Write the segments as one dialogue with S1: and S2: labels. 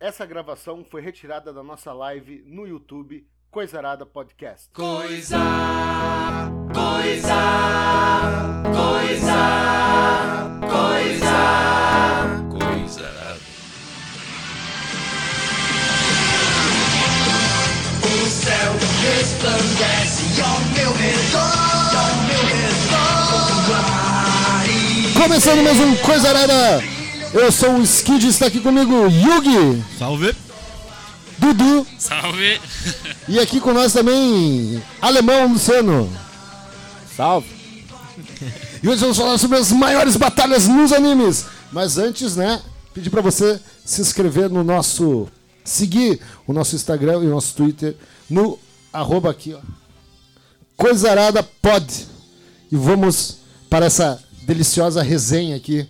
S1: Essa gravação foi retirada da nossa live no YouTube Coisarada Podcast.
S2: Coisa, coisa, coisa, coisa, coisa. O céu resplandece ao meu redor, ao meu redor.
S3: Começando mais um Coisa Arada! Eu sou o Skid, está aqui comigo Yugi,
S4: Salve!
S3: Dudu
S4: Salve!
S3: e aqui com nós também Alemão Luciano. Salve! E hoje vamos falar sobre as maiores batalhas nos animes. Mas antes, né, pedir para você se inscrever no nosso. seguir o nosso Instagram e o nosso Twitter no arroba aqui, ó. Coisarada Pod. E vamos para essa deliciosa resenha aqui.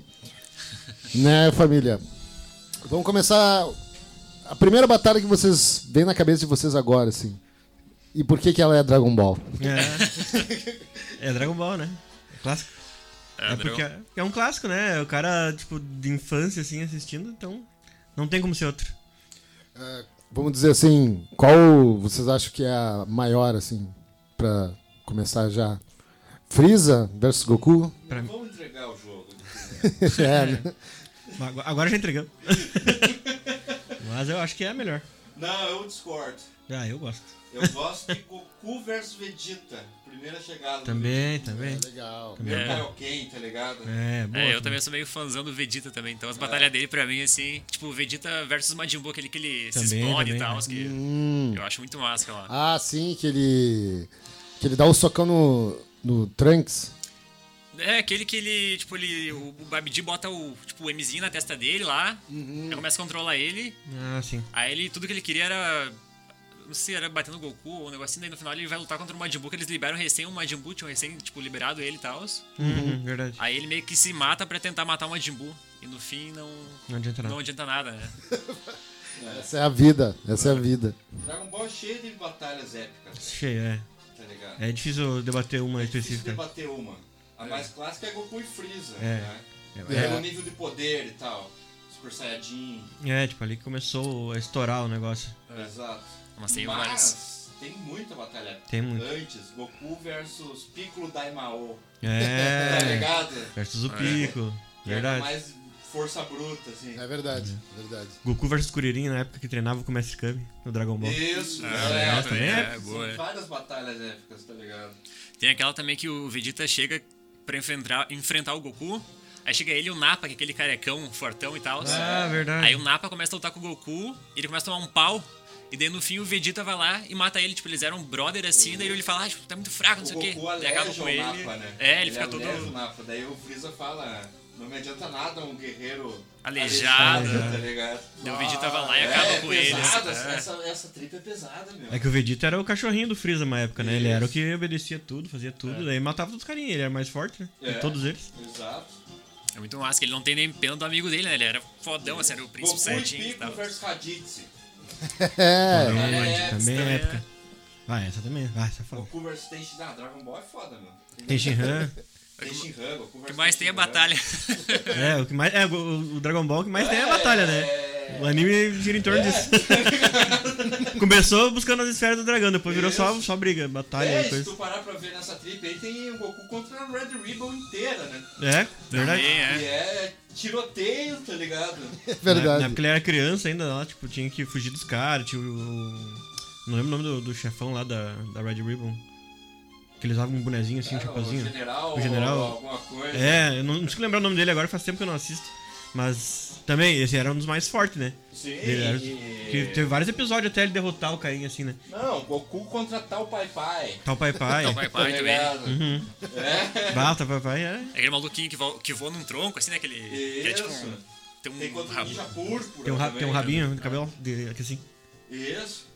S3: Né, família? Vamos começar a primeira batalha que vocês vem na cabeça de vocês agora, assim. E por que que ela é Dragon Ball?
S5: É. é Dragon Ball, né? É clássico.
S4: É,
S5: É porque é, é um clássico, né? O cara, tipo, de infância, assim, assistindo, então não tem como ser outro.
S3: Vamos dizer assim, qual vocês acham que é a maior, assim, pra começar já? Freeza versus Goku?
S5: Pra mim.
S6: Vamos entregar o jogo.
S3: é, né?
S5: Agu- Agora já entregamos. Mas eu acho que é a melhor.
S6: Não, eu discordo.
S5: Ah, eu gosto.
S6: Eu gosto de Goku versus Vegeta. Primeira chegada. do
S5: Também, também.
S3: Legal.
S6: Vegeta. Meu Kaioken, tá ligado?
S5: É, boa.
S4: É, eu também sou meio fãzão do Vegeta também, então as batalhas dele pra mim, assim, tipo, Vegeta versus Majin Buu, aquele que ele se
S5: Também,
S4: explode e
S5: também,
S4: tal,
S5: né?
S4: os que eu acho muito massa lá.
S3: Ah, sim, que ele. que ele dá o socão no. no Trunks.
S4: É, aquele que ele, tipo, ele, o o Babidi bota o, tipo, o Mzinho na testa dele lá, aí começa a controlar ele,
S5: Ah, sim.
S4: aí ele, tudo que ele queria era, não sei, era bater no Goku ou um negocinho, daí no final ele vai lutar contra o Majin Buu, que eles liberam recém, o Majin Buu tinha recém, tipo, liberado ele e tal,
S5: Uhum, verdade.
S4: aí ele meio que se mata pra tentar matar o Majin Buu, e no fim não...
S5: Não adianta nada.
S4: Não adianta nada, né?
S3: Essa é a vida, essa é a vida.
S6: Dragon Ball é cheio de batalhas épicas,
S5: Cheio, é.
S6: tá ligado?
S5: É difícil debater uma
S6: Difícil
S5: específica.
S6: debater uma. A mais clássica é Goku e Freeza,
S5: É.
S6: né?
S3: É.
S6: Pelo nível de poder e tal. Super Saiyajin,
S5: É, tipo, ali que começou a estourar o negócio.
S6: exato.
S4: É. Mas tem vários.
S6: Mas tem muita batalha épica.
S5: Tem muito.
S6: Antes, Goku versus Piccolo Daimao. Tá
S5: É.
S6: ligado?
S5: Versus o Pico.
S6: É
S5: Verdade.
S6: mais força bruta, assim.
S3: É verdade, verdade.
S5: Goku versus Kuririn na época que treinava com o Mestre Kami no Dragon Ball.
S6: Isso,
S4: é,
S6: é,
S4: também é,
S5: né?
S6: São
S4: boa, é.
S6: várias batalhas épicas, tá ligado?
S4: Tem aquela também que o Vegeta chega pra enfrentar, enfrentar o Goku. Aí chega ele e o Napa, que é aquele carecão, fortão e tal.
S5: Ah, verdade.
S4: Aí o Napa começa a lutar com o Goku, e ele começa a tomar um pau. E daí no fim o Vegeta vai lá e mata ele. Tipo, eles eram brother assim, daí ele fala, ah, tipo, tá muito fraco, não
S6: O
S4: sei o quê.
S6: Goku
S4: Daí acaba
S6: aleja
S4: com
S6: o
S4: ele.
S6: Napa, né?
S4: É, ele, fica todo
S6: aleja o Napa. Daí o Freeza fala, não me adianta nada um guerreiro
S4: Aleijado.
S6: tá ligado?
S4: Daí o Vegeta vai lá e acaba
S6: é
S4: com ele,
S6: pesado,
S4: assim, é.
S6: Essa, essa tripa é pesada, meu.
S5: É que o Vegeta era o cachorrinho do Freeza na época, né? Ele
S6: Isso.
S5: era o que obedecia tudo, fazia tudo, daí matava todos os carinhas, ele era mais forte, né?
S6: É.
S5: De todos eles.
S6: Exato.
S4: É muito massa, que ele não tem nem pena do amigo dele, né? Ele era fodão, assim, era o príncipe tá-
S6: Goku
S4: certinho
S6: e
S4: e
S6: Pico
S4: tal.
S6: versus Raditz.
S3: É,
S5: Também,
S6: é,
S5: também
S4: também
S5: é
S4: é.
S5: época. Ah, essa também. Ah, essa é foda.
S6: Goku versus Tenshin. Ah, Dragon Ball é foda, meu.
S5: Tem Shinhan.
S6: Tenshin Han, Goku
S4: O que
S6: versus
S4: mais tem é
S6: Tenshinhan.
S4: batalha.
S5: é, o que mais. É, o, o Dragon Ball o que mais tem é a batalha,
S6: é,
S5: né? O anime gira em torno disso. Começou buscando as esferas do dragão, depois virou só, só briga, batalha
S6: É,
S5: e
S6: se
S5: coisa.
S6: tu parar pra ver nessa tripa aí, tem o Goku contra a Red Ribbon inteira, né?
S5: É, verdade.
S4: Também, é.
S6: E é tiroteio, tá ligado?
S3: é
S5: Na, na
S3: verdade.
S5: época ele era criança ainda, lá, tipo, tinha que fugir dos caras, tinha o... o- Não lembro o nome do, do chefão lá da, da Red Ribbon. Que ele usava um bonezinho assim, um
S6: Ah, o
S5: chapazinho.
S6: general,
S5: O general.
S6: alguma coisa.
S5: É, eu não, não consigo lembrar o nome dele agora, faz tempo que eu não assisto. Mas também, esse era um dos mais fortes, né?
S6: Sim.
S5: Ele era- que teve vários episódios até ele derrotar o Caim, assim, né?
S6: Não, Goku contra tal Pai Pai.
S5: Tal Pai Pai.
S4: Então vai,
S6: Tá
S4: vai, também.
S6: ligado?
S5: Uhum.
S6: É.
S5: Bah, Tal Pai Pai é.
S4: É Aquele maluquinho que voa, que voa num tronco, assim, né? Aquele. Que é tipo. um-
S6: Isso.
S4: Tem um
S6: Tem contra o
S4: rabo.
S6: Ninja Púrpura.
S5: Tem um, ra-
S6: também,
S5: tem um
S6: né?
S5: rabinho no cabelo, de, aqui assim.
S6: Isso.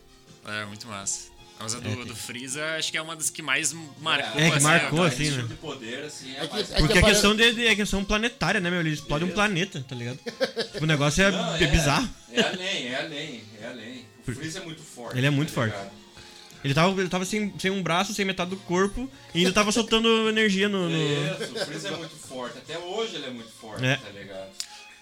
S4: É, muito massa. Mas a do,
S5: É, tem.
S4: do Freeza, acho que é uma das que mais marcou.
S5: É, que marcou,
S4: a-
S5: assim,
S6: Tipo
S5: né?
S6: de poder, assim, é,
S3: É que-
S6: mais-
S3: é que
S5: Porque
S3: apare-
S5: a questão dele é questão planetária, né, meu? Ele explode um planeta, tá ligado? Tipo, o negócio é,
S6: Não,
S5: é bizarro.
S6: É além, é além, é além. O Freeza é muito forte.
S5: Ele é muito
S6: tá
S5: forte.
S6: ligado?
S5: Ele tava, ele tava sem, sem um braço, sem metade do corpo, e ainda tava soltando energia no. no-
S6: Isso, o Freeza é muito forte. Até hoje ele é muito forte,
S5: É.
S6: tá ligado?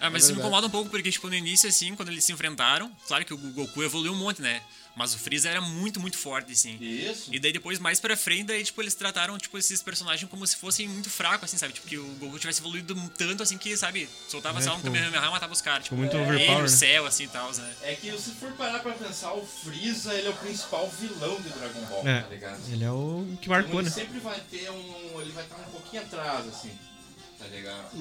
S4: Ah, mas isso me incomoda um pouco, porque, tipo, no início, assim, quando eles se enfrentaram, claro que o Goku evoluiu um monte, né? Mas o Freeza era muito, muito forte, assim.
S6: Isso.
S4: E daí depois, mais pra frente, daí, tipo, eles trataram, tipo, esses personagens como se fossem muito fracos, assim, sabe? Tipo, que o Goku tivesse evoluído tanto, assim, que, sabe, soltava
S5: É,
S4: só um
S5: ficou-
S4: Kamehameha e matava os caras. Tipo,
S5: ficou muito
S4: ele,
S5: overpower,
S4: o
S5: né?
S4: céu, assim, e tal, né?
S6: É que se for parar pra pensar, o Freeza ele é o principal vilão de Dragon Ball,
S5: É.
S6: tá ligado?
S5: Ele é o que
S6: Então,
S5: marcou,
S6: ele
S5: né?
S6: sempre vai ter um. Ele vai estar um pouquinho atrás, assim, tá ligado?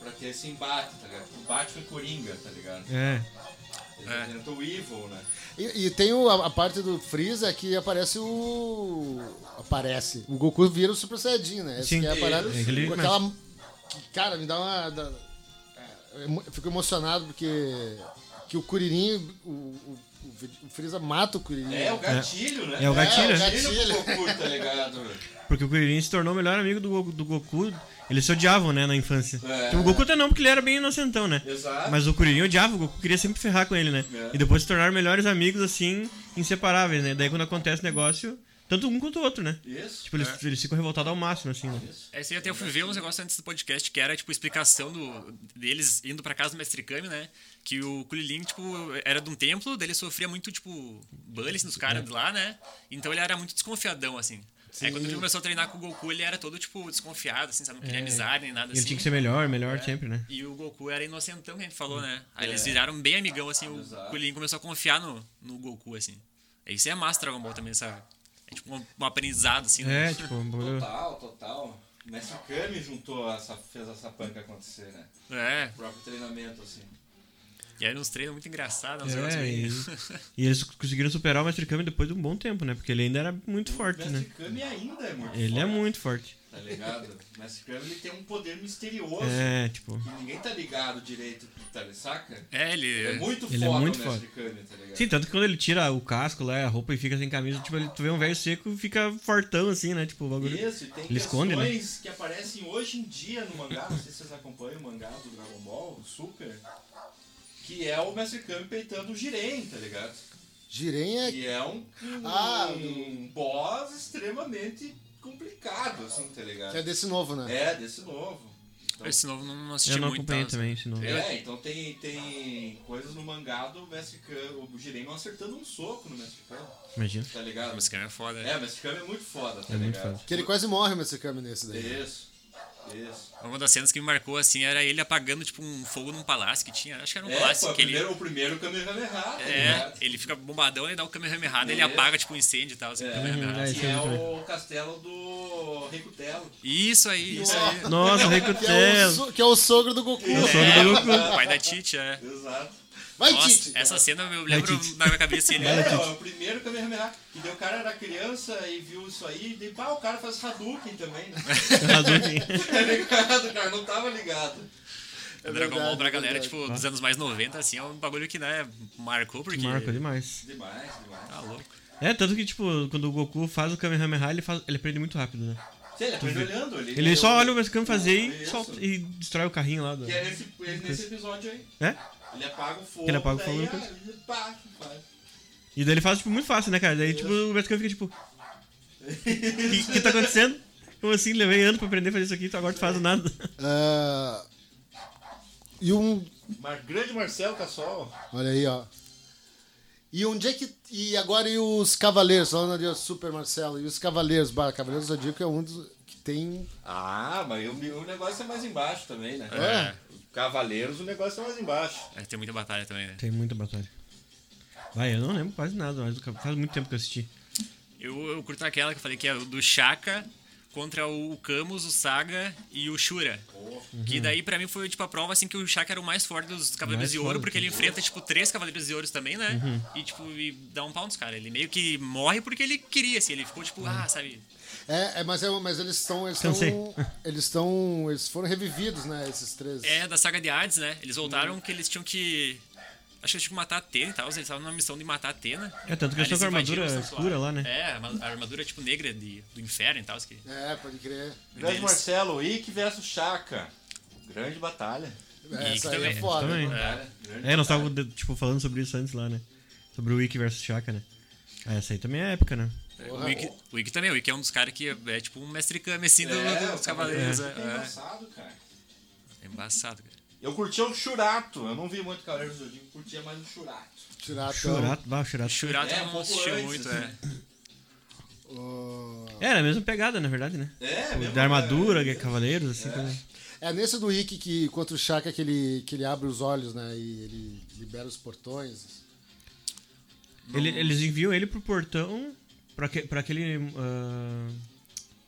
S6: Pra ter esse embate, tá ligado? O Batman e Coringa, tá ligado?
S5: É.
S6: Ele
S4: É.
S6: representa o Evil, né?
S3: E, e tem o- a, a parte do Freeza que aparece o. Aparece. O Goku vira o Super Saiyajin, né? Essa
S5: Sim.
S3: que é a parada.
S5: É, aquele-
S3: com aquela. Cara, me dá uma. dá- é, eu emo- eu fico emocionado porque. Que o Kuririn. O, o, o Freeza mata o Kuririn.
S6: É o gatilho, né?
S5: É o gatilho,
S3: É, o
S5: né?
S6: Gatilho pro Goku, tá ligado?
S5: Porque o Kuririn se tornou o melhor amigo do Goku, do Goku. Eles se odiavam, né, na infância.
S6: É.
S5: O Goku até não, porque ele era bem inocentão, né?
S6: Exato.
S5: Mas o Kuririn odiava, o Goku queria sempre ferrar com ele, né?
S6: É.
S5: E depois se tornaram melhores amigos, assim, inseparáveis, né? Daí quando acontece negócio, tanto um quanto o outro, né?
S6: Isso. É.
S5: Tipo, eles, eles ficam revoltados ao máximo, assim, né?
S4: É, isso aí até eu fui ver uns negócios antes do podcast que era, tipo, explicação do, deles indo pra casa do Mestre Kami, né? Que o Kulilin, tipo, era de um templo, daí ele sofria muito, tipo, bullying dos caras de lá, né? Então ele era muito desconfiadão, assim. Aí quando ele começou a treinar com o Goku, ele era todo, tipo, desconfiado, assim, sabe? Não queria amizade nem
S5: É.
S4: nada
S5: Ele
S4: assim.
S5: tinha que ser É. melhor, melhor
S6: É.
S5: sempre, né?
S4: E o Goku era inocentão, que a gente falou, né? Aí eles viraram bem amigão, assim, o Kulilin começou a confiar no, no Goku, assim. É, Isso é massa Dragon Ball também, sabe? É tipo um, um aprendizado, assim. né?
S5: É, tipo, um bagulho-
S6: Total, total. O Mestre Kami juntou essa, fez essa panca acontecer, né?
S4: É.
S6: O próprio treinamento, assim.
S4: E eram uns treinos é muito engraçados, uns negócios
S5: É,
S4: bem-
S5: e, e eles conseguiram superar o Mestre Kami depois de um bom tempo, né? Porque ele ainda era muito
S6: O
S5: forte,
S6: Mestre
S5: né?
S6: Kami ainda é muito
S5: Ele é
S6: forte,
S5: muito forte.
S6: Tá ligado? O Mestre Kami ele tem um poder misterioso.
S5: É, tipo.
S6: E ninguém tá ligado direito, tá ligado? Saca?
S4: É, ele.
S6: É muito
S5: Ele é
S6: foda
S5: muito
S6: o Mestre Kami, tá ligado?
S5: Sim, tanto que quando ele tira o casco lá, a roupa e fica sem camisa, tipo, ele, tu vê um velho seco e fica fortão assim, né? Tipo, o bagulho.
S6: Isso, e tem
S5: Ele esconde, né?
S6: questões que aparecem hoje em dia no mangá, não sei se vocês acompanham o mangá do Dragon Ball, do Super, que é o Mestre Kami peitando o Jiren, tá ligado?
S3: Jiren é.
S6: Que é um, um,
S3: Ah,
S6: um boss extremamente complicado, assim, tá ligado?
S3: Que é desse novo, né?
S6: É, desse novo. Então,
S4: Esse novo não, não assisti
S5: Eu não
S4: muito.
S5: acompanhei
S4: tá?
S5: também esse novo.
S6: é, então tem, tem coisas no mangá do Mestre Kami, o Jiren não acertando um soco no Mestre Kami,
S5: Imagina.
S6: tá ligado?
S4: Mas que é foda.
S6: É, o Mestre Kami é muito foda, tá
S5: É muito
S6: ligado?
S5: foda.
S3: Que ele quase morre, mas esse câmbio nesse daí.
S6: Isso, isso.
S4: Uma das cenas que me marcou, assim, era ele apagando, tipo, um fogo num palácio que tinha. Acho que era um
S6: É,
S4: palácio
S6: pô,
S4: que ele.
S6: primeiro, o primeiro Kamehameha, tá
S4: É,
S6: ligado?
S4: ele fica bombadão, ele dá o Kamehameha, daí ele
S6: É.
S4: apaga, tipo, um incêndio e tal. Assim,
S6: É.
S4: Kamehameha.
S5: É,
S6: que
S5: isso
S6: é
S5: muito
S6: o castelo do Rei Cutelo.
S4: Isso aí, isso aí.
S5: Nossa,
S6: um
S3: Que, é o,
S5: Recutelo.
S3: so- que é o sogro do Goku.
S5: O sogro do Goku.
S4: É, O pai da Titi, é.
S6: Exato.
S3: Vai,
S4: Nossa,
S3: Tite!
S4: essa cena eu lembro
S5: Tite.
S4: na minha cabeça ele.
S6: É, ó, o primeiro Kamehameha. E daí o cara era criança e viu isso aí, e daí, pá, o cara faz Hadouken também, né?
S5: Hadouken.
S6: tá ligado, o cara não tava ligado.
S4: Dragon
S3: verdade,
S4: Ball pra
S3: é
S4: galera,
S3: verdade.
S4: tipo, dos anos mais 90, assim, é um bagulho que, né, marcou, porque.
S5: Marco é demais.
S6: Demais, demais.
S4: Tá louco.
S5: É, tanto que, tipo, quando o Goku faz o Kamehameha, ele, faz, ele aprende muito rápido, né?
S6: Sei, ele aprende olhando ali.
S5: Ele só olha o Mestre Kami fazer e,
S6: Isso.
S5: solta, e destrói o carrinho lá. Do...
S6: Que é nesse, é nesse episódio aí.
S5: É?
S6: Ele apaga o fogo.
S5: Ele apaga o fogo
S6: daí,
S5: e depois-
S6: ah, ele pá, pá.
S5: E daí ele faz, tipo, muito fácil, né, cara? Daí, tipo, o Mestre Kami fica, tipo... O que, que tá acontecendo? Como assim? Levei ano pra aprender a fazer isso aqui, tu agora tu faz do nada.
S3: Ah, e um.
S6: Mar- Grande Marcel tá Cassol.
S3: Olha aí, ó. E onde é que. E agora e os Cavaleiros? Falando ali, ó, Super Marcelo. E os Cavaleiros? Bah, Cavaleiros do Zodíaco é um dos que tem.
S6: Ah, mas o, o negócio é mais embaixo também, né?
S4: É.
S6: Cavaleiros, o negócio é mais embaixo.
S4: É, tem muita batalha também, né?
S5: Tem muita batalha. Vai, eu não lembro quase nada, mas faz muito tempo que eu assisti.
S4: Eu, eu curto aquela que eu falei que é o do Shaka contra o Camus, o Saga e o Shura.
S5: Uhum.
S4: Que daí pra mim foi tipo a prova assim que o Shaka era o mais forte dos Cavaleiros
S5: Mais
S4: de Ouro,
S5: forte, Uhum.
S4: porque ele
S5: sim.
S4: enfrenta tipo três Cavaleiros de Ouro também, né? E tipo e dá um pau nos caras. Ele meio que morre porque ele queria assim, ele ficou
S5: Uhum.
S4: tipo, ah, sabe?
S3: É, é, mas, é mas eles estão. Eles
S5: Cansei.
S3: estão. Eles estão. Eles foram revividos, né? Esses três.
S4: É da saga de Hades, né? Eles voltaram
S5: Uhum.
S4: que eles tinham que Acho que eles tinham que matar a Atena e tal, eles estavam numa missão de matar a Atena.
S5: É, tanto que
S4: Aí
S5: eles estão com a
S4: invadiram
S5: armadura
S4: o santuário.
S5: escura lá, né?
S4: É, a armadura tipo negra de, do inferno e tal. Que...
S3: É, pode crer.
S6: Grande
S4: Deles.
S6: Marcelo, Ike versus Chaka. Grande batalha.
S3: É,
S4: E
S3: Essa
S4: que
S3: aí
S4: também-
S3: é foda.
S5: também.
S4: É.
S6: Grande
S5: É, nós
S6: batalha.
S5: estávamos, tipo, falando sobre isso antes lá, né? Sobre o Wiki versus Shaka, né? Ah, essa aí também é épica, né?
S4: O Wiki, o Wiki também, o Wiki é um dos caras que é, é tipo um mestre Kami, assim, do- do-
S6: É,
S4: dos
S6: o Cavaleiros
S4: cavaleiros.
S6: é
S4: É,
S6: embaçado, cara.
S4: é embaçado, cara.
S6: Eu curtia o Churato. Eu não vi muito Cavaleiro do Zodíaco, eu curtia mais o Churato.
S3: Tirar
S5: Churato, bah, Churato.
S4: Churato
S6: É,
S4: eu
S6: um
S4: não
S6: pouco
S4: assistia
S6: antes,
S4: muito,
S6: assim.
S4: é.
S5: Era a mesma pegada, na verdade, né?
S6: É,
S5: O
S6: mesmo,
S5: da armadura, que é cavaleiros, assim. coisa-
S3: É nesse do Ikki que contra o Shaka que ele, que ele abre os olhos, né? E ele libera os portões.
S5: Ele- eles enviam ele pro portão, pra, aque- pra aquele. ah,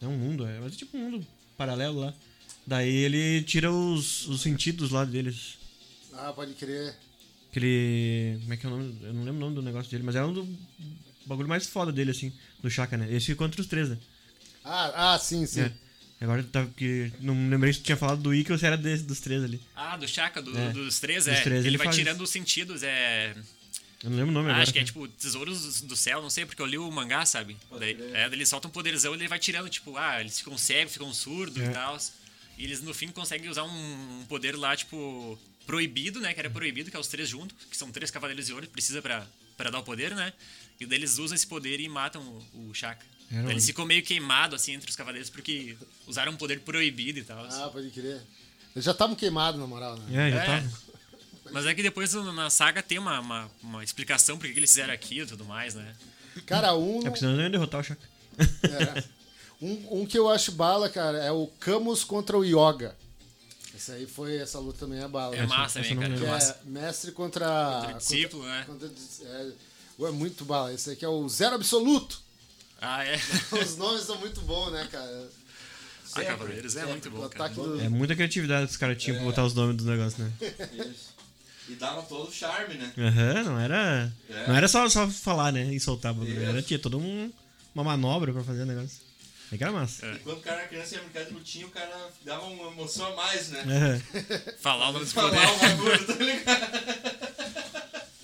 S5: não é um mundo, é, mas é tipo um mundo paralelo lá. Daí ele tira os, os sentidos lá deles.
S3: Ah, pode crer.
S5: Aquele. Como é que é o nome? Eu não lembro o nome do negócio dele, mas é um do bagulho mais foda dele, assim, do Chaka, né? Esse contra os três, né?
S3: Ah, ah sim, sim.
S5: É. Agora tá, que não lembrei se tu tinha falado do Ikki ou se era desse, dos três ali.
S4: Ah, do Chaka, do-
S5: É.
S4: dos três,
S5: Dos
S4: é.
S5: três,
S4: ele,
S5: ele
S4: vai
S5: faz-
S4: tirando os sentidos, é.
S5: Eu não lembro o nome
S4: Ah,
S5: agora.
S4: acho que é tipo Tesouros do Céu, não sei, porque eu li o mangá, sabe? Daí, é, daí ele solta um poderzão e ele vai tirando, tipo, ah, eles ficam cegos, ficam surdos
S5: É.
S4: e tal. E eles no fim conseguem usar um, um poder lá, tipo, proibido, né? Que era proibido, que é os três juntos, que são três cavaleiros de ouro, que precisa pra, pra dar o poder, né? E daí eles usam esse poder e matam o, o Shaka.
S5: Era
S4: Daí
S5: um-
S4: eles ficam meio queimados, assim, entre os cavaleiros, porque usaram um poder proibido e tal.
S3: Ah, pode crer. Eles já estavam queimados, na moral, né?
S5: É, já
S4: É.
S5: tava.
S4: Mas é que depois na saga tem uma, uma, uma explicação por que que eles fizeram aquilo e tudo mais, né?
S3: Cara, um.
S5: É porque senão eu ia derrotar o Chaka.
S3: é. um, um que eu acho bala, cara, é o Camus contra o Yoga. Esse aí foi, essa luta também é bala.
S4: É massa,
S5: essa eu não
S4: né, cara?
S5: lembro.
S3: Que
S4: É massa.
S3: é mestre contra.
S4: Contra o discípulo, né?
S3: contra- é, ué, muito bala. Esse aqui é o Zero Absoluto.
S4: Ah, é.
S3: Os nomes são muito bons, né, cara?
S4: Ah, Cavaleiros é muito
S3: o
S4: bom, cara.
S3: ataque do.
S5: É muita criatividade que os caras
S4: É.
S5: tinham pra botar os nomes dos negócios, né?
S6: Isso. E dava todo o charme, né?
S5: Aham, não era.
S6: É.
S5: Não era só, só falar, né? E soltar o bagulho. Era tinha toda um, uma manobra pra fazer o negócio. É que era massa.
S6: E quando o cara era criança e ia brincar de lutinha, o cara dava uma emoção a mais, né?
S5: É. Aham.
S4: Falar o nome dos
S6: Falar
S4: poderes.
S6: o bagulho, tá ligado?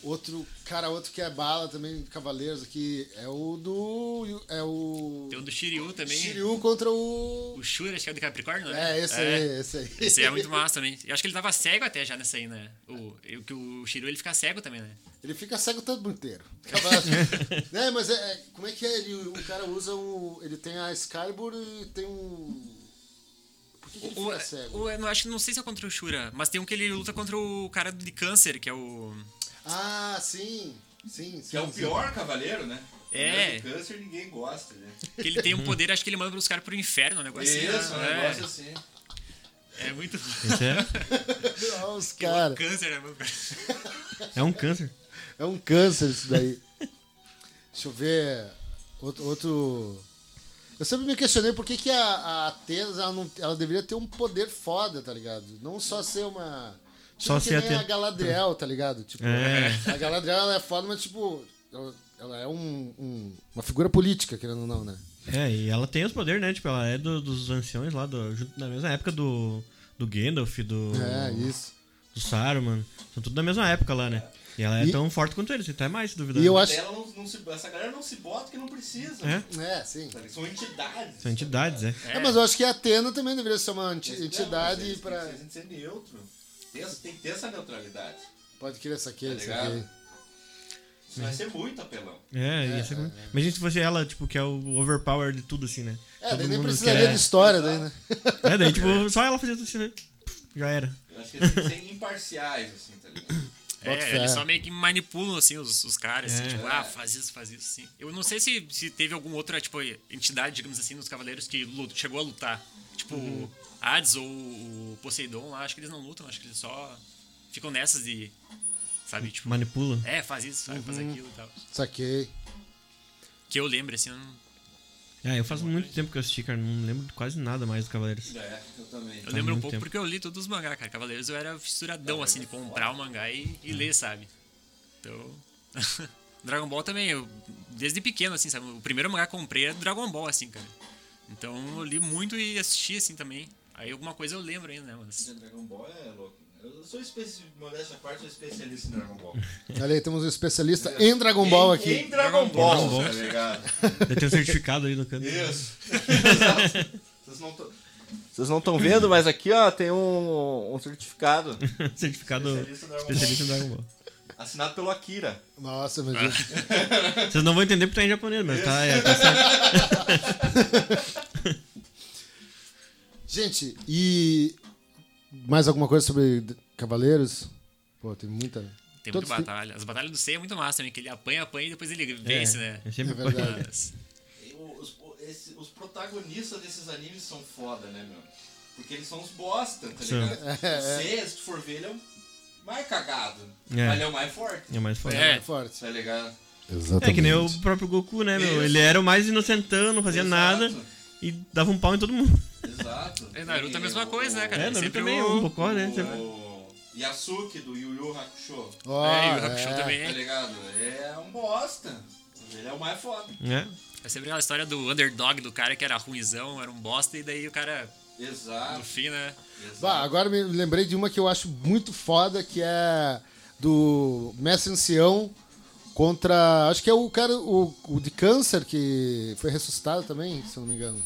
S3: Outro, cara, outro que é bala também, Cavaleiros aqui, é o do. É o.
S4: Tem o do Shiryu também.
S3: Shiryu contra o.
S4: O Shura, acho que é do Capricórnio, né?
S3: É, esse aí, esse aí.
S4: Esse é muito massa também. Eu acho que ele tava cego até já nessa aí, né? O, eu- que o Shiryu ele fica cego também, né?
S3: Ele fica cego o tempo inteiro. Cavalo- né, mas é, é- como é que é? Ele, o cara usa um. Ele tem a Excalibur e tem um. Por que, que ele
S6: Um,
S4: O,
S3: fica cego?
S4: o- eu não acho que não sei se é contra o Shura, mas tem um que ele luta contra o cara de câncer, que é o.
S3: Ah, sim. Sim, sim.
S6: Que é o
S3: sim.
S6: pior cavaleiro, né?
S4: É.
S6: Cavaleiro do câncer ninguém gosta, né?
S4: Que ele tem um poder, acho que ele manda os caras pro inferno, um negócio assim,
S6: Isso, um
S4: né?
S6: negócio assim.
S4: É, é muito.
S3: assim.
S5: Esse é,
S3: Olha os
S4: Cara.
S3: cara.
S4: Câncer, né, mano?
S5: é um câncer.
S3: É um câncer isso daí. Deixa eu ver. Outro. outro- Eu sempre me questionei por que, que a, a Atenas ela, não- ela deveria ter um poder foda, tá ligado? Não só ser uma. Tipo
S5: Só
S3: que
S5: ser
S3: nem a
S5: Atena.
S3: Galadriel, tá ligado? Tipo,
S5: É.
S3: A Galadriel ela é foda, mas tipo. Ela, ela é um- um- uma figura política, querendo ou não, né?
S5: É, e ela tem os poderes, né? Tipo, ela é do- dos anciões lá, do, junto, na mesma época do, do Gandalf, do,
S3: É, isso.
S5: do Saruman. São tudo da mesma época lá, né? E ela é
S3: E-
S5: tão forte quanto eles, até mais, se duvidar.
S3: E
S5: né.
S3: eu
S6: Mas
S3: acho.
S6: Ela não, não se, essa galera não se bota que não precisa.
S5: É.
S6: né?
S3: É, sim.
S6: Tá ligado? São entidades.
S5: São entidades, é.
S3: É, mas eu acho que a Atena também deveria ser uma enti-
S6: Não,
S3: entidade
S6: mas
S3: pra.
S6: Tem que ser- tem que ser neutro. Tem, essa- tem que ter essa neutralidade.
S3: Pode querer essa aqui,
S6: Tá
S3: essa
S6: ligado?
S3: aqui.
S6: Isso vai ser muito apelão.
S5: É, ia ser muito- Imagina se fosse ela, tipo, que é o overpower de tudo, assim, né?
S3: É,
S5: Todo
S3: daí nem
S5: mundo
S3: precisaria
S5: quer-
S3: de história daí, né?
S5: É, daí, tipo, só ela fazia tudo assim, né? Já era.
S6: Eu acho que eles têm que ser imparciais, assim, tá ligado?
S3: Bota fé.
S4: É, eles só meio que manipulam assim os, os caras, assim,
S5: É.
S4: tipo, ah, faz isso, faz isso, sim. Eu não sei se, se teve alguma outra, tipo, entidade, digamos assim, nos Cavaleiros que lu- chegou a lutar. Tipo,
S3: Uhum.
S4: o Hades ou o Poseidon lá, acho que eles não lutam, acho que eles só ficam nessas de. Sabe, tipo,
S5: Manipula.
S4: é, faz isso, sabe, faz
S3: Uhum.
S4: aquilo e tal.
S3: Saquei.
S4: Que eu lembro, assim, eu não-
S5: Ah, eu faço muito tempo que eu assisti, cara. Não lembro de quase nada mais do Cavaleiros.
S6: É, eu também.
S4: eu lembro um
S5: muito
S4: pouco
S5: tempo.
S4: porque eu li todos os mangá, cara. Cavaleiros eu era fissuradão, assim, de comprar o mangá e,
S5: Hum.
S4: e ler, sabe? Então. Dragon Ball também, eu, desde pequeno, assim, sabe? O primeiro mangá que eu comprei é Dragon Ball, assim, cara. Então eu li muito e assisti, assim, também. Aí alguma coisa eu lembro ainda, né? Mas.
S6: Dragon Ball é louco. Eu sou especialista, modéstia à parte, sou especialista em Dragon Ball.
S3: Olha aí, temos um especialista em Dragon Ball
S6: Em- Em
S3: aqui.
S6: Dragon
S5: Dragon
S6: Ball,
S5: Ball.
S6: tá ligado?
S5: Deve ter um certificado ali no canto.
S6: Isso. Exato. Vocês não tão- Vocês não estão vendo, mas aqui ó, tem um, um certificado
S5: certificado
S6: Especialista em Dragon Ball.
S5: especialista em Dragon Ball.
S6: assinado pelo Akira.
S3: Nossa, meu Deus.
S5: Vocês não vão entender porque tá em japonês, mas tá, é, tá certo.
S3: Gente, e mais alguma coisa sobre Cavaleiros. Pô, tem muita.
S4: Tem
S3: Todos
S4: muita
S3: têm-
S4: batalha. As batalhas do C é muito massa também, que ele apanha, apanha e depois ele vence, né?
S5: É sempre
S3: É verdade.
S4: Mas-
S6: O- Os, o- esse- os protagonistas desses animes são foda, né, meu? Porque eles são os bosta, tá
S5: São.
S6: ligado?
S3: É.
S6: O C, se tu for ver, ele é o mais cagado.
S5: É.
S6: Mas ele é o mais forte,
S5: É mais foda.
S4: É.
S3: É forte.
S6: tá ligado?
S3: Exatamente.
S5: É que nem o próprio Goku, né, meu?
S6: Isso.
S5: Ele era o mais inocentão, não fazia
S6: Exato.
S5: nada e dava um pau em todo mundo.
S6: Exato.
S4: É, Naruto é a mesma coisa, né, cara?
S5: É, Naruto
S4: sempre
S5: também,
S4: o-
S5: um bocó, né?
S6: O Yasuke do Yu Yu Hakusho,
S3: Ó,
S4: é, e o Hakusho
S3: é.
S4: também.
S6: tá ligado? É um bosta. mas Ele é o mais foda.
S5: É.
S4: É sempre aquela história do underdog do cara que era ruinzão, era um bosta, e daí o cara, no
S6: Exato.
S4: fim, né?
S6: exato.
S3: Bah, agora me lembrei de uma que eu acho muito foda, que é do Messi Ancião contra. Acho que é o cara, o, o de câncer, que foi ressuscitado também, se eu não me engano.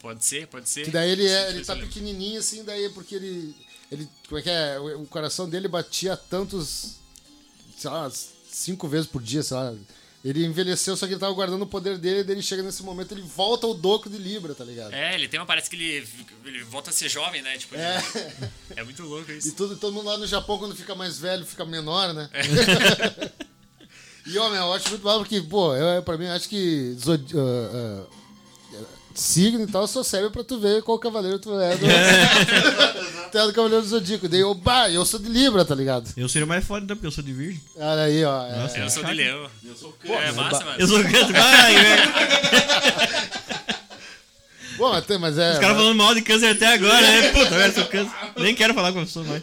S4: Pode ser, pode ser.
S3: Que daí ele, é,
S4: Sim,
S3: ele
S4: sim,
S3: tá
S4: sim.
S3: pequenininho assim, daí é porque ele, ele. Como é que é? O o coração dele batia tantos. Sei lá, cinco vezes por dia, sei lá. Ele envelheceu, só que ele tava guardando o poder dele, daí ele chega nesse momento, ele volta ao doco de Libra, tá ligado?
S4: É, ele tem uma parece que ele, ele volta a ser jovem, né? Tipo, ele- é. muito louco
S3: E
S4: isso.
S3: tudo, todo mundo lá no Japão, quando fica mais velho, fica menor, né?
S5: É.
S3: e, homem, eu acho muito mal, porque, pô, eu, pra mim, eu acho que zodi- ah, ah, signo e tal só serve pra tu ver qual cavaleiro tu é. Do... tu é do Cavaleiro do Zodíaco. Daí eu, bah, eu sou de Libra, tá ligado?
S5: Eu seria o mais foda, então, porque eu sou de virgem.
S3: Olha aí, ó. é.
S5: Nossa.
S4: Eu sou de leão.
S6: Eu sou cã.
S4: É massa,
S5: Eu
S4: mano.
S5: sou canto, vai, velho.
S3: Bom, mas, tem- mas é...
S5: Os caras falando mal de câncer até agora, né? Puta, velho, eu sou câncer. Nem quero falar com a pessoa mais.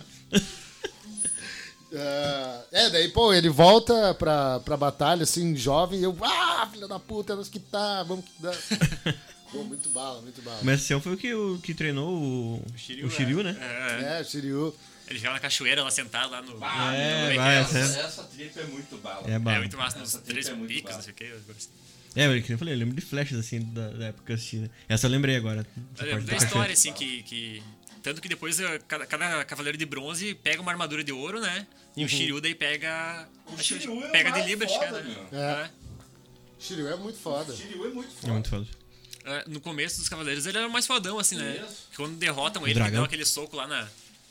S3: Ah, é, daí, pô, ele volta pra, pra batalha, assim, jovem, e eu, ah, filha da puta, nós que tá, vamos que dá. pô, muito bala, muito bala.
S5: O mestre Céu foi o que, o que treinou o, o Shiryu, né?
S4: É,
S3: É, Shiryu.
S4: ele fica na cachoeira lá sentado lá no.
S6: Ah,
S5: É,
S6: meu,
S5: vai,
S6: essa,
S5: essa-
S6: essa trip é muito bala.
S5: É,
S4: É
S5: bala.
S4: muito massa nos
S6: Essa
S4: três
S6: tripa é muito
S4: picos,
S6: bala.
S4: não sei o que. Eu
S5: É, velho, que nem eu falei, eu lembro de flechas, assim, da, da época que eu assisti, né? Essa eu lembrei agora. Essa
S6: é
S4: lembro
S5: parte
S4: da
S5: do
S4: história,
S5: cachorro.
S4: assim, que. que- Tanto que depois eh, cada, cada cavaleiro de bronze pega uma armadura de ouro, né? E o Shiryu daí pega.
S6: Uhum. O
S4: acho que
S6: Shiryu é
S4: pega de
S6: mais
S4: Libra,
S6: foda,
S4: cara.
S6: meu.
S4: É.
S3: Shiryu é muito foda.
S6: Shiryu é muito
S5: É
S6: foda.
S5: muito foda.
S4: É, no começo dos Cavaleiros ele era mais fodão, assim, né?
S6: Isso.
S4: Que Quando derrotam ele, que
S5: Dragão.
S4: dão aquele soco lá na.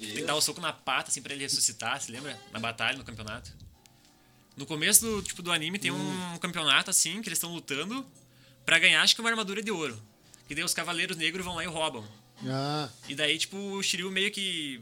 S4: Tem que
S6: Isso.
S4: dar o soco na pata, assim, pra ele ressuscitar, se lembra? Na batalha, no campeonato. No começo do, tipo, do anime tem
S6: Hum.
S4: um campeonato, assim, que eles estão lutando pra ganhar, acho que uma armadura de ouro. Que daí os Cavaleiros Negros vão lá e roubam.
S3: Ah,
S4: E daí, tipo, o Shiryu meio que.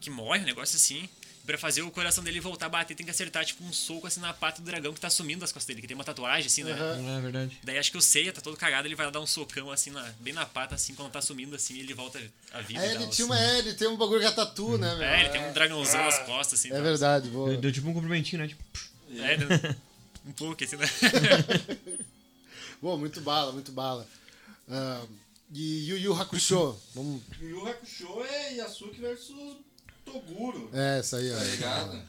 S4: que morre, um negócio assim. Pra fazer o coração dele voltar a bater, tem que acertar, tipo, um soco assim na pata do dragão que tá sumindo das costas dele, que tem uma tatuagem, assim, né?
S5: É verdade.
S4: Daí acho que o Seiya tá todo cagado, ele vai lá dar um socão assim, na- bem na pata, assim, quando tá sumindo assim, ele volta a vida.
S3: aí
S4: e
S3: ele
S4: tal,
S3: tinha
S4: assim.
S3: uma. É, ele tem um bagulho que é
S6: Hum.
S3: tatu, né, meu?
S4: É, ele tem um dragãozão nas costas, assim.
S3: É
S4: tal.
S3: verdade, boa.
S5: Deu, deu tipo um cumprimentinho, né? Tipo,
S4: É, ele- um pouco, assim, né?
S3: Boa, muito bala, muito bala. Ah, e Yu Yu Hakusho. Vamos...
S6: Yu Yu Hakusho é Yasuke versus Toguro.
S3: É, isso aí, ó.
S6: Tá ligado?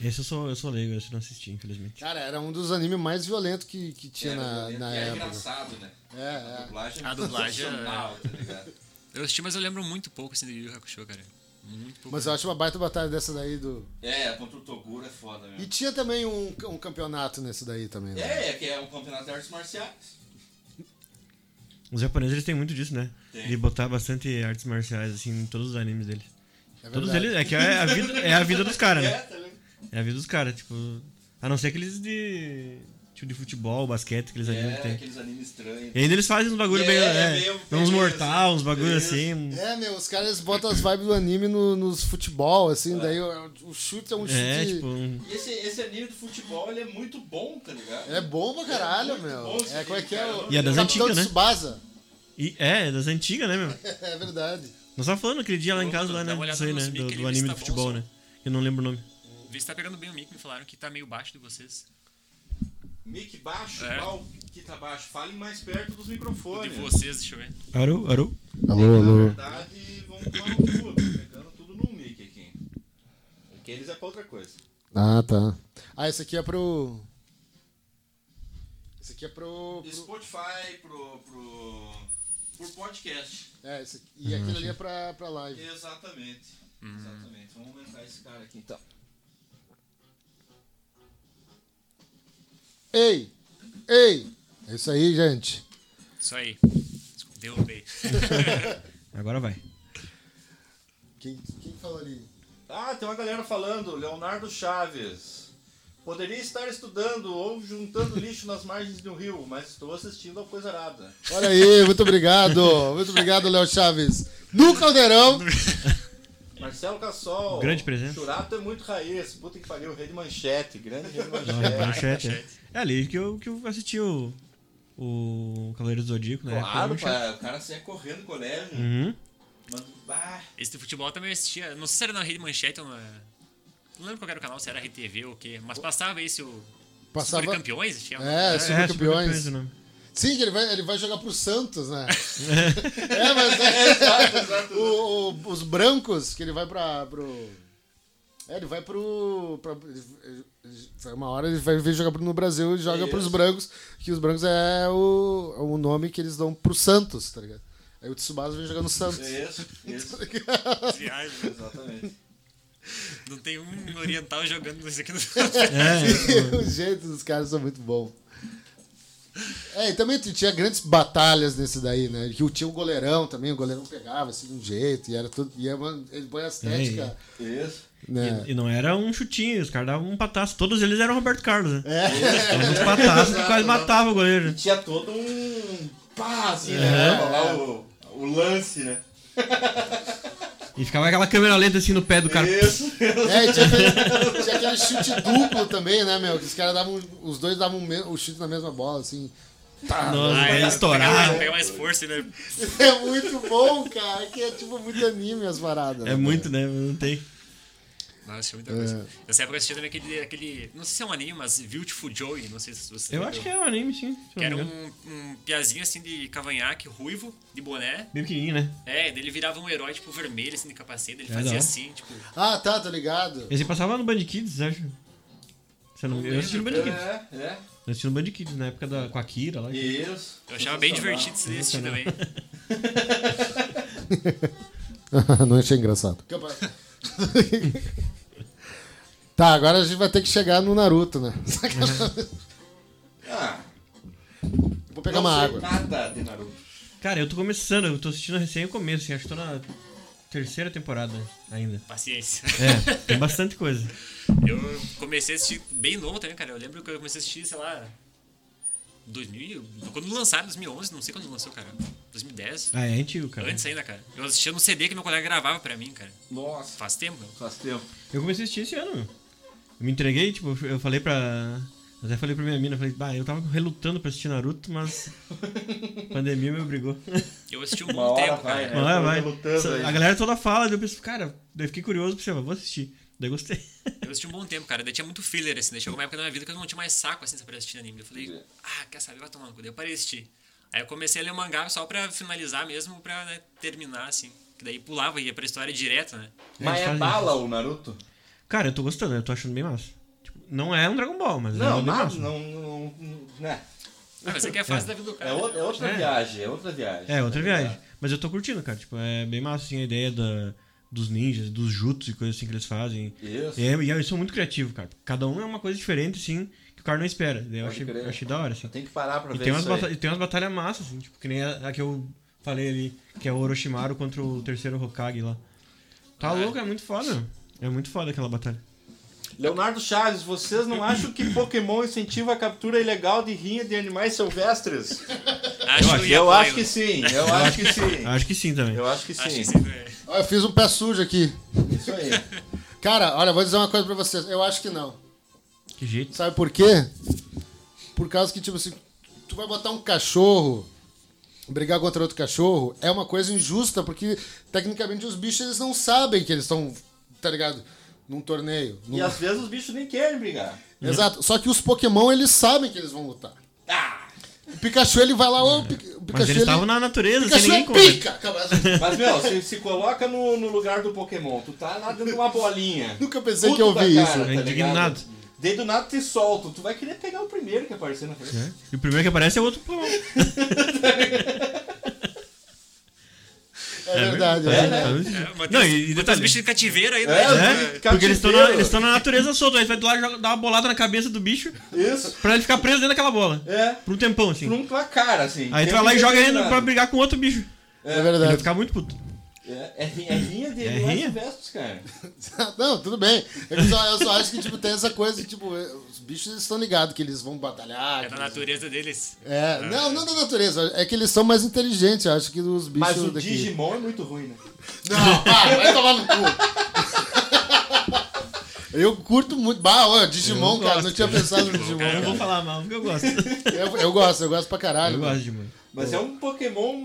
S5: esse eu sou, eu sou leigo, esse eu não assisti, infelizmente.
S3: Cara, era um dos animes mais violentos que, que tinha
S6: Era
S3: na,
S6: violento.
S3: na
S6: e é
S3: época.
S6: engraçado, né?
S3: É,
S6: A
S3: é.
S6: dublagem
S4: A dublagem é-
S6: sensacional, tá ligado?
S4: Eu assisti, mas eu lembro muito pouco, assim, do Yu Yu Hakusho, cara. Muito pouco.
S3: Mas eu acho uma baita batalha dessa daí do.
S6: É, contra o Toguro é foda mesmo.
S3: E tinha também um, um campeonato nesse daí também, né?
S6: É, é que é um campeonato de artes marciais.
S5: Os japoneses, eles têm muito disso, né?
S6: Tem.
S5: De botar bastante artes marciais, assim, em todos os animes deles.
S3: É
S5: Todos
S3: verdade.
S5: eles, é que é a vida, é a vida dos caras,
S6: É,
S5: né?
S6: tá ligado?
S5: É a vida dos caras, tipo... A não ser aqueles de... Tipo, de futebol, basquete, aqueles animes
S6: É,
S5: que tem.
S6: aqueles animes estranhos.
S5: E ainda eles fazem uns bagulho
S6: É,
S5: meio.
S6: é
S5: é,
S6: meio
S5: tem uns
S6: beleza.
S5: mortal, uns bagulho
S6: Beleza.
S5: assim.
S3: É, meu, os caras botam as vibes do anime no- nos futebol, assim, daí o, o chute é um chute.
S5: É, tipo. um-
S6: E esse, esse anime do futebol, ele é muito bom, tá ligado?
S3: É bom pra caralho,
S6: É muito
S3: meu.
S6: bom esse
S3: é, como é
S6: filme,
S3: que é?
S6: cara.
S3: O
S5: E é das
S3: Capitão
S5: antigas,
S3: de
S5: né?
S3: Tsubasa.
S5: E, é, das antigas, né, meu?
S3: É verdade.
S5: Nós tava falando aquele dia lá em casa, lá,
S4: Dá
S5: né?
S4: uma olhada
S5: Isso aí,
S4: nos
S5: né? Do,
S4: mic,
S5: do
S4: ele
S5: anime
S4: está
S5: do futebol,
S4: bom,
S5: né? Eu não lembro o nome.
S4: Vê se tá pegando bem o mic, me falaram que tá meio baixo de vocês.
S6: Mic baixo,
S4: É.
S6: pau que tá baixo. Falem mais perto dos
S4: De
S6: microfones.
S4: vocês, deixa eu ver.
S5: Aru, Aru.
S3: Alô,
S6: Na verdade, vamos tomar no cu. tô Pegando tudo no mic aqui. Aqueles é pra outra coisa.
S3: Ah, tá. Ah, esse aqui é pro. Esse aqui é pro. pro-
S6: Spotify pro. pro. por podcast.
S3: É, esse aqui... E aquele ali é pra, pra live.
S6: Exatamente.
S4: Hum.
S6: Exatamente. Vamos aumentar esse cara aqui então.
S3: Ei! Ei! É isso aí, gente.
S4: Isso aí. Desculpa, derrubei.
S5: Agora vai.
S3: Quem, quem falou ali?
S6: Ah, tem uma galera falando, Leonardo Chaves. Poderia estar estudando ou juntando lixo nas margens de um rio, mas estou assistindo ao Coisarada.
S3: Olha aí, muito obrigado. Muito obrigado, Léo Chaves. No Caldeirão.
S6: Marcelo Cassol.
S5: Grande presença.
S6: Churato é muito raiz. Puta que pariu, rei de manchete. Grande rei de
S5: É, manchete.
S6: manchete.
S5: é. É ali que eu, que eu assisti o, o Cavaleiro do Zodíaco, né?
S6: Claro, pá, o cara saia correndo no colégio.
S5: Uhum.
S6: Manda, bah,
S4: Esse de futebol eu também assistia. Não sei se era na Rede Manchete ou na. Não lembro qual era o canal, se era RTV ou o quê. Mas passava esse o.
S3: Passava-
S4: Super campeões, tinha.
S3: É,
S5: É,
S3: supercampeões.
S5: supercampeões, né?
S3: Sim, que ele vai, ele vai jogar pro Santos, né? é, mas é, o- o- os brancos, que ele vai pra, pro. É, ele vai pro. Pra, ele- ele- uma hora ele vai vir jogar no Brasil e joga pros brancos, que os brancos é o, é o nome que eles dão pro Santos, tá ligado? Aí o Tsubasa vem jogar no Santos.
S6: é isso, isso,
S4: Viagem.
S6: exatamente.
S4: Não tem um oriental jogando isso aqui no.
S5: É.
S3: o jeito dos caras são muito bom. É, e também tu tinha grandes batalhas nesse daí, né? Que tinha um goleirão também, o goleirão pegava assim de um jeito, e era tudo. E é uma, ele põe a estética,
S6: É Isso.
S3: né?
S5: E, e não era um chutinho, os caras davam um pataço. Todos eles eram Roberto Carlos, né?
S3: É.
S5: Era um pataço que quase
S6: Exato, né?
S5: matava o goleiro.
S6: Tinha todo um pá, assim, né? Tava lá o, o lance, né?
S5: E ficava aquela câmera lenta assim no pé do cara.
S6: Isso.
S3: É, e tinha aquele, tinha aquele chute duplo também, né, meu? Que os caras davam. Os dois davam o me- o chute na mesma bola, assim.
S5: Nossa,
S4: Ah, é,
S5: estourado.
S4: Pegar, pegar mais força, né?
S3: É muito bom, cara. Que é tipo muito anime as paradas.
S5: É muito, né? Não tem.
S4: Nossa, tinha muita coisa. Nessa época eu assistia também aquele, aquele. Não sei se é um anime, mas Beautiful Joey, não sei se você.
S5: Eu
S4: lembra.
S5: acho que é um anime, sim. se
S4: Que
S5: eu não
S4: era
S5: me engano.
S4: um, um piazinho assim de cavanhaque ruivo, de boné.
S5: Bem pequenininho, né?
S4: É, daí ele virava um herói, tipo, vermelho, assim, de capacete. Ele
S5: É,
S4: fazia
S5: não.
S4: assim, tipo.
S3: Ah, tá, tô ligado.
S5: Esse passava no Band Kids, acho. Você não... Eu assisti no Band Kids.
S6: É, é.
S5: Eu assisti no Band Kids na época da... com a Kira lá.
S6: Isso.
S4: Eu achava bem divertido esse assistir
S5: né?
S4: também.
S3: Não achei engraçado. Tá, agora a gente vai ter que chegar no Naruto, né?
S6: Ah,
S3: Vou
S6: não
S3: pegar uma
S6: sei
S3: água.
S6: nada de Naruto.
S5: Cara, eu tô começando, eu tô assistindo recém o começo, assim, acho que tô na terceira temporada ainda.
S4: Paciência.
S5: É, tem bastante coisa.
S4: Eu comecei a assistir bem novo também, cara. Eu lembro que eu comecei a assistir, sei lá. 2000. Quando lançaram, 2011, não sei quando lançou, cara. 2010.
S5: Ah, é antigo, cara.
S4: Antes ainda, cara. Eu assistia no CD que meu colega gravava pra mim, cara.
S6: Nossa,
S4: Faz tempo, meu.
S6: faz tempo.
S5: Eu comecei a assistir esse ano, meu. Eu me entreguei, tipo, eu f- eu falei pra. Até falei pra minha mina, falei, bah, eu tava relutando pra assistir Naruto, mas. a pandemia me obrigou.
S4: Eu assisti um
S6: Uma
S4: bom
S6: hora
S4: tempo,
S6: vai,
S4: cara.
S6: né?
S5: Olha,
S6: tô
S5: é? vai.
S6: relutando
S5: Só-
S6: aí.
S5: A galera toda fala, daí eu penso, cara, daí eu fiquei curioso, pensei, "Ah, vou assistir. Daí gostei.
S4: Eu assisti um bom tempo, cara. Daí tinha muito filler, assim. Daí chegou uma época da minha vida que eu não tinha mais saco, assim, pra assistir anime. Eu falei, ah, quer saber? Vai tomar no cu. Daí eu parei de assistir. Aí eu comecei a ler o mangá só pra finalizar mesmo, pra né, terminar, assim. Que daí pulava e ia pra história direto, né?
S6: Mas
S5: Eles
S6: é
S5: fazem
S6: bala o Naruto?
S5: Cara, eu tô gostando, eu tô achando bem massa. Tipo, não é um Dragon Ball, mas é
S6: Não,
S5: bem
S6: nada,
S5: massa.
S6: não, não, não- né?
S4: Ah, mas é que é a fase da vida do cara.
S6: É outra, é outra
S5: É.
S6: viagem, é outra viagem.
S5: É, outra
S6: tá
S5: viagem.
S6: ligado?
S5: Mas eu tô curtindo, cara. Tipo, é bem massa assim, a ideia da, dos ninjas, dos jutsu e coisas assim que eles fazem.
S6: Isso.
S5: E, é, e eles são muito criativos, cara. Cada um é uma coisa diferente, assim, que o cara não espera. Daí Eu
S6: Pode
S5: achei,
S6: crer.
S5: eu achei da hora, assim.
S6: Tem que parar pra
S5: E
S6: ver
S5: tem, umas
S6: isso aí.
S5: bata- e tem umas batalhas massas, assim, tipo, que nem a, a que eu falei ali, que é o Orochimaru contra o terceiro Hokage lá. Tá louco, é muito foda. meu. É muito foda aquela batalha.
S6: Leonardo Chaves, vocês não acham que Pokémon incentiva a captura ilegal de rinha de animais silvestres?
S4: Acho que ia
S6: Eu
S4: apoio.
S6: acho que sim, eu acho que sim.
S5: Acho que sim também.
S6: Eu acho que
S4: Acho
S6: sim.
S4: que sim, né?
S3: Ó, Eu fiz um pé sujo aqui.
S6: Isso aí.
S3: Cara, olha, vou dizer uma coisa pra vocês. Eu acho que não.
S5: Que jeito.
S3: Sabe por quê? Por causa que, tipo assim, tu vai botar um cachorro brigar contra outro cachorro é uma coisa injusta, porque tecnicamente os bichos eles não sabem que eles estão, tá ligado? Num torneio. num-
S6: E às vezes os bichos nem querem brigar.
S3: Exato. Só que os Pokémon eles sabem que eles vão lutar.
S4: Ah!
S3: O Pikachu ele vai lá, ô, o Pi- o Pikachu.
S5: É. Mas eles
S3: ele-
S5: estavam na natureza, sem
S3: Pikachu
S5: ninguém
S3: é
S5: contra.
S3: pica! Cara,
S6: Mas, meu, se, se coloca no, no lugar do Pokémon, tu tá lá dentro de uma bolinha.
S3: Nunca pensei
S6: Puto
S3: que eu
S6: da tá
S3: ouvi isso.
S5: É indignado.
S6: ligado? Daí do nada te solta, tu vai querer pegar o primeiro que aparecer na frente.
S5: né? E o primeiro que aparece é o outro pulmão.
S3: É verdade.
S5: É,
S3: É.
S5: né?
S4: É, mas tem
S5: Não,
S4: os-
S5: e, e
S4: botar os
S5: detalhe,
S4: bichos de cativeiro aí,
S6: É,
S4: né?
S5: né?
S6: cativeiro.
S5: Porque eles estão na, eles tão na natureza solta, aí tu vai lá joga- dar uma bolada na cabeça do bicho
S6: Isso.
S5: pra ele ficar preso dentro daquela bola.
S6: É.
S5: Por um tempão, assim.
S6: Num placar, assim.
S5: Aí tu vai
S6: Tempo
S5: lá e joga ele
S6: indeterminado.
S5: pra brigar com outro bicho.
S3: É
S5: Ele vai
S3: verdade.
S5: ficar muito puto.
S6: É, é, ri- é rinha de
S5: É
S6: Elias
S5: rinha?
S6: e Vestos, cara.
S3: Não, tudo bem. Eu só, eu só acho que tipo, tem essa coisa, que, tipo, os bichos eles estão ligados que eles vão batalhar.
S4: É
S3: que
S4: da
S3: eles-
S4: natureza deles.
S3: É, não, não da natureza. É que eles são mais inteligentes, eu acho que os bichos
S6: Mas o
S3: daqui.
S6: Digimon é muito ruim, né?
S3: Não, para, vai tomar no cu. Eu curto muito. Bah, ó, Digimon,
S5: Eu
S3: cara,
S5: gosto,
S3: não tinha
S5: cara.
S3: pensado no Digimon.
S5: Eu não
S6: É.
S5: vou
S3: Cara.
S5: falar mal, porque eu gosto.
S3: Eu, eu gosto, eu gosto pra caralho.
S5: eu gosto de mãe.
S6: Mas é um Pokémon.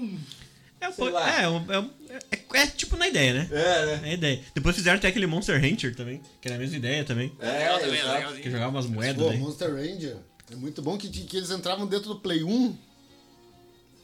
S5: É, um
S6: Sei
S5: po-
S6: lá.
S5: é, um- é, um- é- é tipo na ideia, né?
S6: É, né?
S5: É a ideia. Depois fizeram até aquele Monster Hunter também, que era a mesma ideia também.
S6: É,
S4: Legal também, é
S6: exato.
S5: Que
S4: legalzinho.
S5: jogava umas moedas, né?
S3: Pô,
S5: daí.
S3: Monster Ranger. É muito bom que, que eles entravam dentro do Play 1.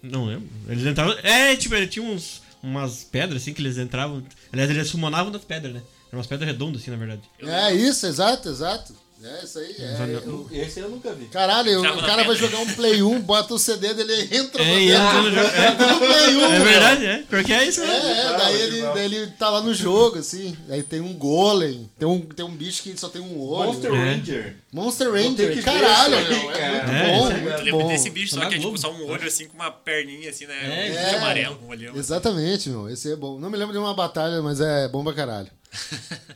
S5: Não lembro. Eles entravam. É, tipo, ele tinha uns, umas pedras assim que eles entravam. Aliás, eles sumonavam das pedras, né? Eram umas pedras redondas, assim, na verdade.
S3: É isso, exato, exato. É isso aí. é, eu-
S6: Esse eu nunca vi.
S3: Caralho,
S4: Trava
S3: o
S4: na
S3: cara vai
S4: pedra.
S3: jogar um Play 1, bota o CD dele e entra
S5: É,
S3: pra
S5: e
S3: dentro
S5: entra no jogo. É,
S3: do Play 1.
S5: é
S3: meu.
S5: verdade, é. Porque é isso, né?
S3: É,
S6: Ah,
S3: é, daí ele, daí ele tá lá no jogo, assim. Aí tem um golem, tem um, tem um bicho que só tem um olho.
S6: Monster
S5: É.
S6: Ranger.
S3: Monster
S6: Vou ter que
S3: Ranger,
S6: ver
S3: caralho,
S6: isso aí,
S3: meu, é
S6: cara.
S3: muito
S5: É,
S3: bom,
S5: isso aí.
S3: muito
S4: Eu lembro
S3: bom.
S4: desse bicho, só
S5: Tá
S4: que é tipo
S5: Globo.
S4: só um olho assim com uma perninha assim, né?
S5: É,
S4: um
S3: é.
S4: amarelo, um olhão.
S3: Exatamente, meu, esse é bom. Não me lembro de uma batalha, mas é bom pra caralho.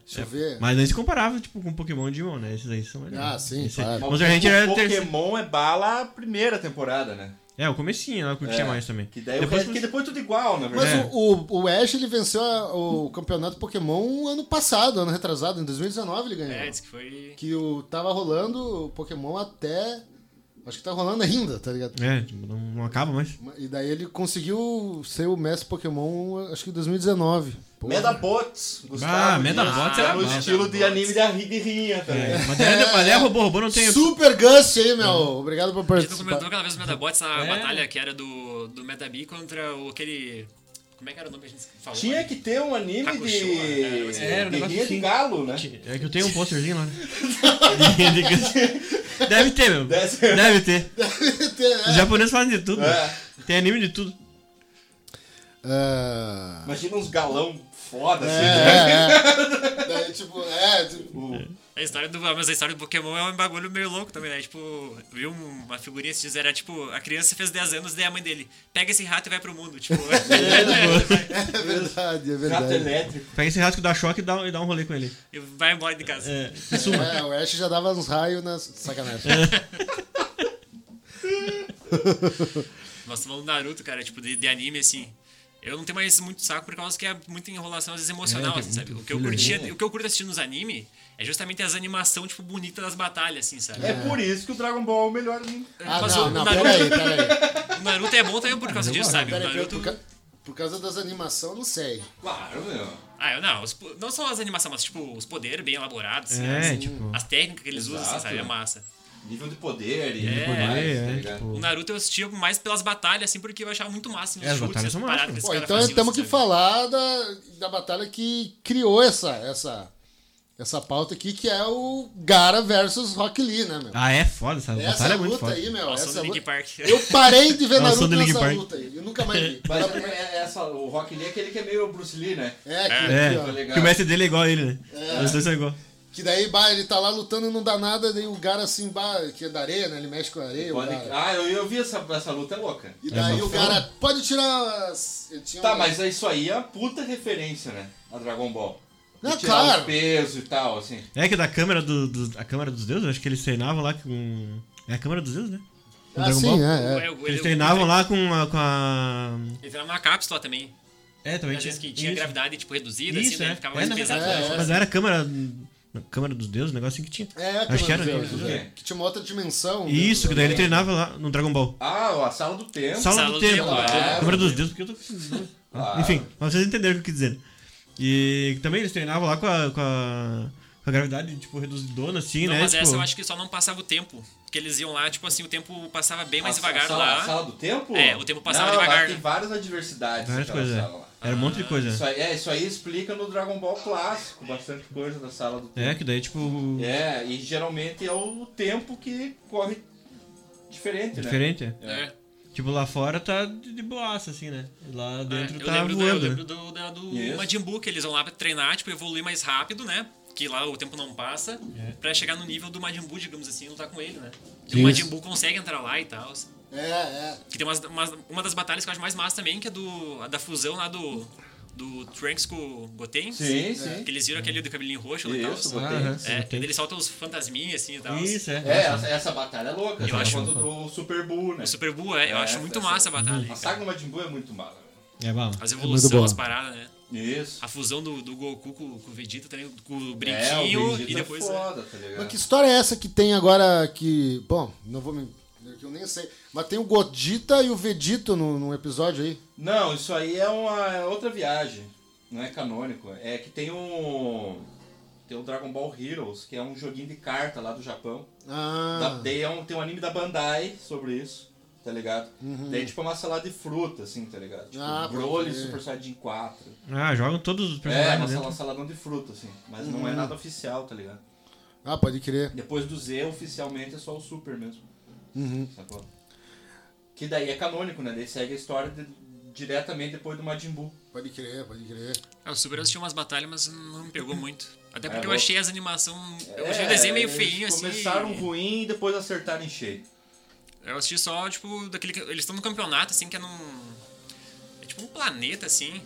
S3: Deixa eu ver.
S5: Mas não se comparava, tipo, com Pokémon e Digimon, né? Esses aí são melhores.
S3: Ah, sim,
S5: Esse-
S3: claro.
S5: Monster Hunter era
S6: o
S5: o terceiro.
S6: Pokémon é bala a primeira temporada, né?
S5: É, o comecinho lá eu curtia
S6: É,
S5: mais também.
S6: Que daí
S5: Depois
S6: o resto, que depois tudo igual, na
S3: Mas
S6: verdade.
S5: é.
S3: o, o, o Ash, ele venceu a- o campeonato Pokémon ano passado, ano retrasado, em 2019 ele ganhou.
S4: É, disse que foi.
S3: Que o, tava rolando o Pokémon até... Acho que tá rolando ainda, tá ligado?
S5: É, tipo, não, não acaba mais.
S3: E daí ele conseguiu ser o mestre Pokémon, acho que em 2019. Pô.
S6: Medabots. Gustavo
S5: Ah,
S6: Dias,
S5: Medabots
S6: que
S5: era
S6: é no
S5: massa.
S6: estilo de anime da ri- de rinha também.
S5: É, mas daí- mas daí é robô, robô não tem.
S3: Super Gust aí,
S4: É.
S3: meu. Obrigado por
S4: A gente não comentou
S3: participar.
S4: aquela vez do Metabots na
S5: É.
S4: batalha que era do, do Metabi contra o, aquele. Como é que era o nome que a gente falou?
S6: Tinha que ter um anime
S4: Hakusho,
S6: de,
S4: né? Era um
S6: de
S5: negócio
S6: rinha de
S5: assim.
S6: galo, né?
S5: É que eu tenho um posterzinho lá. né? Deve ter, meu.
S6: Deve
S5: Deve
S6: ser.
S5: ter. Os
S3: É.
S5: japoneses fazem de tudo.
S6: É.
S5: Tem anime de tudo.
S3: Ah,
S6: Imagina uns galão foda,
S3: É,
S6: assim. né?
S3: é, é. Daí, tipo, é, tipo,
S6: O-
S4: A história do, mas a história do Pokémon é um bagulho meio louco também, né? Tipo, eu vi um- uma figurinha esses dias, era tipo, a criança fez 10 anos, daí a mãe dele, pega esse rato e vai pro mundo. Tipo,
S3: é verdade, é
S6: Gato
S3: verdade.
S6: elétrico.
S5: Pega esse rato que dá choque e dá, e dá um rolê com ele.
S4: e vai embora de casa.
S5: É, e suma.
S3: É, o Ash já dava uns raios nas. Sacanagem.
S4: É. Nós falamos do Naruto, cara, tipo, de, de anime, assim. Eu não tenho mais muito saco por causa que é muita enrolação, às vezes
S5: É,
S4: emocional,
S5: tem
S4: assim, sabe?
S5: muito
S4: O que, eu
S5: filler.
S4: curtia, o que eu curto assistir nos anime é justamente as animações, tipo, bonitas das batalhas, assim, sabe?
S6: É por isso que o Dragon Ball é o melhor anime.
S3: Ah,
S4: Mas
S3: não,
S4: o
S3: não,
S4: um Naruto-
S3: peraí, peraí.
S4: O Naruto é bom também por causa disso, sabe? O
S3: Peraí, peraí,
S4: Naruto.
S3: por, ca- por causa das animações, não sei.
S6: Claro, meu.
S4: Ah, eu não. os po- Não só as animações, mas tipo, os poderes bem elaborados, assim,
S5: É,
S4: as,
S5: tipo-
S4: as técnicas que eles usam, assim,
S6: Exato.
S4: sabe? É massa.
S6: Nível de poder e
S4: É.
S6: tudo mais,
S5: É,
S6: tá
S5: é,
S6: ligado?
S5: tipo-
S4: O Naruto eu assistia mais pelas batalhas, assim, porque eu achava muito massa nos
S5: É, as
S4: chutes,
S5: batalhas
S4: as
S5: são
S4: paradas
S5: massas.
S4: que esse
S3: Pô,
S4: cara
S3: então
S4: fazia,
S3: temos que
S4: assim, sabe?
S3: falar da, da batalha que criou essa, essa, essa pauta aqui, que é o Gara versus Rock Lee, né, meu?
S5: Ah, é foda, essa
S3: essa
S5: batalha é muito
S3: luta
S5: foda.
S3: aí, meu.
S4: Nossa,
S3: Essa
S4: do Link
S3: luta...
S4: Park.
S3: Eu parei de ver
S5: Nossa,
S3: Naruto
S5: do Link
S3: nessa
S5: Park.
S3: luta aí. Eu nunca mais vi.
S6: Mas a primeira- é essa, o Rock Lee é aquele que é meio Bruce Lee, né?
S3: É, que,
S5: É,
S3: que, ó,
S6: legal.
S5: que o mestre dele é igual a ele, né? Os dois são igual.
S3: que daí, bah, ele tá lá lutando e não dá nada, daí o cara assim, bah, que é da areia, né? Ele mexe com a areia, o
S6: Pode-
S3: cara.
S6: Ah, eu, eu vi essa, essa luta é louca.
S3: E daí
S5: É,
S3: o
S5: mas
S3: cara, pode tirar as... Ele tinha
S6: Tá,
S3: um-
S6: mas é isso aí é a puta referência, né? A Dragon Ball. De
S3: Ah,
S6: tirar
S3: claro.
S6: os pesos e tal, assim.
S5: É que da câmera do, do- a câmera dos deuses, acho que eles treinavam lá com. É a câmera dos deuses, né? Com
S3: Ah,
S5: Dragon
S3: sim,
S5: Ball.
S3: é, é.
S4: Ué, o-
S5: Eles
S4: o-
S5: treinavam lá com a. Com a...
S4: Ele treinava uma cápsula também.
S5: É, também
S4: Às vezes que tinha
S5: Isso.
S4: gravidade, tipo, reduzida,
S5: Isso,
S4: assim, né?
S5: é.
S4: Ficava
S5: É,
S4: mais
S5: na
S4: pesado.
S5: verdade,
S4: né?
S5: é. Mas era a câmera. a Câmera dos deuses, um negócio assim que tinha.
S3: É,
S5: Acho que era
S3: aquela
S5: dele,
S3: que,
S6: né?
S3: que tinha uma outra dimensão. né,
S5: Isso, que daí ele
S3: tem
S5: treinava lá no Dragon Ball.
S6: Ah, a sala do tempo.
S5: Sala,
S4: Sala
S5: do
S4: do
S5: Tempo.
S4: Tempo,
S6: é.
S5: Câmara dos Deuses, porque eu tô com esses nomes.
S6: Ah.
S5: Enfim, mas vocês entenderam o que eu quis dizer. E também eles treinavam lá com a, com a, com a gravidade, tipo, reduzidona, assim,
S4: Não,
S5: né?
S4: mas
S5: tipo,
S4: essa eu acho que só não passava o tempo. Porque eles iam lá, tipo assim, o tempo passava bem mais
S6: A
S4: devagar
S6: sala,
S4: lá.
S6: A sala do tempo?
S4: É, o tempo passava
S6: Não,
S4: devagar,
S6: Lá tem
S4: né?
S6: várias adversidades
S5: Várias
S6: naquela
S5: coisas, é.
S6: sala lá.
S5: Era um monte
S4: Ah,
S5: de coisa.
S6: Isso aí, é, isso aí explica no Dragon Ball clássico, bastante coisa da sala do
S5: É,
S6: tempo.
S5: que daí, tipo,
S6: É, e geralmente é o tempo que corre diferente, né?
S5: diferente. é.
S4: É.
S5: Tipo, lá fora tá de, de boaça, assim, né? E Lá dentro
S4: É, eu
S5: tá
S4: lembro do- eu
S5: voando. né?
S4: lembro do, da, do
S6: Isso.
S4: Majin Buu, que eles vão lá pra treinar, tipo, evoluir mais rápido, né? Que lá o tempo não passa,
S5: É.
S4: pra chegar no nível do Majin Buu, digamos assim, e lutar com ele, né? E o Majin Buu consegue entrar lá e tal. assim.
S3: É, é.
S4: Que tem umas, umas- uma das batalhas que eu acho mais massa também, que é do, a da fusão lá do. do Trunks com o Goten.
S6: Sim, sim.
S4: Que eles viram aquele do cabelinho roxo lá e
S6: Isso,
S4: tal.
S6: botei.
S5: Ah,
S6: isso.
S4: É, quando eles soltam os fantasminhas assim e tal.
S5: Isso, é.
S6: É, essa, essa batalha é louca.
S4: Eu
S6: Eu
S4: acho-
S6: acho do Super Bull, né?
S4: O Super né? Buu, é, eu
S6: É,
S4: acho muito
S6: essa-
S4: massa a batalha.
S6: A
S4: cara.
S6: saga do Majin Buu é muito mala. É,
S5: É bom.
S4: As
S3: boa.
S4: evoluções, as paradas, né?
S6: Isso.
S4: A fusão do, do Goku com, com o Vegeta também, com o
S6: É,
S4: brinquinho
S6: o Vegeta
S4: e depois.
S6: é
S4: né?
S6: foda, tá ligado?
S3: Mas que história é essa que tem agora que. Bom, não vou me. que Eu nem sei. Mas tem o Godita e o Vegito no- num episódio aí.
S6: Não, isso aí é uma é outra viagem. Não é canônico. É que tem um. Tem o Dragon Ball Heroes, que é um joguinho de carta lá do Japão. Da-
S3: Ah.
S6: daí é um- tem um anime da Bandai sobre isso, tá ligado? Daí tipo é uma salada de fruta, assim, tá ligado? Tipo,
S3: Uhum. Ah, pode
S6: Broly
S3: crer.
S6: Super Saiyajin 4.
S5: Ah, jogam todos os
S6: É, uma
S5: personagens
S6: sala-
S5: dentro.
S6: saladão de fruta, assim. Mas não é
S3: Uhum.
S6: nada oficial, tá ligado?
S3: Ah, pode crer.
S6: Depois do Z, oficialmente, é só o Super mesmo.
S3: Uhum.
S6: Sacou? Que daí é canônico, né? Daí segue a história de- diretamente depois do Majin Buu.
S3: Pode crer, pode crer.
S4: Ah, o Super tinha umas batalhas, mas não me pegou muito. Até porque eu
S6: É, bom. É,
S4: achei as animações. Eu achei o desenho meio
S6: eles
S4: feinho, assim.
S6: Começaram ruim e depois acertaram em cheio.
S4: Eu assisti só, tipo, daquele. que- Eles estão num campeonato, assim, que é num. É tipo um planeta, assim.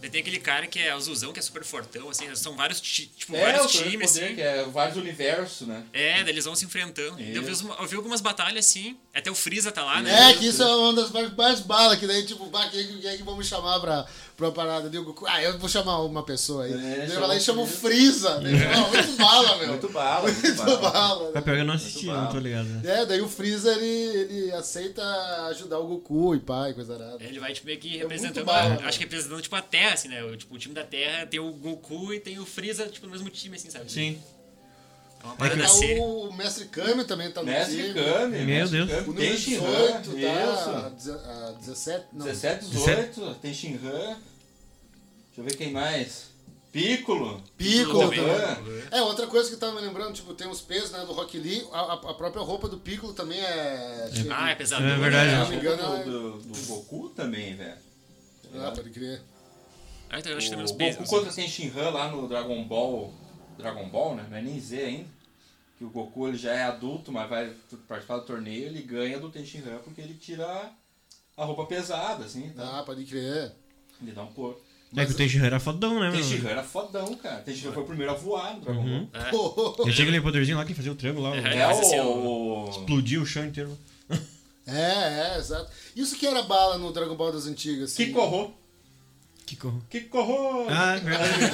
S4: Daí tem aquele cara que é o Zuzão, que é super fortão, assim. São vários, ti- tipo,
S6: É, o
S4: vários
S6: Torneio do
S4: times,
S6: poder,
S4: assim.
S6: que é vários universos, né?
S4: É, daí eles vão se enfrentando. Daí Eu vi,
S6: Isso.
S4: os- eu vi algumas batalhas, assim. Até o Freeza tá lá, né?
S3: É, que isso é uma das partes mais balas, que daí, tipo, bah, quem, é que- quem é que vamos chamar pra, pra uma parada? Daí o Goku, ah, eu vou chamar uma pessoa aí.
S6: É,
S3: Daí ele
S6: chama
S3: vai lá e
S6: o É.
S3: chama o Freeza. Daí ele fala, "Ah, muito bala, meu.
S6: Muito bala, muito,
S3: Muito
S6: bala.
S3: bala. né?
S5: Ah, pior que eu não assisti, eu não tô ligado. né?
S3: É, daí o Freeza, ele, ele aceita ajudar o Goku e pai, coisa nada.
S4: Ele vai,
S6: É
S4: tipo, meio que representando.
S3: muito bala,
S4: a- acho que representando, tipo, a Terra, assim, né? O, tipo, o time da Terra tem o Goku e tem o Freeza, tipo, no mesmo time, assim, sabe?
S5: Sim.
S4: É uma parada
S5: que
S4: é
S3: Tá
S4: C.
S3: o Mestre Kami também tá no
S6: Mestre
S3: time.
S6: Kami.
S5: Meu
S6: Mestre
S5: Deus.
S6: Kami,
S3: O número
S6: Tem
S3: 18
S6: Shinran,
S3: tá a
S6: né? isso.
S3: deze- a 17, não.
S6: 17, 18, tem Shinran. Deixa eu ver quem mais. Piccolo.
S3: Piccolo
S6: Também. né?
S3: também. É, outra coisa que eu tava me lembrando, tipo, tem os pesos, né, do Rock Lee, a, a- a própria roupa do Piccolo também é...
S4: Ah, é pesadão.
S5: É
S6: É,
S5: verdade.
S3: Se
S6: a
S3: não me engano,
S6: roupa
S3: ela-
S6: do, do Goku também, velho.
S3: Ah, pode crer.
S4: Ah, então eu acho que tem
S6: O
S4: menos
S6: Goku
S4: pesos.
S6: contra tem Shinran lá no Dragon Ball. Dragon Ball, né? Não é nem Z ainda. Que o Goku ele já é adulto, mas vai participar do torneio, ele ganha do Tenshinhan porque ele tira a roupa pesada, assim, tá?
S3: Ah, pode crer.
S6: Ele dá um pôr.
S5: É que o Teixeira era fodão, né, mano?
S6: Tenshinhan era fodão, cara. Tenshinhan foi o primeiro a voar no Dragon
S5: Uhum.
S6: Ball.
S5: Eu tinha aquele poderzinho lá que fazia o triângulo lá,
S4: É.
S6: É
S4: mas assim,
S6: o...
S5: explodia o chão inteiro.
S3: É, é, exato. Isso que era bala no Dragon Ball das antigas. assim.
S6: Kikoho.
S5: Que corro.
S6: Kikoho.
S5: Ah, é verdade.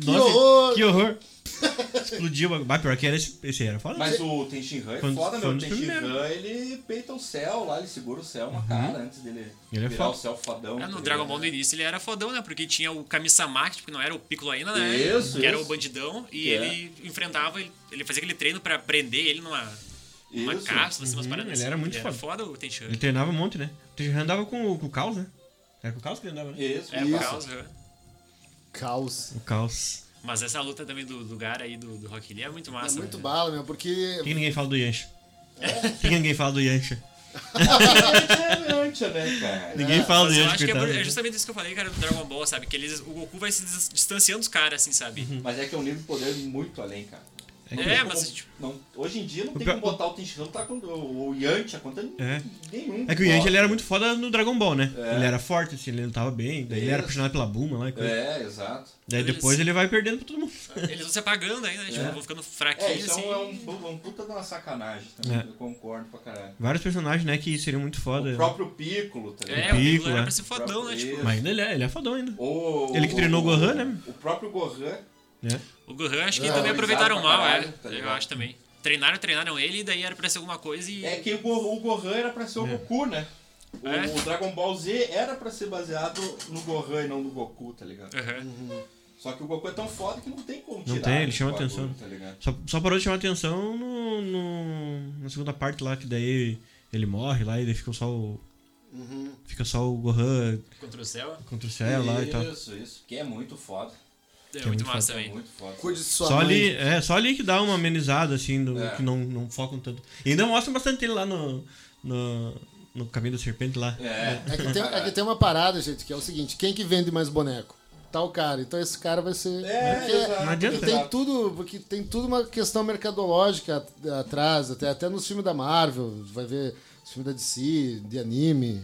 S3: Que horror!
S5: Que horror! Explodiu o bagulho. Bah, pior que era esse, esse era foda.
S6: Mas o Tenshinhan é
S5: Foi um- foi
S6: foda, meu.
S5: um
S6: O
S5: dos
S6: Tenshinhan, ele peita o céu lá, ele segura o céu uma cara antes dele
S5: Uhum. Ele é
S6: virar
S5: foda.
S6: o céu fodão.
S4: Ah, no
S6: tá
S4: Dragon
S6: ligado?
S4: Ball no início ele era fodão, né? Porque tinha o Kami-sama, que tipo, não era o Piccolo ainda, né?
S6: Isso,
S4: que era o
S6: isso.
S4: bandidão. E
S6: Que é.
S4: ele enfrentava, ele- ele fazia aquele treino pra prender ele numa, numa
S6: Isso.
S4: cápsula, assim, umas
S5: Uhum,
S4: paradas.
S5: ele era
S4: assim.
S5: muito
S4: era
S5: foda.
S4: foda o Tenshin.
S5: Ele treinava um monte, né? O Teixeira andava com, o- com o caos, né? Era com o caos que ele andava, né?
S6: Isso,
S4: É,
S6: isso.
S4: por causa. né?
S3: Caos.
S5: O caos.
S4: Mas essa luta também do, do Gara aí, do, do Rock Lee, é muito
S3: É
S4: massa.
S3: muito
S4: né?
S3: bala, meu, porque...
S5: Por que ninguém fala do Yancha? Por que ninguém fala do Yancha?
S6: é ancha, né, cara?
S5: Ninguém fala do
S4: Mas eu
S5: Yancha,
S4: acho que é, por-
S5: coitado.
S4: é justamente isso que eu falei, cara, do Dragon Ball, sabe? Que eles, o Goku vai se dis- distanciando dos caras, assim, sabe?
S6: Mas é que é um nível de poder muito além, cara.
S5: É
S4: É,
S6: Não tem
S4: mas
S6: como-
S4: tipo,
S6: não, hoje em dia não
S5: O
S6: tem
S5: pior-
S6: como botar o Tenshinhan tá com o, o Yantia contra
S5: É.
S6: nenhum.
S5: É que o Yanji ele era muito foda no Dragon Ball, né?
S6: É.
S5: Ele era forte, assim, ele lutava bem, daí ele
S6: Isso.
S5: era apaixonado pela Buma lá e coisa.
S6: É, exato.
S5: Daí depois ele vai perdendo pra todo mundo.
S4: eles vão se apagando aí, né? Tipo,
S6: É.
S4: vão ficando
S6: É,
S4: fraquinhos,
S6: isso
S4: assim.
S6: é um, é um puta de uma sacanagem também.
S5: É.
S6: Eu concordo pra caralho.
S5: Vários personagens, né, que seriam muito foda.
S6: O próprio Piccolo, tá ligado?
S4: É, o Piccolo
S5: Piccolo,
S4: era
S5: é.
S4: pra ser fodão, né? Tipo,
S6: Próprio-
S5: Mas ainda ele é, ele é fodão ainda.
S6: O-
S5: Ele que treinou o Gohan, né?
S6: O próprio Gohan.
S5: né?
S4: O Gohan acho que
S6: É, valorizado
S4: também aproveitaram
S6: pra
S4: mal,
S6: caralho,
S4: é.
S6: tá
S4: eu
S6: ligado?
S4: acho também. Treinaram, treinaram ele e daí era pra ser alguma coisa e.
S6: É que o, Go- o Gohan era pra ser o
S5: É.
S6: Goku, né? O,
S4: É.
S6: o Dragon Ball Z era pra ser baseado no Gohan e não no Goku, tá ligado?
S4: Aham.
S6: Só que o Goku é tão foda que não tem como tirar.
S5: Não tem, ele
S6: esse
S5: chama
S6: bagulho,
S5: atenção.
S6: Tá ligado?
S5: Só, só parou de chamar atenção no, no- na segunda parte lá, que daí ele morre lá e daí fica só o.
S6: Uhum.
S5: Fica só o Gohan
S4: Contra o é céu.
S5: contra o Céu É, lá e tal.
S6: Isso, isso. Que é muito foda.
S4: É,
S5: muito
S4: muito
S5: foda,
S4: massa
S6: É
S4: também.
S6: muito foda.
S3: Cuide de sua
S5: Só
S3: mãe.
S5: ali, é, só ali que dá uma amenizada, assim, do,
S6: É.
S5: que não, não focam tanto. E ainda mostra bastante ele lá no. no, no caminho da serpente lá.
S6: É.
S3: É que, tem, é que tem uma parada, gente, que é o seguinte, quem que vende mais boneco? Tal cara. Então esse cara vai ser...
S6: É,
S3: Porque-
S6: exato.
S5: Não adianta.
S3: Porque tem tudo, porque tem tudo uma questão mercadológica at- atrás, até, até nos filmes da Marvel, vai ver os filmes da DC, de anime,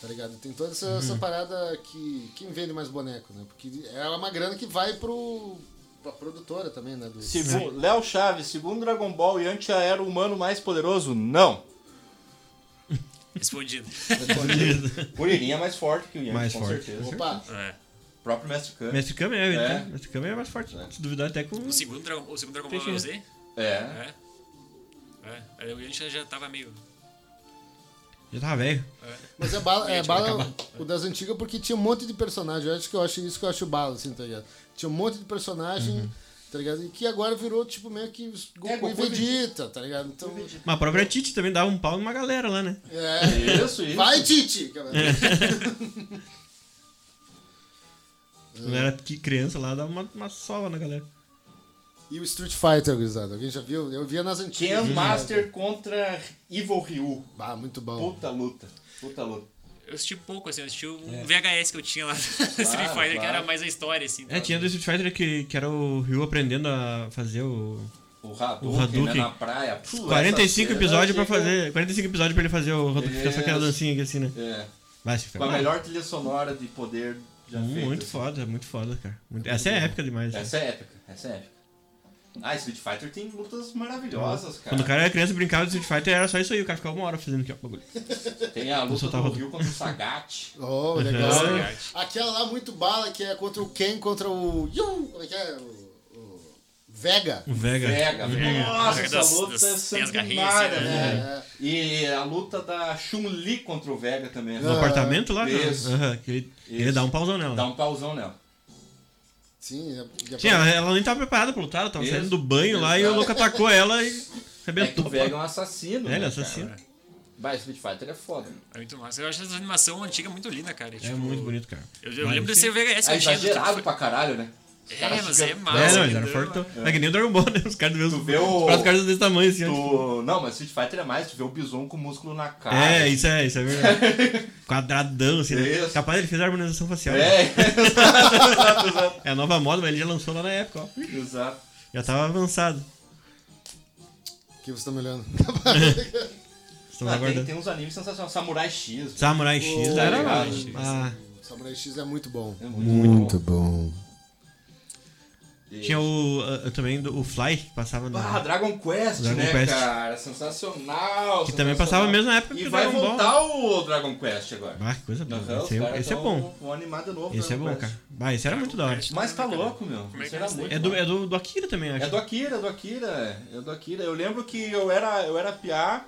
S3: Tá ligado? Tem toda essa, essa
S5: Uhum.
S3: parada que. Quem vende mais boneco, né? Porque é uma grana que vai pro. pra produtora também, né? Do...
S6: Segundo, Léo Chaves, segundo Dragon Ball, Yantia era o humano mais poderoso? Não.
S4: Respondido.
S6: Kuririn é mais forte que o Yantia,
S5: Mais
S6: com
S5: forte.
S6: certeza.
S3: Opa!
S4: É.
S6: O próprio Mestre Kami.
S5: Mestre Kame é,
S6: É.
S5: é. Mestre Kame é mais forte. Se duvidar até com.
S4: O segundo Dragon, o segundo Dragon Ball é o Z?
S5: Fechinha.
S6: É.
S4: É. É. Aí O Yancha já tava meio.
S5: Já tava velho.
S3: Mas é bala, é bala o das antigas porque tinha um monte de personagem. Eu acho que eu acho isso que eu acho bala, assim, tá ligado? Tinha um monte de personagem, tá ligado? E que agora virou, tipo, meio que os Goku,
S6: Goku
S3: e
S6: e
S3: Vegeta, tá ligado? Então.
S5: Mas a própria Tite também dava um pau numa galera lá, né?
S3: É.
S6: Isso, isso.
S3: Vai, Titi!
S5: Quando era que- criança lá, dava uma, uma sova na galera.
S3: E o Street Fighter, gurizada? Alguém já viu? Eu via nas antigas.
S6: Ken
S3: né?
S6: é Master contra Evil Ryu.
S3: Ah, muito bom.
S6: Puta luta. Puta luta.
S4: Eu assisti pouco, assim, eu assisti um
S5: É.
S4: VHS que eu tinha lá do Street Fighter, que era
S6: claro.
S4: mais a história, assim.
S5: É,
S4: tava-
S5: tinha do Street Fighter que, que era o Ryu aprendendo a fazer o.
S6: O Hadouken,
S5: O Hadouken.
S6: né, na praia. Pô,
S5: 45
S6: essa cena é
S5: episódios pra
S6: chega-
S5: fazer. 45 episódios pra ele fazer o Rodolfo só aquela
S6: Beleza.
S5: dancinha aqui assim, né?
S6: É.
S5: Vai, se
S6: Com a melhor trilha sonora de poder já feita.
S5: Tá. Muito
S6: assim.
S5: foda, muito foda, cara. Muito- Essa é épica demais. né?
S6: Essa é épica, essa é épica. Ah, Street Fighter tem lutas maravilhosas, cara.
S5: Quando o cara era criança e brincava de Street Fighter, era só isso aí. O cara ficava uma hora fazendo aqui, ó, bagulho.
S6: Tem a luta
S5: soltar
S6: do
S5: o-
S6: Ryu contra o Sagat.
S3: Oh, legal.
S4: Uhum.
S3: Aquela lá muito bala que é contra o Ken, contra o. Yu, Como é que é? O, o Vega.
S5: O Vega.
S6: Pega, nossa,
S4: Pega
S6: essa
S4: das-
S6: luta é
S4: das- tem as garrinhas,
S6: sanguinária,
S4: assim,
S6: né?
S3: né?
S6: E a luta da Chun-Li contra o Vega também.
S5: No apartamento lá? né?
S6: Isso.
S5: Aham, que ele, ele
S6: Isso.
S5: dá um pauzão nela.
S6: Dá um pauzão nela.
S3: Sim, já, já
S5: Sim, ela, ela nem tava preparada pra lutar, ela tava
S6: Isso.
S5: saindo do banho lá e o
S6: Exato.
S5: louco atacou ela e
S6: É que
S5: arrebentou.
S6: o Vega é um assassino.
S5: É, ele é
S6: né,
S5: assassino.
S6: cara? Bah, Street Fighter é foda. né?
S4: É muito massa. Eu acho essa animação antiga muito linda, cara. tipo,
S5: É
S6: Tipo,
S5: muito bonito, cara. assim,
S4: Eu, eu
S5: Vai,
S4: lembro
S5: sim.
S4: desse VHS
S6: É
S4: eu tinha do
S6: exagerado
S4: Street
S6: pra caralho, né? Os
S4: Fighter.
S6: caras
S4: É, mas é
S6: ficam-
S5: É,
S4: massa.
S5: não, ele era
S4: entendeu?
S5: fortão. É que nem o Dragon Ball, né? Os caras do mesmo.
S6: Tu vê o-
S5: Os caras desse tamanho, assim, ó.
S6: Tu- Não, mas Street Fighter é mais, tu vê o Bison com o músculo na cara.
S5: É, isso é, isso é verdade. Quadradão, assim, né?
S6: Isso.
S5: Capaz ele fez a harmonização facial. né?
S6: É, exato, exato.
S5: É a nova moda, mas ele já lançou lá na época, ó.
S6: exato.
S5: Já tava avançado.
S3: que vocês estão me olhando.
S5: Estamos
S6: Ah, tem,
S5: aguardando.
S6: tem uns animes sensacionais. Samurai X.
S5: Samurai X
S3: Tá
S5: era Ah,
S6: ligado,
S5: uma-
S6: X.
S5: uma-
S3: O Samurai X é muito bom.
S6: É
S3: bom.
S6: bom.
S5: Tinha o ah, também do, o Fly que passava na.
S6: Ah, Dragon Quest,
S5: Dragon
S6: né,
S5: Quest.
S6: cara? Sensacional.
S5: Que também
S6: sensacional.
S5: passava mesmo na época
S6: E
S5: que o
S6: vai
S5: Dragon Ball.
S6: voltar o Dragon Quest agora.
S5: Ah, que coisa boa.
S6: Aham, os
S5: esse é,
S6: caras
S5: esse é
S6: tão-
S5: bom.
S6: Vão animar de novo.
S5: Esse é
S6: Dragon
S5: bom,
S6: Quest.
S5: cara. Bah, esse era muito da hora.
S6: Mas tá
S4: Né, cara?
S6: louco, meu.
S4: Como é
S6: Isso
S4: que
S6: era
S4: eles têm?
S6: muito
S5: É do,
S6: bom.
S5: é do, do Akira também, acho. Tá
S6: É do Akira, é do Akira, é do Akira. Eu lembro que eu era, eu era piá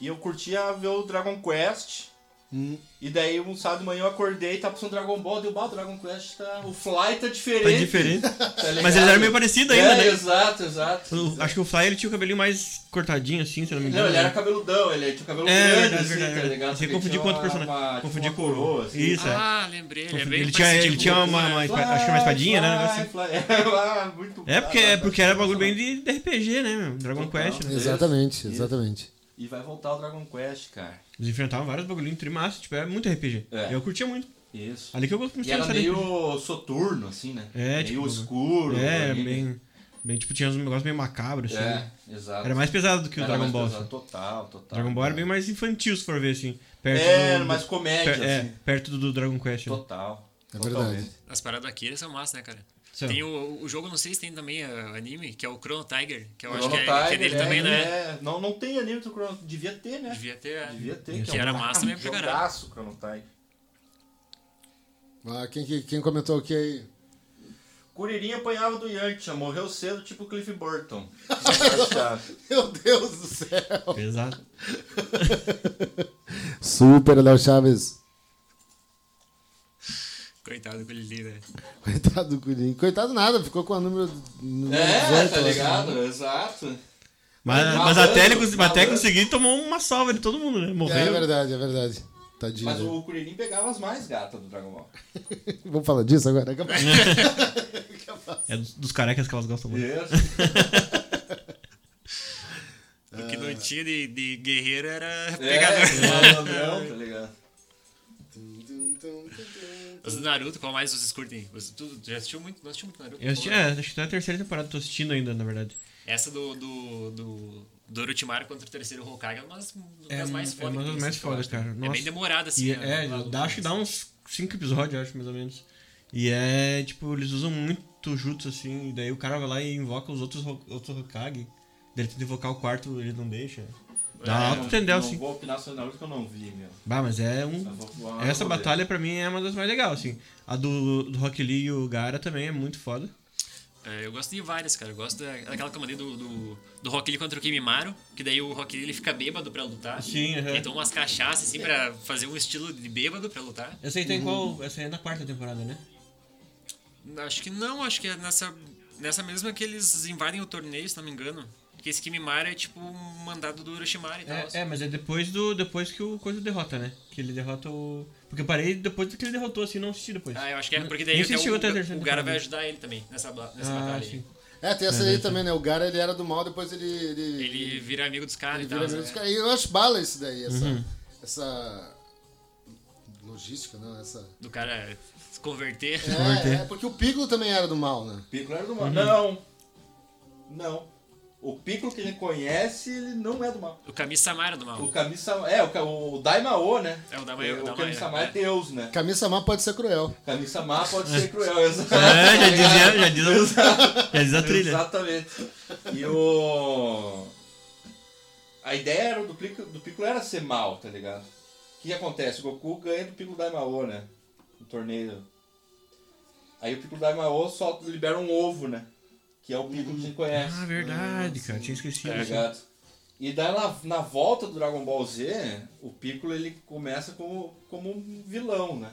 S6: e eu curtia ver o Dragon Quest.
S5: Hum.
S6: E daí um sábado de manhã eu acordei e tá passando Dragon Ball, deu o Dragon Quest tá. O Fly tá diferente.
S5: Tá diferente.
S6: tá ligado?
S5: Mas eles eram meio parecidos ainda,
S6: é,
S5: né?
S6: Exato, exato.
S5: O- acho que o Fly ele tinha o cabelinho mais cortadinho, assim, se eu não me engano.
S6: Não, ele era
S5: né?
S6: cabeludão, ele tinha o cabelo
S5: É,
S6: grande,
S5: verdade,
S6: assim,
S5: verdade,
S6: tá
S5: verdade.
S6: ligado?
S5: Você
S6: Ele
S5: confundiu
S6: tinha
S5: com outro
S6: uma-
S5: personagem.
S6: uma- tipo
S5: Confundiu
S6: uma
S5: com-
S6: coroa, assim.
S5: Isso, é.
S4: Ah, lembrei. Ele, é bem
S5: Ele tinha,
S4: parecido
S5: ele
S4: com
S5: tinha
S4: o
S5: uma,
S4: Goku,
S5: uma
S4: né?
S5: espa- acho que era uma espadinha, né? Um negócio
S6: Fly,
S5: assim.
S6: Fly, é, muito
S5: É porque, é porque
S6: né?
S5: era bagulho bem de, de RPG, né, meu? Dragon Quest, né?
S3: Exatamente, exatamente.
S6: E vai voltar o Dragon Quest, cara.
S5: Eles enfrentavam vários bagulhinhos trimassa, tipo, era muito RPG.
S6: É.
S5: Eu curtia muito.
S6: Isso.
S5: Ali que eu gostei
S6: E
S5: de
S6: era
S5: gostar de RPG.
S6: meio soturno, assim, né?
S5: É,
S6: meio
S5: tipo,
S6: escuro.
S5: É,
S6: ali, né?
S5: bem, bem. Tipo, tinha uns negócios meio macabros, assim. né?
S6: É, exato.
S5: Era mais pesado do que o
S6: Era
S5: Dragon
S6: mais
S5: Ball.
S6: pesado,
S5: assim.
S6: Total, total.
S5: Dragon Ball era bem mais infantil, se for ver, assim. Perto
S6: É,
S5: do,
S6: mais
S5: do-
S6: comédia,
S5: per- é,
S6: assim.
S5: perto do, do Dragon Quest. né?
S6: Total.
S3: É
S6: totalmente.
S3: verdade.
S4: As paradas aqui eles são massa, né, cara?
S5: São.
S4: Tem o, o jogo, não sei se tem também é, anime, que é o Chrono Tiger, que eu
S6: O
S4: acho que é,
S6: Chrono
S4: que é
S6: Tiger,
S4: dele
S6: é,
S4: também, né?
S6: é. Não, não tem anime do Chrono Devia ter, né?
S4: Devia ter.
S6: Devia ter.
S4: Que
S6: é um
S4: era massa mesmo pra caralho.
S6: jogaço, Chrono Tiger.
S3: Ah, quem, que- quem comentou o que aí?
S6: Kuririn apanhava do Yantia, morreu cedo, tipo Cliff Burton. É,
S3: Meu Deus do céu!
S5: Pesado.
S3: Super Léo Chaves.
S4: Coitado do Gulli, né?
S3: Coitado do Curinho. Coitado nada, ficou com a número. número
S6: é,
S3: 18,
S6: tá
S5: assim.
S3: eu acho.
S6: ligado? Exato.
S5: Mas,
S6: Mas
S5: mas
S6: malandro,
S5: até, ele, cons- até
S6: malandro.
S5: conseguir tomou uma salva de todo mundo, né? Morreu.
S3: É verdade, é verdade. Tadinho.
S6: Mas
S3: né?
S6: o Kuririn pegava as mais gatas do Dragon Ball.
S3: Vamos falar disso agora? Acabou.
S5: É dos, dos carecas que elas gostam
S6: É.
S5: muito.
S6: Isso.
S4: O
S6: Ah.
S4: que não tinha de, de guerreiro era
S6: É,
S4: pegador.
S6: malandrão, tá ligado?
S4: Os Naruto, qual mais vocês curtem? Os- tu já assistiu muito? Não
S5: é.
S4: assistiu muito Naruto?
S5: Eu assisti, é, acho que tá a terceira temporada, tô assistindo ainda, na verdade.
S4: Essa do, do, do, Dorotimar contra o terceiro Hokage é uma das, uma
S5: É
S4: das mais
S5: um- é
S4: fodas.
S5: uma
S4: que
S5: das
S4: tem,
S5: mais
S4: assim, que eu
S5: fodas,
S4: acho, né?
S5: cara.
S4: É
S5: Nossa.
S4: bem demorada, assim.
S5: E
S4: a-
S5: é,
S4: a luta,
S5: dá, acho que
S4: assim.
S5: dá uns 5 episódios, eu acho, mais ou menos. E é, tipo, eles usam muito jutsu, assim, e daí o cara vai lá e invoca os outros, Ho- outros Hokage. Daí ele tenta invocar o quarto, ele não deixa. Dá
S6: Ah,
S5: pra
S6: não-
S5: entender,
S6: não
S5: assim.
S6: vou opinar sobre Naruto que eu não vi, meu.
S5: Bah, mas é
S6: Eu
S5: um...
S6: vou- vou-
S5: Essa
S6: vou ver.
S5: batalha pra mim é uma das mais legais, assim. A do, do Rock Lee e o Gara também é muito foda.
S4: É, eu gosto de várias, cara. Eu gosto da, daquela que eu mandei do, do, do Rock Lee contra o Kimimaro, que daí o Rock Lee ele fica bêbado pra lutar.
S5: Sim, aham.
S4: Ele toma umas cachaças, assim, pra fazer um estilo de bêbado pra lutar.
S5: Essa aí tem qual... Essa aí é na quarta temporada, né?
S4: Acho que não, acho que é nessa, nessa mesma que eles invadem o torneio, se não me engano. Porque esse Kimimaro é tipo um mandado do Orochimaru e tal. assim.
S5: É, é, mas é depois do depois que o coisa derrota, né? Que ele derrota o. Porque eu parei depois que ele derrotou, assim, não assisti depois.
S4: Ah, eu acho que é, porque daí
S5: Nem
S4: até
S5: assistiu
S4: o,
S5: até a terceira
S4: o Gara vai
S5: temporada.
S4: ajudar ele também nessa, bla- nessa
S5: Ah,
S4: batalha. aí.
S5: sim.
S3: É, tem essa aí também, né? O Gara ele era do mal, depois ele. Ele,
S4: Ele vira amigo dos caras
S3: ele
S4: e tal.
S6: tá,
S3: vira amigo
S4: né?
S3: dos caras. E eu acho bala isso daí, essa. Essa. Logística, não, essa.
S4: Do cara se converter.
S3: É, é, porque o Piccolo também era do mal, né?
S6: Piccolo
S4: Uhum.
S6: era é do mal. Não! Não. O Piccolo que ele conhece, ele não é do mal.
S4: O Kami Samara do mal.
S6: O Kami-sama... É, o, Ka- o Daimao, né?
S4: É, o Daimao, o
S6: O
S4: Daimao,
S6: Kami-sama
S4: é.
S6: é Deus, né?
S3: Camisa má pode ser cruel.
S6: Kami-sama pode ser cruel, exato.
S5: É, já dizia, já diz a, já diz a trilha.
S6: Exatamente. E o... A ideia era do Piccolo, do Piccolo era ser mal, tá ligado? O que, que acontece? O Goku ganha do Piccolo Daimao, né? No torneio. Aí o Piccolo Daimao solta, libera um ovo, né? Que é o Piccolo que a gente conhece.
S5: Ah, verdade, cara, tinha esquecido.
S3: É.
S6: tá
S5: assim.
S6: ligado? E daí na, na volta do Dragon Ball Z, o Piccolo ele começa como, como um vilão, né?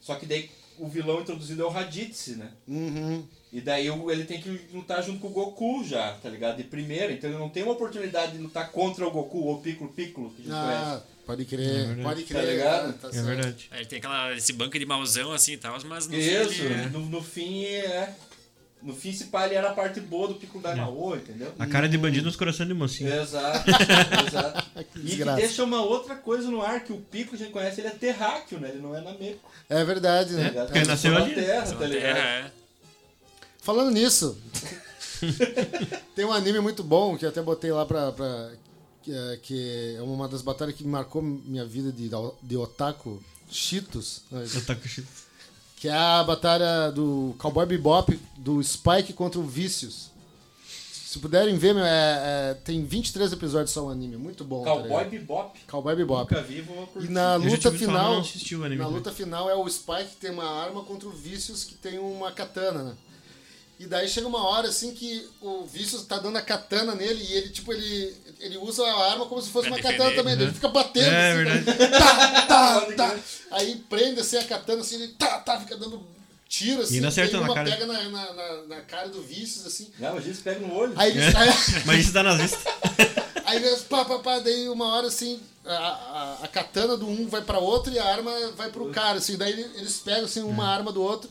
S6: Só que daí o vilão introduzido é o Raditz, né?
S3: Uhum.
S6: E daí o- ele tem que lutar junto com o Goku já, tá ligado? De primeira, então ele não tem uma oportunidade de lutar contra o Goku ou o Piccolo Piccolo, que a gente
S3: Ah, pode
S5: É
S3: crer,
S5: verdade.
S3: pode crer.
S6: Tá ligado?
S3: né? Tá
S5: É
S3: certo.
S5: verdade.
S4: Aí tem aquela, esse banco de mauzão assim e tal, mas não
S6: conhece. Isso,
S3: né?
S4: ele-
S6: no, no fim é. No fim, esse pai ele era a parte boa do Piccolo Daimao, entendeu?
S5: A cara de bandido nos corações de
S6: É.
S5: mocinho.
S6: Exato, exato. E que
S3: desgraça.
S6: deixa uma outra coisa no ar, que o Piccolo a gente conhece, ele é terráqueo, né? Ele não é nameco.
S3: É verdade, né?
S6: ligado?
S5: porque ele nasceu
S6: na
S5: ali.
S6: Terra, tá ligado?
S4: É,
S3: Falando nisso, tem um anime muito bom que eu até botei lá pra. pra- que, é, que é uma das batalhas que marcou minha vida de, de otaku, Cheetos, né?
S5: Eu tá com chi-
S3: que é a batalha do Cowboy Bebop, do Spike contra o Vicious. Se puderem ver, meu, é- é- tem 23 episódios só o anime, muito
S5: é.
S3: bom. tá
S6: Cowboy
S3: ligado?
S6: Bebop.
S3: Cowboy Bebop.
S6: Nunca vi, vou
S3: E
S6: curtir.
S3: na
S5: Eu já
S3: luta
S5: tive que falar,
S3: final,
S5: não assisti o anime,
S3: na
S5: né?
S3: luta final é o Spike que tem uma arma contra o Vicious que tem uma katana, né? E daí chega uma hora assim que o Vicious tá dando a katana nele e ele tipo ele ele usa a arma como se fosse
S4: Pra
S3: uma
S4: defender,
S3: katana também, ele fica batendo
S5: É,
S3: assim,
S5: verdade.
S3: né? tá, tá, tá. Aí prende assim a katana assim, ele tá, tá, fica dando tiro assim,
S5: E não acerta
S3: tem
S5: na
S3: uma
S5: cara.
S3: pega na, na, na- na cara do Vicious assim.
S6: Não, mas isso pega no olho.
S3: Aí
S5: É.
S3: ele sai
S5: Mas isso tá dá nas vistas.
S3: Aí, pá, pá, pá, daí uma hora assim, a, a, a katana do um vai pra outro e a arma vai pro cara, assim, daí ele- eles pegam assim, uma arma do outro,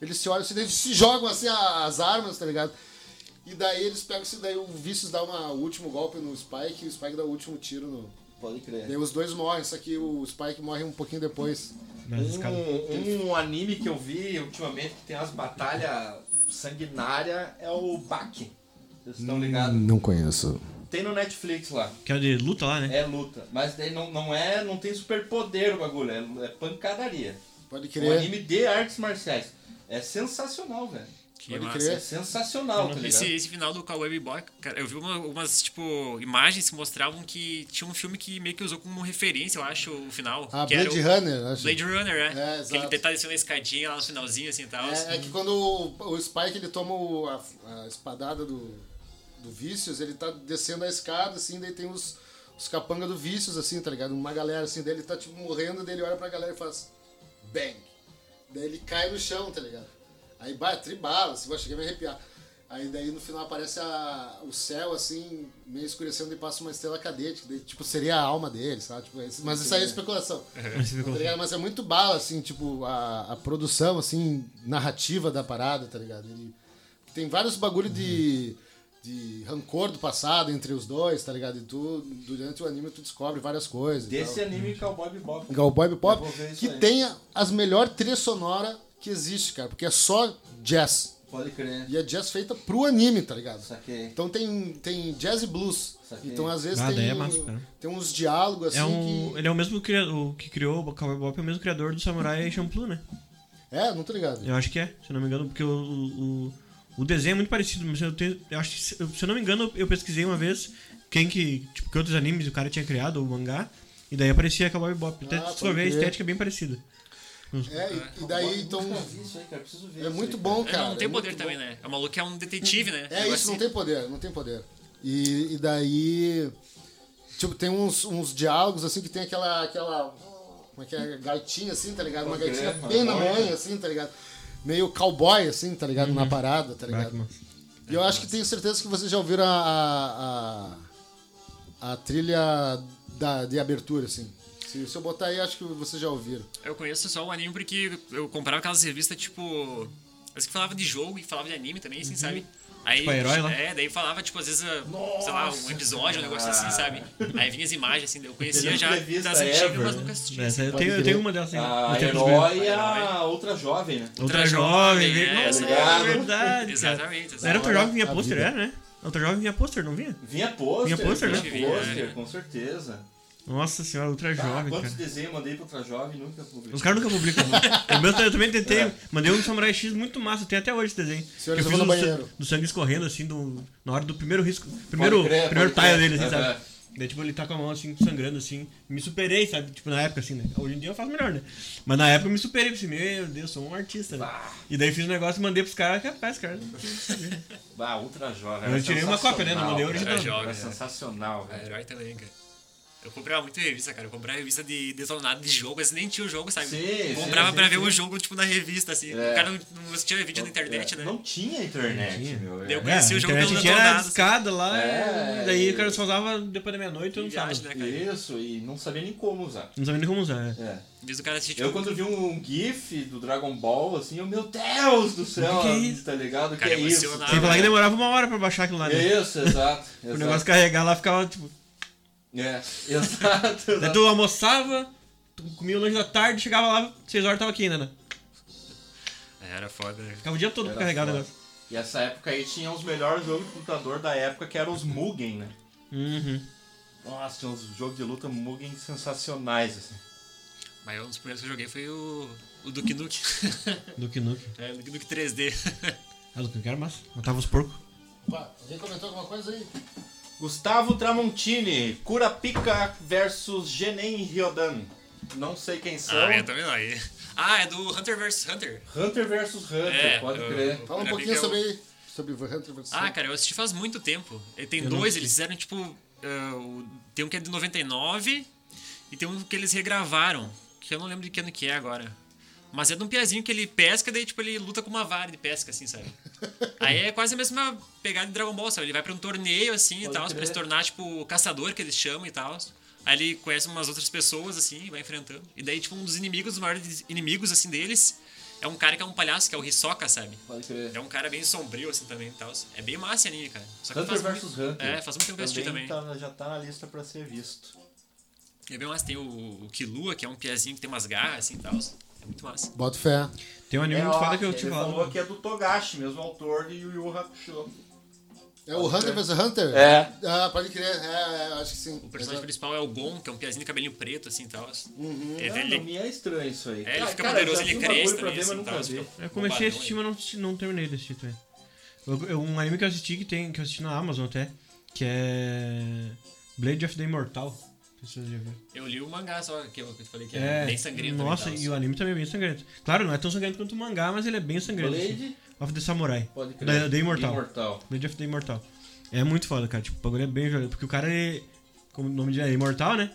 S3: eles se olham assim, daí eles se jogam assim a- as armas, tá ligado? E daí eles pegam assim, daí o Vicious dá uma- o último golpe no Spike e o Spike dá o último tiro no.
S6: Pode crer.
S3: Daí os dois morrem, só que o Spike morre um pouquinho depois. Hum.
S5: Nas escadas.
S6: Um, um anime que eu vi ultimamente que tem as batalhas sanguinárias é o Baki. Vocês
S5: Hum.
S6: estão ligados?
S3: Não conheço.
S6: Tem no Netflix lá.
S5: Que é o de luta lá, né?
S6: É luta. Mas daí não, não é. não tem superpoder o bagulho, é, é pancadaria.
S3: Pode
S6: É um
S3: crer.
S6: anime de artes marciais. É sensacional, velho.
S4: que
S3: Pode
S4: massa.
S6: É
S3: crer.
S6: sensacional, tá ligado?
S4: Esse, esse final do Cowboy Bebop, cara, eu vi uma, umas, tipo, imagens que mostravam que tinha um filme que meio que usou como referência, eu acho, o final.
S3: Ah,
S4: que
S3: Blade
S4: era o
S3: Runner, acho.
S4: Blade Runner,
S3: É,
S4: é.
S3: exato.
S4: que ele tá descendo a escadinha lá no finalzinho, assim, e tal.
S3: É, é que quando o, o Spike ele toma o- a, a espadada do, do Vícios, ele tá descendo a escada, assim, daí tem os, os capanga do Vícios, assim, tá ligado? Uma galera, assim, daí ele tá, tipo, morrendo, daí ele olha pra galera e faz bang. Daí ele cai no chão, tá ligado? Aí, bah, tribala, assim, vai chegar a me arrepiar. Aí, daí, no final, aparece a- o céu, assim, meio escurecendo e passa uma estrela cadente, que daí, tipo, seria a alma dele, sabe? Tipo, esse- mas isso aí é especulação.
S4: Uhum.
S5: Mas você
S3: Tá
S5: ficou-
S3: ligado? Mas é muito bala, assim, tipo, a, a produção, assim, narrativa da parada, tá ligado? Ele- tem vários bagulho de, de rancor do passado entre os dois, tá ligado? E tu, durante o anime, tu descobre várias coisas. e
S6: Desse
S3: tal.
S6: anime Cowboy Bebop.
S3: Cowboy Bebop,
S6: Eu vou ver isso
S3: que
S6: aí.
S3: tem as melhores trilhas sonoras que existe, cara, porque é só jazz.
S6: Pode crer. é
S3: E é jazz feita pro anime, tá ligado?
S6: Saquei.
S3: Então tem, tem jazz e blues.
S6: Saquei.
S3: Então às vezes
S5: Ah,
S3: tem,
S5: daí é massa, cara.
S3: tem uns diálogos assim
S5: É um,
S3: que.
S5: Ele é o mesmo criador, que criou o Cowboy Bebop, é o mesmo criador do Samurai Champloo, né?
S3: É, não tô ligado.
S5: Eu acho que é, se eu não me engano, porque o, o, o desenho é muito parecido, mas eu tenho. Eu acho que, se eu se eu não me engano, eu pesquisei uma vez quem que. Tipo, que outros animes o cara tinha criado, o mangá, e daí aparecia Cowboy Bebop. Até
S3: Ah,
S5: se for
S3: pode
S5: ver, a
S3: crer.
S5: estética é bem parecida.
S3: É, e, e daí então.
S6: Eu nunca vi isso aí, cara. Preciso ver
S3: É
S6: isso
S3: muito
S6: aí,
S3: bom,
S4: É,
S3: cara.
S4: não tem
S3: é
S4: poder
S3: muito
S4: também, né? O maluco é um detetive, né?
S3: É
S4: Um
S3: isso, não
S4: negócio
S3: tem poder, não tem poder. E, e daí. Tipo, tem uns, uns diálogos assim que tem aquela. aquela. Como é que é? Gaitinha assim, tá ligado? Uma
S6: Pode
S3: gaitinha
S6: crer,
S3: bem na
S6: cowboy,
S3: mãe,
S6: né?
S3: assim, tá ligado? Meio cowboy, assim, tá ligado?
S4: Uhum.
S3: Na parada, tá ligado?
S5: Batman.
S3: E eu acho que tenho certeza que vocês já ouviram a. a, a- a trilha da, de abertura, assim. Se, se eu botar aí, acho que vocês já ouviram.
S4: Eu conheço só o anime porque eu comprava aquelas revistas, tipo. As que falava de jogo e falava de anime também, assim, sabe? Aí,
S5: Tipo, a Herói lá?
S4: É, daí falava, tipo, às vezes, ah, sei lá, um episódio, um negócio assim, sabe? Aí vinha as imagens, assim, daí eu conhecia
S6: Melhor
S4: já
S6: entrevista
S4: das antigas,
S6: ever,
S4: mas
S6: né?
S4: nunca assisti. assim.
S5: Essa eu,
S3: pode
S5: tenho, eu
S3: crer. Ah,
S5: tenho uma delas ainda.
S6: A
S5: do tempo dos
S6: herói
S5: velhos.
S6: e a outra jovem, né?
S5: Outra jovem,
S4: Jovem,
S5: velho.
S4: é,
S5: Nossa,
S6: ligado?
S5: é verdade. cara.
S4: Exatamente, exatamente.
S5: Era outra jovem vinha
S3: A
S5: pôster,
S3: vida.
S5: era, né? Outra jovem vinha pôster, não vinha?
S6: Vinha pôster.
S5: Vinha pôster, né?
S6: Vinha pôster,
S4: É.
S6: com certeza.
S5: Nossa senhora, outra
S6: Ah,
S5: jovem,
S6: quantos
S5: cara.
S6: desenhos eu mandei pra outra jovem e nunca publiquei.
S5: Os caras nunca publicam. né? eu, mesmo- eu também tentei.
S6: É.
S5: Mandei um Samurai X muito massa. Tem até hoje esse desenho.
S3: Senhora,
S5: que
S3: eu vou no
S5: do, sa-
S3: banheiro.
S5: do sangue escorrendo, assim, do, na hora do primeiro risco. Primeiro,
S6: crer,
S5: primeiro
S6: pode
S5: tile
S6: crer.
S5: dele, assim,
S6: Aham.
S5: sabe? Daí, tipo, ele tá com a mão, assim, sangrando, assim. Me superei, sabe? Tipo, na época, assim, né? Hoje em dia eu faço melhor, né? Mas na época eu me superei. Pensei, meu Deus, sou um artista, né? E daí fiz um negócio e mandei pros caras. Rapaz, cara.
S6: Bah, ultra jovem.
S5: Eu tirei uma cópia, né? Não mandei
S6: o
S5: original.
S4: Ultra jovem,
S6: É
S4: é.
S6: sensacional,
S4: Ah,
S6: velho.
S4: herói também, cara. Eu comprava muito revista, cara. Eu comprava revista de detonado de jogo, assim, nem tinha o jogo, sabe?
S6: Sim,
S4: comprava
S6: sim,
S4: pra
S6: sim,
S4: ver
S6: sim.
S4: o jogo, tipo, na revista, assim.
S6: É.
S4: O cara não, não assistia vídeo na internet,
S6: É,
S4: né?
S6: Não tinha internet,
S5: tinha.
S6: meu.
S4: Deu
S6: é.
S4: com- Conheci
S5: a
S4: o jogo
S5: internet
S4: pelo
S5: tinha
S4: Detonado,
S5: a escada lá.
S6: É,
S5: e daí
S6: e-
S5: o cara só usava depois da meia-noite. Eu não
S4: Viagem,
S5: sabia.
S4: né, cara?
S6: Isso, e não sabia nem como usar.
S5: Não sabia nem como usar, né?
S6: É.
S4: Diz o cara assistir, tipo,
S6: Eu quando vi um GIF do Dragon Ball, assim, eu, meu Deus do céu,
S5: O que que é isso?
S6: tá ligado? O que
S4: Cara,
S6: é isso?
S4: emocionado.
S5: Sem falar que demorava uma hora pra baixar aquilo lá, né?
S6: Isso, exato. exato.
S5: O negócio carregar lá ficava tipo.
S6: É, exato.
S5: Daí
S6: exato.
S5: tu almoçava, tu comia o lanche da tarde, chegava lá, 6 horas tava aqui ainda, né?
S4: É, Era foda, né?
S5: Ficava o dia todo
S6: Era
S5: pra carregar o
S6: foda.
S5: negócio.
S6: E essa época aí tinha os melhores jogos de computador da época, que eram os Mugen, né?
S5: Uhum.
S6: Nossa, tinha uns jogos de luta Mugen sensacionais, assim.
S4: Mas um dos primeiros que eu joguei foi o, o Duke Nuke.
S5: Duke Nuke.
S4: é, Duke Nuke 3D.
S5: Ah, Duke Nuke era massa. Matava os porcos.
S3: Opa, alguém comentou alguma coisa aí?
S6: Gustavo Tramontini, Curapica versus Genem Ryodan. Não sei quem
S3: Então?
S6: são.
S4: Ah, eu também não. aí. Ah, é do Hunter vs Hunter.
S6: Hunter versus Hunter,
S4: É,
S6: pode
S4: eu-
S6: crer.
S3: Fala um
S4: Pra mim
S3: pouquinho
S4: que é o-
S3: sobre, sobre o Hunter vs.
S4: Ah, cara, eu assisti faz muito tempo. E tem
S5: Eu não
S4: dois,
S5: assisti.
S4: eles fizeram tipo. ah, o- tem um que é de 99 e tem um que eles regravaram, que eu não lembro de que ano que é agora. Mas é de um piazinho que ele pesca, daí tipo ele luta com uma vara de pesca, assim, sabe? Aí é quase a mesma pegada de Dragon Ball, sabe? Ele vai pra um torneio, assim, e tal, pra se tornar, tipo, o caçador que eles chamam e tal. Aí ele conhece umas outras pessoas, assim, e vai enfrentando. E daí, tipo, um dos inimigos, os maiores inimigos, assim, deles, é um cara que é um palhaço, que é o Hisoka, sabe?
S6: Pode crer.
S4: É um cara bem sombrio, assim, também e tal. É bem massa anime, cara. Só que
S6: Hunter
S4: faz muito-
S6: vs Hunter.
S4: É, faz muito tempo que eu assisti também.
S6: tá- já tá na lista pra ser visto. tá.
S4: É bem massa. Tem o, o Killua, que é um piazinho que tem umas garras, assim, e tal. É muito massa.
S3: Bota fé.
S5: Tem um anime
S6: É,
S5: muito
S6: ó,
S5: foda que eu
S6: ele
S5: tive
S6: falou
S5: lá.
S6: que é do Togashi, mesmo autor de Yu Yu Hakusho.
S3: É o Hunter vs Hunter?
S6: É.
S3: Ah, pode crer, é, é, acho que
S5: Um
S3: sim.
S4: O personagem
S3: Exato.
S4: principal é o Gon, que é um piazinho de cabelinho preto, assim, e tal. É,
S6: Ah,
S4: ele-
S6: não, me é estranho isso aí.
S4: É, ele
S6: Cara,
S4: fica
S6: cara,
S4: poderoso,
S6: eu já
S4: ele
S6: vi um bagulho
S4: cresce
S6: pra
S4: também,
S6: ver, mas
S4: assim,
S6: nunca
S4: tá?
S6: vi.
S4: Tipo,
S5: Eu comecei a assistir,
S4: bombadão,
S5: mas não, assisti- não terminei desse título aí. Eu- eu- Um anime que eu assisti que, tem, que eu assisti na Amazon até, que é. Blade of the Immortal. Não sei se vocês já viram.
S4: Eu li o mangá só, que eu que eu te falei que é, bem
S6: né,
S4: sangrento.
S5: Nossa,
S4: e
S6: então.
S5: e o anime também é bem sangrento. Claro, não é tão sangrento quanto o mangá, mas ele é bem sangrento. assim.
S6: Blade,
S5: Of the Samurai.
S6: pode crer.
S5: Da, da Imortal.
S6: Imortal.
S5: Blade of the Immortal. É muito foda, cara. Tipo, o bagulho é bem violento. Porque o cara, ele, como o nome diz, é imortal, né?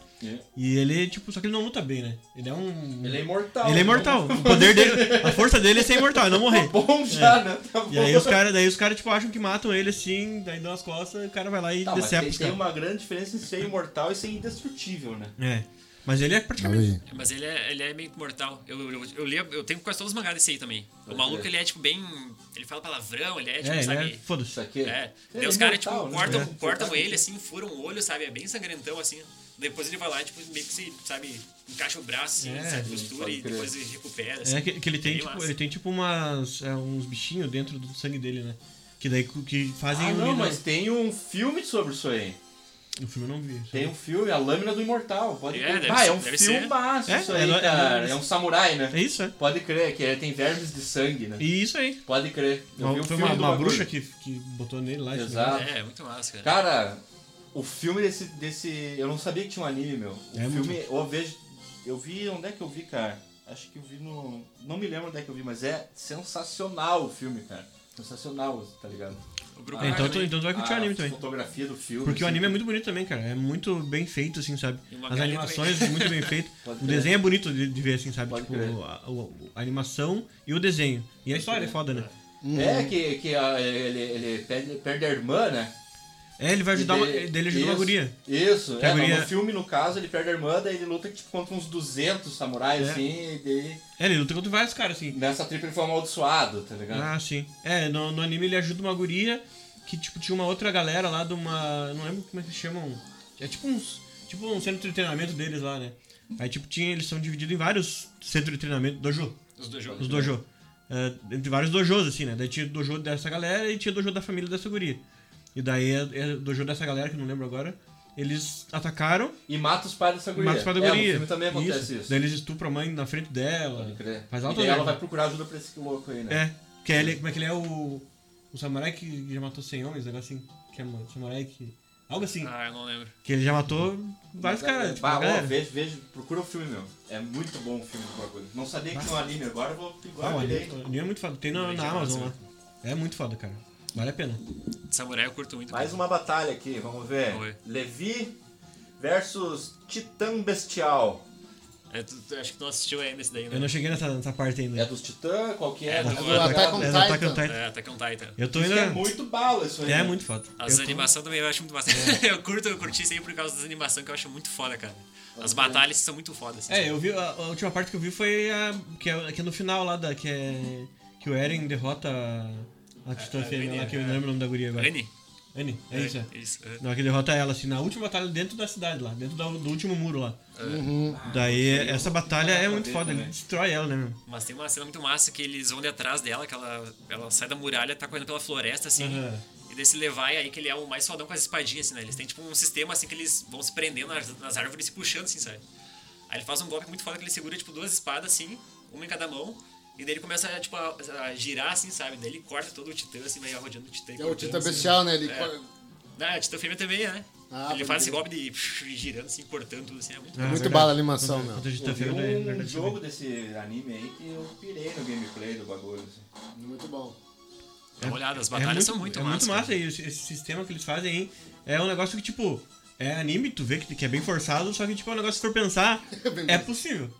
S5: E ele, tipo, só que ele não luta bem, né? Ele é um.
S6: É. Ele é imortal.
S5: Ele é imortal. O poder dele, a força dele é ser imortal, é não morrer.
S6: Bom já, né? Tá bom.
S5: É. E aí os caras, daí os caras, tipo, acham que matam ele assim, daí dão as costas, o cara vai lá e
S6: Tá, mas
S5: decepa
S6: tem,
S5: os
S6: tem
S5: caras.
S6: uma grande diferença em ser imortal e ser indestrutível, né?
S5: É. Mas ele é praticamente.
S3: Olha aí.
S4: Mas ele é, ele é meio que mortal. Eu, eu, eu, li- eu tenho quase todos os mangás desse aí também. O maluco, ele é, tipo, bem... Ele fala palavrão, ele é, tipo,
S5: É,
S4: sabe...
S5: ele é. Foda-se.
S6: Isso aqui.
S4: É.
S6: Ele
S4: Daí os
S6: é
S4: caras, tipo,
S6: mortal, né?
S4: cortam,
S6: É.
S4: cortam ele, assim, furam o olho, sabe? É bem sangrentão, assim. Depois ele vai lá, tipo, meio que se, sabe, encaixa o braço, assim,
S5: É,
S4: sabe, costura
S6: pode
S4: e
S6: crer.
S4: depois ele recupera, assim.
S5: É que, que ele tem,
S4: Bem
S5: tipo,
S4: massa.
S5: ele tem tipo umas, é, uns bichinhos dentro do sangue dele, né? Que daí cu- que fazem
S6: Ah,
S5: o
S6: não,
S5: nível-
S6: mas tem um filme sobre isso aí.
S5: No filme eu não vi. sabe?
S6: Tem um filme, A Lâmina do Imortal. Pode
S4: É,
S6: crer.
S4: deve
S6: Ah,
S4: ser-
S6: é um
S4: deve
S6: filmaço
S5: ser.
S6: isso
S5: É,
S6: aí,
S5: é, é,
S6: cara.
S5: é,
S6: É um samurai, né?
S5: É isso, é.
S6: Pode crer, que ele tem vermes de sangue, né?
S5: E isso aí.
S6: Pode crer. Eu vi um
S5: Foi
S6: filme
S5: uma,
S6: do
S5: uma
S6: bagulho.
S5: bruxa que, que botou nele lá. esse
S6: Exato.
S5: negócio.
S4: É, é muito massa, cara.
S6: Cara, o filme desse, desse. Eu não sabia que tinha um anime, meu. O
S5: É
S6: filme. Eu vejo. Eu vi. Onde é que eu vi, cara? Acho que eu vi no. Não me lembro onde é que eu vi, mas é sensacional o filme, cara. Sensacional, tá ligado?
S4: O é Bruno
S6: Ah,
S5: Então, tu,
S4: também.
S5: então tu vai curtir o
S6: A
S5: anime também.
S6: fotografia do filme.
S5: Porque o
S6: assim,
S5: anime é muito bonito também, cara. É muito bem feito, assim, sabe?
S4: E o mangá
S5: As
S4: é
S5: animações muito bem feito.
S6: Pode
S5: O
S6: crer.
S5: desenho é bonito de, de ver, assim, sabe?
S6: Pode
S5: tipo,
S6: crer.
S5: a, o- a animação e o desenho. E a história é
S6: crer.
S5: foda, né?
S6: É, que, que a- ele, ele perde, perde a irmã, né?
S5: É, ele vai ajudar uma.
S6: E
S5: Daí ele ajuda uma
S6: isso,
S5: guria.
S6: Isso,
S5: Que a
S6: é, no-
S5: guria-
S6: no filme, no caso, ele perde a irmã, daí ele luta tipo, contra uns 200 samurais,
S5: É.
S6: assim, e daí
S5: É, ele luta contra vários caras, assim.
S6: nessa tripa ele foi amaldiçoado, tá ligado?
S5: Ah, sim. É, no, no anime ele ajuda uma guria que, tipo, tinha uma outra galera lá de uma. eu Não lembro como é que chamam. É tipo uns. Tipo um centro de treinamento deles lá, né? Aí, tipo, tinha, eles são divididos em vários centros de treinamento. Dojo.
S4: Os dois
S5: Os
S6: né?
S4: jogos.
S5: dojo. É, entre vários dojos, assim, né? Daí tinha o dojo dessa galera e tinha o dojo da família dessa guria. E daí, é- é o dojo dessa galera, que eu não lembro agora, eles atacaram
S6: E mata os pais dessa
S5: e
S6: guria.
S5: mataram a
S6: É, no
S5: guria.
S6: filme também acontece isso.
S5: Daí eles estupram a mãe na frente dela.
S6: Pode crer.
S5: Faz
S6: e
S5: alto
S6: daí ela vai procurar ajuda pra esse louco aí, né?
S5: tá É. Que ele, como é que ele é o. O samurai que já matou 100 homens, negócio assim. Que é um samurai que. Algo assim.
S4: Ah, eu não lembro.
S5: Que ele já matou vários caras. Tipo,
S6: É, Bah,
S5: uma
S6: ó,
S5: galera.
S6: vejo, vejo, procura o filme, meu. É muito bom o filme do bagulho. Não sabia que tinha um anime, agora eu vou
S5: Ah,
S6: embora
S5: o anime-
S6: direito.
S5: o anime é muito foda. Tem na, na Amazon lá. É muito foda, cara. Vale a pena.
S4: Samurai eu curto muito.
S6: Mais
S4: cara.
S6: uma batalha aqui, vamos ver.
S4: Oi.
S6: Levi versus Titã Bestial.
S4: É, tu- tu- acho que tu não assistiu ainda esse daí, né?
S5: Eu não cheguei nessa, nessa parte ainda.
S6: É dos Titã? Qual que é?
S4: É
S6: Tá
S4: do- é do
S6: ligado?
S3: Attack on
S5: É do
S3: Titan.
S5: Attack on Titan.
S4: É, Attack on Titan.
S5: Eu tô
S6: Diz que É
S5: ainda.
S6: muito bala isso aí.
S5: É
S6: né?
S5: muito foda.
S4: As
S5: Eu tô- É.
S4: animações também eu acho muito massa. eu curto, eu curti isso aí por causa das animações que eu acho muito foda, cara. As batalhas são muito fodas. Assim,
S5: É, eu vi. A, a última parte que eu vi foi a. Que é, que é no final lá da. Que é. Que o Eren derrota a- a Titã
S4: a
S5: Fêmea
S4: Annie,
S5: lá, que eu não
S4: é.
S5: lembro o nome da guria agora.
S4: Annie?
S5: Annie, é isso, é.
S4: Isso, é.
S5: Não, que derrota ela, assim, na última batalha dentro da cidade lá, dentro da- do, último muro lá. Ah, Daí, essa batalha é muito
S6: ver
S5: foda, ele
S6: também.
S5: destrói ela, né, meu?
S4: Mas tem uma cena muito massa que eles vão de atrás dela, que ela, ela sai da muralha, tá correndo pela floresta, assim.
S5: Aham.
S4: E desse Levi aí, que ele é o mais fodão com as espadinhas, assim, né? Eles têm tipo um sistema assim que eles vão se prendendo nas, nas árvores e se puxando, assim, sabe? Aí ele faz um golpe muito foda que ele segura, tipo, duas espadas, assim, uma em cada mão. E daí ele começa, tipo, a, a girar, assim, sabe? Daí ele corta todo o titã, assim, vai arrodeando o titã. e
S3: É o Titã
S4: cortando, assim.
S3: Bestial, né? Ele
S4: É.
S3: co-
S4: Ah, a titã fêmea também, né?
S3: Ah,
S4: ele
S3: pode
S4: faz esse
S3: crer.
S4: golpe de girando, assim, cortando tudo, assim, é muito
S5: Ah,
S3: muito
S5: verdade.
S3: bala né, a animação,
S5: Contra-
S3: meu.
S5: contra a Titã
S6: Eu vi
S5: Fêmea, né? É
S6: um
S5: verdade
S6: jogo
S5: também.
S6: desse anime aí que eu pirei no gameplay do bagulho. assim.
S3: Muito bom.
S4: Dá uma olhada, as batalhas são muito
S5: é
S4: massas.
S5: muito massa
S4: cara.
S5: aí, esse, esse sistema que eles fazem aí. É um negócio que, tipo, é anime, tu vê que, que é bem forçado, só que, tipo, é um negócio que se for pensar, é possível.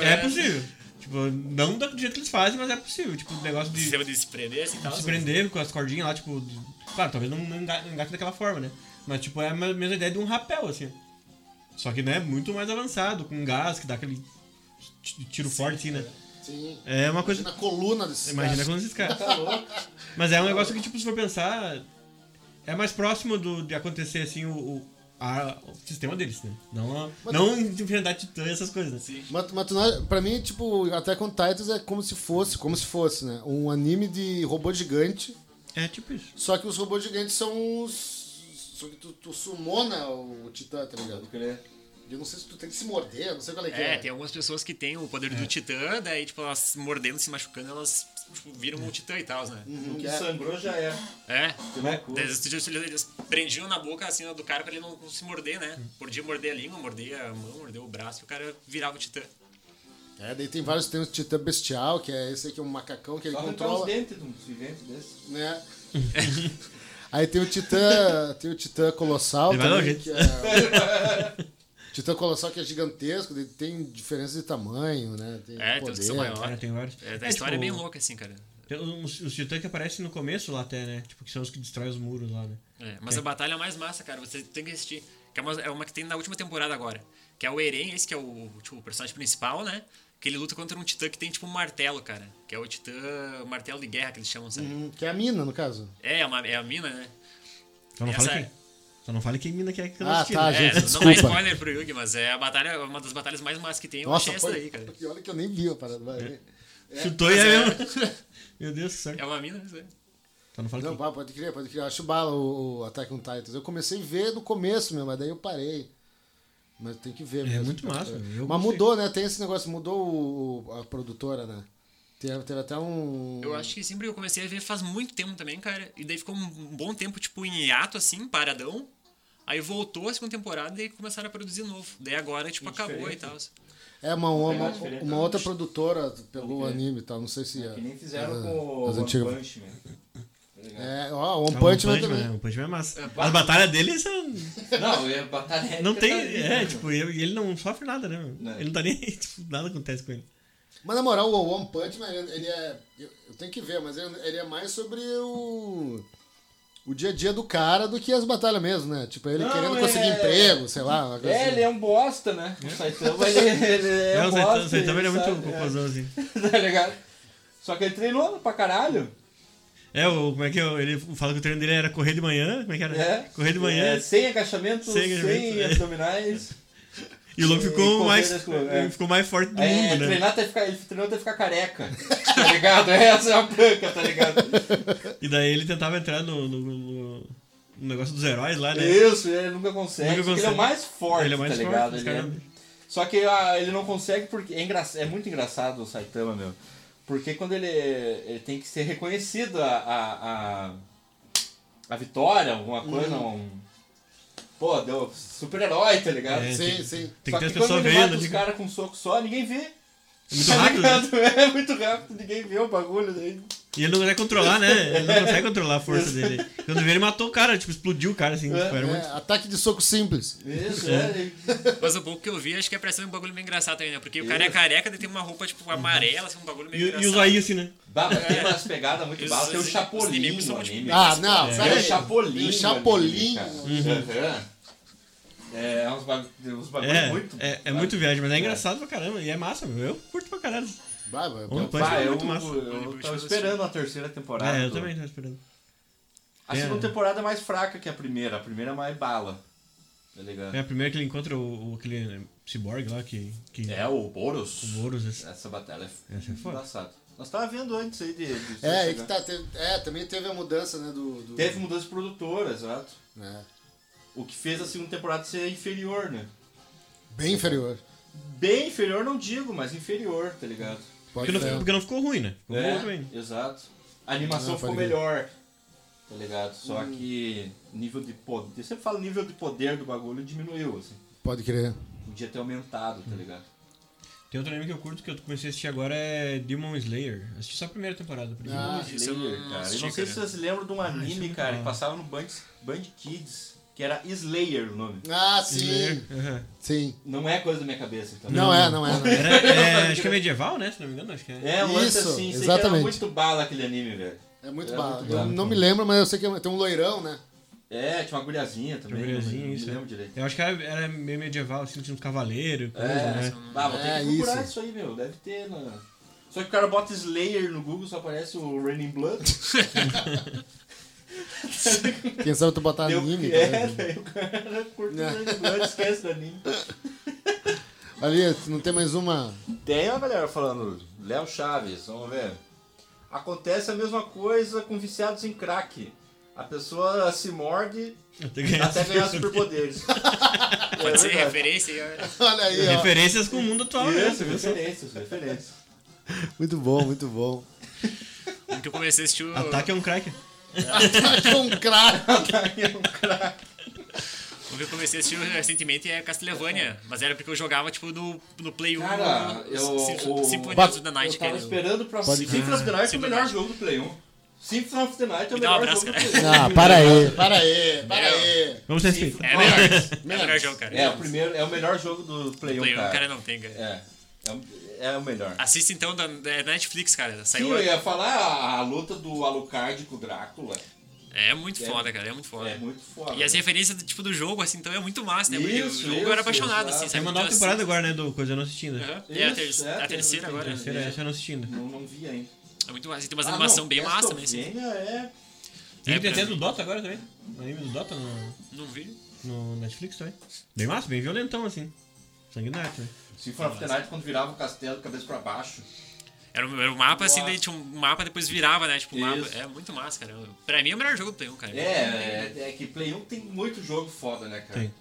S5: É possível. Tipo, não do jeito que eles fazem, mas é possível. Tipo, o negócio de...
S4: Sistema de se prender, assim, tal.
S5: Tipo, se prender com as cordinhas lá, tipo. de- Claro, talvez não enga- não engate daquela forma, né? Mas, tipo, é a me- mesma ideia de um rapel, assim. Só que, né, muito mais avançado, com gás, que dá aquele ti- tiro forte, assim, né?
S3: Sim.
S5: É uma coisa.
S3: Imagina É. a coluna desses
S5: Imagina
S3: caras.
S5: quando esses caras.
S4: Tá
S5: Mas é um negócio que, tipo, se for pensar, é mais próximo do, de acontecer, assim, o, o, a- o sistema deles, né? Não, a, não enfrentar titã e essas coisas, né? Sim.
S3: Mas, mas tu não- pra mim, tipo, até com Titans é como se fosse, como se fosse, né? Um anime de robô gigante,
S5: É tipo isso.
S3: só que os robôs gigantes são os. Só que tu, tu sumona o Titã, tá ligado?
S6: Pode crer.
S3: Eu não sei se tu tem que se morder, não sei qual é que é.
S4: É, tem algumas pessoas que têm o poder do titã, daí, tipo, elas se mordendo, se machucando, elas tipo, viram um titã e tal, né?
S6: O que
S3: É.
S6: sangrou já Hum, é.
S4: É.
S6: Que loucura.
S4: Daí, esses dias, eles prendiam na boca assim do cara pra ele não, não se morder, né? Podia morder a língua, morder a mão, morder o braço e o cara virava o titã.
S3: É, daí tem vários, tem o Titã Bestial, que é esse aqui, um macacão que ele
S6: Só arrancar os
S3: controla.
S6: dentes de um vivente desse.
S3: né? Aí tem o Titã, tem o Titã Colossal
S5: Ele vai dar um
S3: também,
S5: jeito.
S3: que é... Titã Colossal que é gigantesco, ele tem diferença de tamanho, né? Tem
S5: então,
S4: É, tem uns
S3: poder.
S4: que são maiores.
S5: Cara, tem vários.
S4: É, a história é
S5: tipo,
S4: bem louca, assim, cara.
S5: Tem os, os titãs que aparecem no começo lá até, né? Tipo, que são os que destroem os muros lá, né?
S4: É, mas a batalha é mais massa, cara. Você tem que assistir. Que é uma, é uma que tem na última temporada agora. Que é o Eren, esse que é o, tipo, o personagem principal, né? Que ele luta contra um titã que tem tipo um martelo, cara. Que é o titã. martelo de guerra que eles chamam, sabe?
S3: Hum, Que é a mina, no caso.
S4: É, é, uma, é a mina, né?
S5: Só não
S4: Essa
S5: fala
S4: é-
S5: quem. Só não fala quem mina que é que eu
S3: Ah,
S5: assisti,
S3: tá,
S5: né?
S4: É,
S3: gente,
S4: não dá
S3: desculpa.
S4: spoiler pro Yugi, mas é a batalha, uma das batalhas mais más que tem, eu achei essa
S3: foi-
S4: daí, cara.
S3: Porque olha que eu nem vi a parada. vai.
S5: Chutou e é mesmo. Meu Deus, certo.
S4: É uma mina, isso aí.
S5: Só não fala
S3: Não,
S5: quem.
S3: pá, pode crer, pode crer. Eu acho bala o, o Attack on Titans. Eu comecei a ver do começo mesmo, mas daí eu parei. Mas tem que ver mesmo.
S5: muito massa,
S3: É. Mas
S5: eu gostei.
S3: mudou, né? Tem esse negócio, mudou o- o- a produtora, né? Teve, teve até um.
S4: Eu acho que sempre eu comecei a ver faz muito tempo também, cara. E daí ficou um bom tempo, tipo, em hiato, assim, paradão. Aí voltou a segunda temporada e começaram a produzir novo. Daí agora, tipo, acabou e tal.
S3: É uma, uma, uma,
S6: diferente.
S3: uma outra produtora pegou o anime e tal. Não sei se é.
S6: Que nem fizeram com o
S3: as
S6: One
S3: antigas-
S6: Punch Man. Tá ligado?
S3: É, ó, One
S5: É,
S3: Punch Man
S5: Man,
S3: também.
S5: é, One Punch Man é massa. As batalhas dele são.
S6: Não, é batalha
S5: Não
S6: épica
S5: tem.
S6: da vida,
S5: É,
S6: né?
S5: tipo, e ele não sofre nada, né? meu?
S6: Não.
S5: Ele não tá nem. Tipo, nada acontece com ele.
S3: Mas na moral, o One Punch Man, ele ele é. Eu eu tenho que ver, mas ele ele é mais sobre o. O dia a dia do cara do que as batalhas mesmo, né? Tipo, ele
S6: Não,
S3: querendo conseguir
S6: é-
S3: emprego, sei lá. uma coisa
S6: É,
S3: assim.
S6: ele é um bosta, né? O Saitama, ele, ele é
S5: não,
S6: um
S5: o
S6: bosta.
S5: Saitama- o Saitama ele é muito
S6: sabe?
S5: confusão, assim.
S6: tá ligado? Só que ele treinou pra caralho.
S5: É, o, como é que é? o- Ele fala que o treino dele era correr de manhã, como é que era?
S6: É.
S5: Correr de
S6: É,
S5: manhã.
S6: sem agachamento,
S5: Sem
S6: sem,
S5: agachamento, é.
S6: abdominais.
S5: E o louco
S6: e
S5: ficou
S6: correr
S5: mais.
S6: das coisas, é.
S5: ele Ficou mais forte do
S6: É,
S5: mundo, né?
S6: treinar até ficar, ele treinou até ficar careca. Tá ligado? Essa é a panca, tá ligado?
S5: E daí ele tentava entrar no, no, no- no negócio dos heróis lá, né?
S6: Isso, ele nunca consegue.
S5: Nunca
S6: porque Ele é
S5: consegue.
S6: o mais forte,
S5: Ele é mais
S6: tá
S5: forte,
S6: ligado?
S5: os
S6: Ele é-
S5: caras-
S6: Só que ah, ele não consegue porque. É, engra... é muito engraçado o Saitama, meu. Porque quando ele, ele tem que ser reconhecido a, a, a, a vitória, alguma coisa,
S5: Uhum.
S6: um. Pô, deu super-herói, tá ligado?
S5: É,
S3: Sim, sim.
S5: Tem
S6: Só
S5: que ter as
S6: que quando
S5: pessoas
S6: ele mata
S5: vendo.
S6: os
S5: Tipo,
S6: caras com um soco só, ninguém vê.
S5: é muito
S6: Tá
S5: rápido. né?
S6: ligado? É muito rápido, ninguém vê o bagulho. Daí...
S5: E ele não consegue controlar, né? Ele não consegue controlar a força dele. Quando vê, ele matou o cara, tipo, explodiu o cara, assim. Tipo, era
S3: É,
S5: muito...
S3: Ataque de soco simples.
S6: Isso, é. ele-
S4: Mas o pouco que eu vi, acho que é pra ser um bagulho meio engraçado também, né? Porque o cara é careca, daí tem uma roupa, tipo, amarela, assim, um bagulho
S5: E,
S4: meio
S5: e os
S4: engraçado.
S5: aí, assim, né?
S6: Bah, mas tem umas pegadas muito
S4: Os-
S6: balas. Tem o
S4: os- os
S6: Chapolin
S4: inimigos
S6: no
S4: são, tipo,
S6: anime.
S3: Ah, não,
S6: Tem
S3: pera
S6: é o
S3: aí.
S6: Chapolin.
S3: O Chapolin.
S6: no anime, cara. Aham. É, uns bagulho, uns bagulho
S5: Uhum. É,
S6: muito.
S5: é, é muito viagem, mas é engraçado pra caramba. E é massa, meu. Eu curto pra caralho.
S3: Vai, vai,
S5: One Punch Man
S6: Bah,
S5: é
S6: eu,
S5: muito massa. assim.
S6: eu tava esperando a terceira temporada.
S5: É, eu
S6: do-
S5: também tava esperando.
S6: A segunda temporada é mais fraca que a primeira. A primeira é mais bala. Tá ligado?
S5: É a primeira que ele encontra o, o- aquele né, cyborg lá que. que
S6: É, o Boros.
S5: O Boros, esse.
S6: Essa batalha é
S5: Essa é foda.
S6: engraçada. Nós tava vendo antes aí de. de
S3: É, aí
S6: chegar.
S3: que tá. teve- é, também teve a mudança, né? Do. do-
S6: Teve mudança de produtora, exato.
S3: né,
S6: O que fez a segunda temporada ser inferior, né?
S3: Bem inferior.
S6: Bem inferior, não digo, mas inferior, tá ligado?
S3: Pode
S5: Porque não,
S3: ser.
S5: porque não ficou ruim, né? Ficou
S6: É.
S4: É.
S5: bom também.
S6: exato. A animação
S5: Ah,
S3: Não,
S6: ficou
S3: pode crer.
S6: melhor, tá ligado? Só
S4: Hum.
S6: que nível de poder. Eu sempre falo nível de poder do bagulho diminuiu, assim.
S3: Pode crer.
S6: Podia ter aumentado,
S5: Hum.
S6: tá ligado?
S5: Tem outro anime que eu curto que eu comecei a assistir agora é Demon Slayer. Assisti só a primeira temporada. a primeira.
S3: Ah,
S4: isso eu não
S6: Hum, Slayer, cara. Eu
S4: assisti,
S6: não sei
S4: cara.
S6: se vocês lembram de um
S5: isso é
S6: anime,
S5: muito
S6: cara,
S5: bom.
S6: que passava no Band, Band Kids, que era Slayer o nome.
S3: Ah, sim.
S5: Aham.
S3: Sim.
S6: Não é coisa da minha cabeça, então.
S3: Não é, não é. Não é.
S5: Era, é, acho que é medieval, né? Se não me engano, acho que é.
S6: É, um lance
S3: Isso,
S6: assim, sei que
S3: exatamente.
S6: era muito bala aquele anime, velho.
S3: É muito
S6: É
S3: bala.
S6: muito
S3: Eu
S6: bala.
S3: não me lembro, mas eu sei que é- tem um loirão, né?
S6: É, tinha uma agulhazinha também.
S5: Tinha uma agulhazinha,
S6: não me-
S5: isso, é.
S6: Não me lembro direito.
S5: Eu acho que era, era meio medieval, assim, tinha uns cavaleiros, coisa,
S6: É,
S5: né?
S6: ah, vou
S3: É,
S6: ter que procurar
S3: isso.
S6: isso. aí, meu. Deve ter na. Só que o cara bota Slayer no Google, só aparece o Raining Blood.
S3: Quem sabe tu botar
S6: Deu-
S3: anime. né?
S6: é,
S3: cara.
S6: daí o cara curte
S3: É.
S6: o Raining Blood, esquece do anime.
S3: Ali, não tem mais uma.
S6: Tem uma galera falando, Léo Chaves, vamos ver. Acontece a mesma coisa com viciados em crack. A pessoa se morde
S5: Até ganhar
S6: até
S5: essas
S6: ganhar
S5: coisas.
S6: superpoderes. É
S4: Pode
S6: verdade.
S4: ser é referência aí, ó.
S3: Olha aí, ó.
S5: Referências com o mundo atual, né?
S6: Isso, referências, referências.
S3: Muito bom, muito bom.
S4: Um que eu comecei a assistir o.
S5: Ataque é um crack.
S3: um craque.
S4: O que eu comecei a assistir recentemente é Castlevania, mas era porque eu jogava, tipo, no, no Play 1.
S6: Cara,
S4: no
S6: eu-
S4: Sym-
S6: o-
S4: Symphony
S3: Bat-
S4: of the
S6: Eu
S4: Night, que
S6: tava
S4: era o-
S6: esperando pra
S3: Pode-
S6: Symphony of the Night é o
S4: Symphony
S6: melhor
S4: of the
S6: jogo do Play 1. Symphony of the Night é o
S4: Me dá um
S6: melhor
S4: abraço,
S6: jogo do
S4: cara.
S6: Play 1.
S3: Ah, para aí. Para aí, para
S4: Meu.
S3: aí.
S5: Vamos ter respeito.
S4: É melhor. É o melhor jogo, cara.
S6: É, o primeiro, é o melhor jogo do Play 1,
S4: Play 1,
S6: cara.
S4: cara, não tem, cara.
S6: É, é, o- é o melhor.
S4: Assista então da, da Netflix, cara.
S6: Sim,
S4: Saiu.
S6: eu ia falar a, a luta do Alucard com o Drácula.
S4: É muito
S6: É.
S4: foda, cara. É muito foda.
S6: É muito foda.
S4: E as
S6: né?
S4: referências do tipo do jogo, assim, então é muito massa, né? Porque
S6: Isso,
S4: o jogo
S6: isso,
S4: eu era apaixonado,
S6: exato.
S4: assim,
S5: Tem
S4: sabe?
S5: uma nova
S4: Então,
S5: temporada agora, né, do Coisa Eu Não Assistindo.
S4: assim,
S5: A
S4: aham. É a,
S6: Isso,
S4: ter-
S6: é,
S4: a
S6: tem-
S4: terceira
S6: tem
S4: agora.
S6: terceira.
S5: terceira, essa eu não assistindo.
S6: Não, não vi ainda.
S4: É muito massa. E tem umas
S6: Ah, não,
S4: animação bem massa também, assim.
S6: Castlevania é
S5: Tem
S4: É,
S5: tem
S4: pra
S5: até
S4: mim.
S5: do Dota agora também. O anime do Dota no,
S4: Não vi.
S5: no Netflix também. Bem massa, bem violentão, assim. Sanguinário, né?
S6: Symphony of the Night quando virava o castelo de cabeça pra baixo.
S4: Era um, era um mapa, assim,
S6: Nossa.
S4: daí tinha um mapa, depois virava, né? Tipo, um mapa.
S6: Isso.
S4: É muito massa, cara. Pra mim é o melhor jogo do Play 1, cara.
S6: É, é, é que Play 1 tem muito jogo foda, né, cara?
S5: Tem.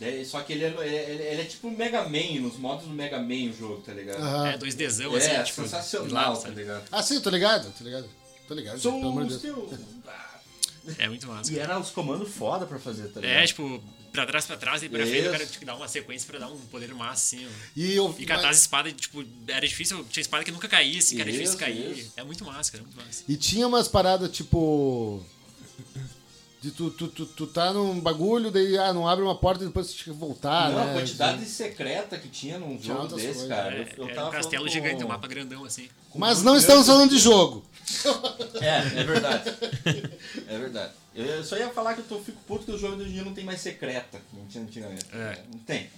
S6: É, só que ele é, ele, ele é tipo um Mega Man, nos modos do Mega Man o jogo, tá ligado?
S3: Aham.
S4: É, 2Dzão, assim,
S6: É,
S4: tipo. de
S6: sensacional,
S4: lado,
S6: tá
S4: sabe?
S6: ligado?
S3: Ah, sim, tô ligado, tô ligado. Tô ligado, gente, pelo
S6: Sou um
S3: amor de
S6: os
S3: Deus.
S6: teus.
S4: É muito massa.
S6: E
S4: cara.
S6: era os comandos foda pra fazer, tá ligado?
S4: É, tipo, pra trás, pra trás, e pra frente,
S6: Isso.
S4: o cara tinha que dar uma sequência pra dar um poder massa, assim. ó.
S3: E, eu,
S4: E catar as espadas, tipo, era difícil, tinha espada que nunca caía, assim, cara, era
S6: Isso,
S4: difícil cair.
S6: isso.
S4: É muito massa, cara, é muito massa.
S3: e tinha umas paradas tipo. De tu, tu, tu, tu tá num bagulho, daí ah, não abre uma porta e depois tu tinha que voltar.
S6: Não,
S3: né?
S6: a quantidade secreta que tinha num
S3: Tinha
S6: jogo
S3: outras
S6: desse,
S3: coisas.
S6: cara.
S4: É,
S6: eu, eu
S4: era
S6: tava
S4: um castelo
S6: falando
S4: gigante,
S6: com-
S4: um mapa grandão, assim.
S3: Mas não estamos falando de jogo.
S6: É, é verdade. é verdade. Eu- Eu só ia falar que eu tô, fico puto que o jogo do dia não tem mais secreta. Não tinha antigamente.
S4: É.
S6: Não tem.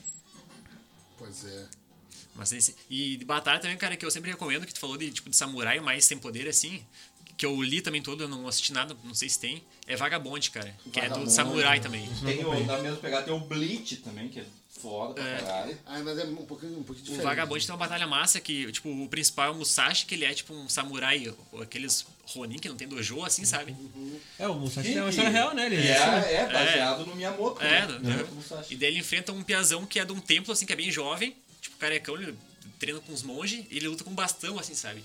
S3: Pois é.
S4: Mas, tem esse- e de batalha também, cara, que eu sempre recomendo, que tu falou de, tipo, de samurai mais sem poder, assim, que eu li também todo, eu não assisti nada, não sei se tem, é Vagabond, cara, que é do
S6: Vagabond,
S4: samurai
S6: né?
S4: também.
S6: Tem o, na mesma pegada tem o Bleach também, que é foda pra
S4: É.
S6: caralho.
S3: Ah, mas é um pouquinho, um pouquinho
S4: O
S3: diferente.
S4: Vagabond tem uma batalha massa que, tipo, o principal é o Musashi, que ele é tipo um samurai, ou aqueles Ronin que não tem dojo, assim, sabe?
S5: É, o Musashi é uma história real, né? Ele
S6: E
S5: existe, né?
S6: é, é baseado no Miyamoto.
S4: É,
S6: né?
S4: né?
S6: Como você acha?
S4: E daí ele enfrenta um piazão que é de um templo, assim, que é bem jovem, tipo, carecão, ele treina com os monges, e ele luta com um bastão, assim, sabe?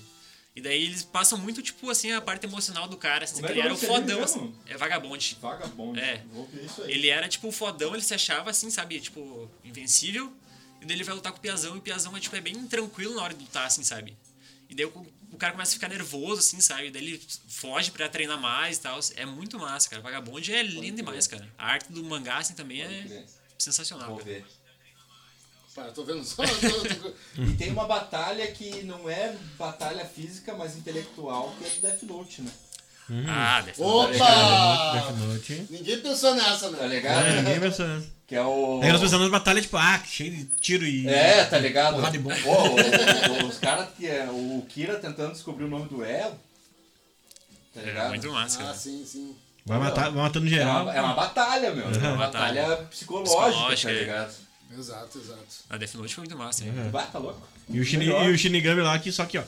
S4: E daí eles passam muito, tipo, assim, a parte emocional do cara, assim,
S6: Como é
S4: que
S6: que
S4: ele
S6: é
S4: era o
S6: o nome
S4: fodão,
S6: dele
S4: assim,
S6: mesmo?
S4: é vagabonde.
S6: Vagabundo.
S4: É.
S6: Vou ver isso aí.
S4: Ele era, tipo, o fodão, ele se achava, assim, sabe, tipo, invencível, e daí ele vai lutar com o piazão, e o piazão é, tipo, é bem tranquilo na hora de lutar, assim, sabe? E daí o, o cara começa a ficar nervoso, assim, sabe? Daí ele foge pra treinar mais e tal. É muito massa, cara. Vagabonde é lindo demais, cara. A arte do mangá, assim, também é
S6: crer.
S4: sensacional.
S6: Vou
S4: cara.
S6: ver.
S3: Pá, tô vendo só. tô- tô-
S6: E tem uma batalha que não é batalha física, mas intelectual, que é Death Note, né?
S4: Ah, deve ter
S3: Opa!
S5: Death Note.
S3: Ninguém pensou nessa,
S6: Tá
S3: né?
S6: ligado?
S5: É, ninguém pensou nessa.
S6: Que é o.
S5: Aí nós pensamos nas batalhas, tipo, ah, cheio de tiro e.
S6: É, tá ligado?
S5: Porrada e bomba.
S6: Pô, o- o- os caras que é o Kira tentando descobrir o nome do Elo. Tá
S4: É
S6: ligado?
S4: muito massa,
S3: Ah,
S4: cara.
S3: sim, sim.
S5: Vai, matar, vai matando
S6: É
S5: geral.
S6: uma, é uma batalha, meu. É uma
S4: batalha.
S6: batalha, psicológica,
S4: Psicológica,
S6: tá
S4: é.
S6: ligado?
S3: Exato, exato.
S4: A Death Note foi muito massa, né?
S6: Bah, tá louco?
S5: E o, Shini-
S6: Melhor.
S5: e o Shinigami lá, que só que, ó,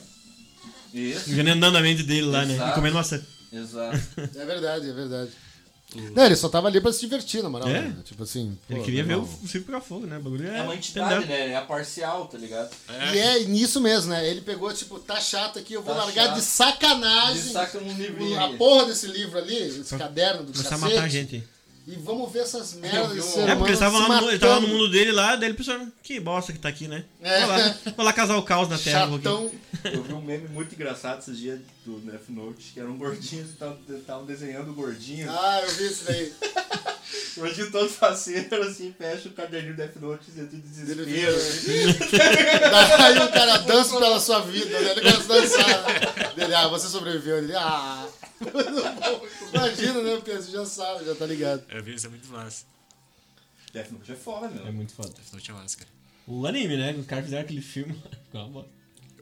S6: Isso,
S5: envenenando a mente dele lá, né? E
S6: Exato.
S5: comendo maçã.
S6: exato.
S3: É verdade, é verdade. Não, ele só tava ali pra se divertir, na moral.
S5: É?
S3: né? Tipo assim.
S5: Ele
S3: pô,
S5: queria ver
S3: normal.
S5: o circo pegar fogo, né? O bagulho é.
S6: É uma entidade,
S5: stand-up.
S6: né? É a parcial, tá ligado?
S3: E é nisso mesmo, né? Ele pegou, tipo, tá chato aqui, eu vou
S6: Tá
S3: largar
S6: chato.
S3: de sacanagem.
S6: Ele saca um livrinho.
S3: A
S6: ali.
S3: porra desse livro ali, esse caderno do
S5: Começar a
S3: cacete.
S5: matar a gente.
S3: E vamos ver essas
S6: Eu
S3: merdas
S6: vi
S3: de
S6: um-
S3: ser
S5: É, porque
S3: humano
S5: ele tava,
S3: se
S5: lá no, ele tava lá no
S3: matando.
S5: mundo dele lá, daí ele pensou, que bosta que tá aqui, né?
S3: É.
S5: Vou, lá, vou lá casar o caos na terra um pouquinho.
S3: Chatão.
S6: Eu vi um meme muito engraçado esses dias do Death Note, que eram gordinhos que estavam desenhando o gordinho.
S3: Ah, eu vi isso daí.
S6: O gordinho todo faceiro, assim, fecha o caderninho do Death Note e de desespero. assim.
S3: Daí o cara dança pela sua vida, né? Ele começa a dançar. Dele, ah, você sobreviveu. Ele, ah. Imagina, né? Porque você já sabe, já tá ligado.
S4: Eu vi isso, é muito massa.
S6: Death Note é foda, meu.
S5: É muito foda.
S4: Death Note é massa, cara.
S5: O anime, né? Os caras fizeram aquele filme. Ficou uma bosta.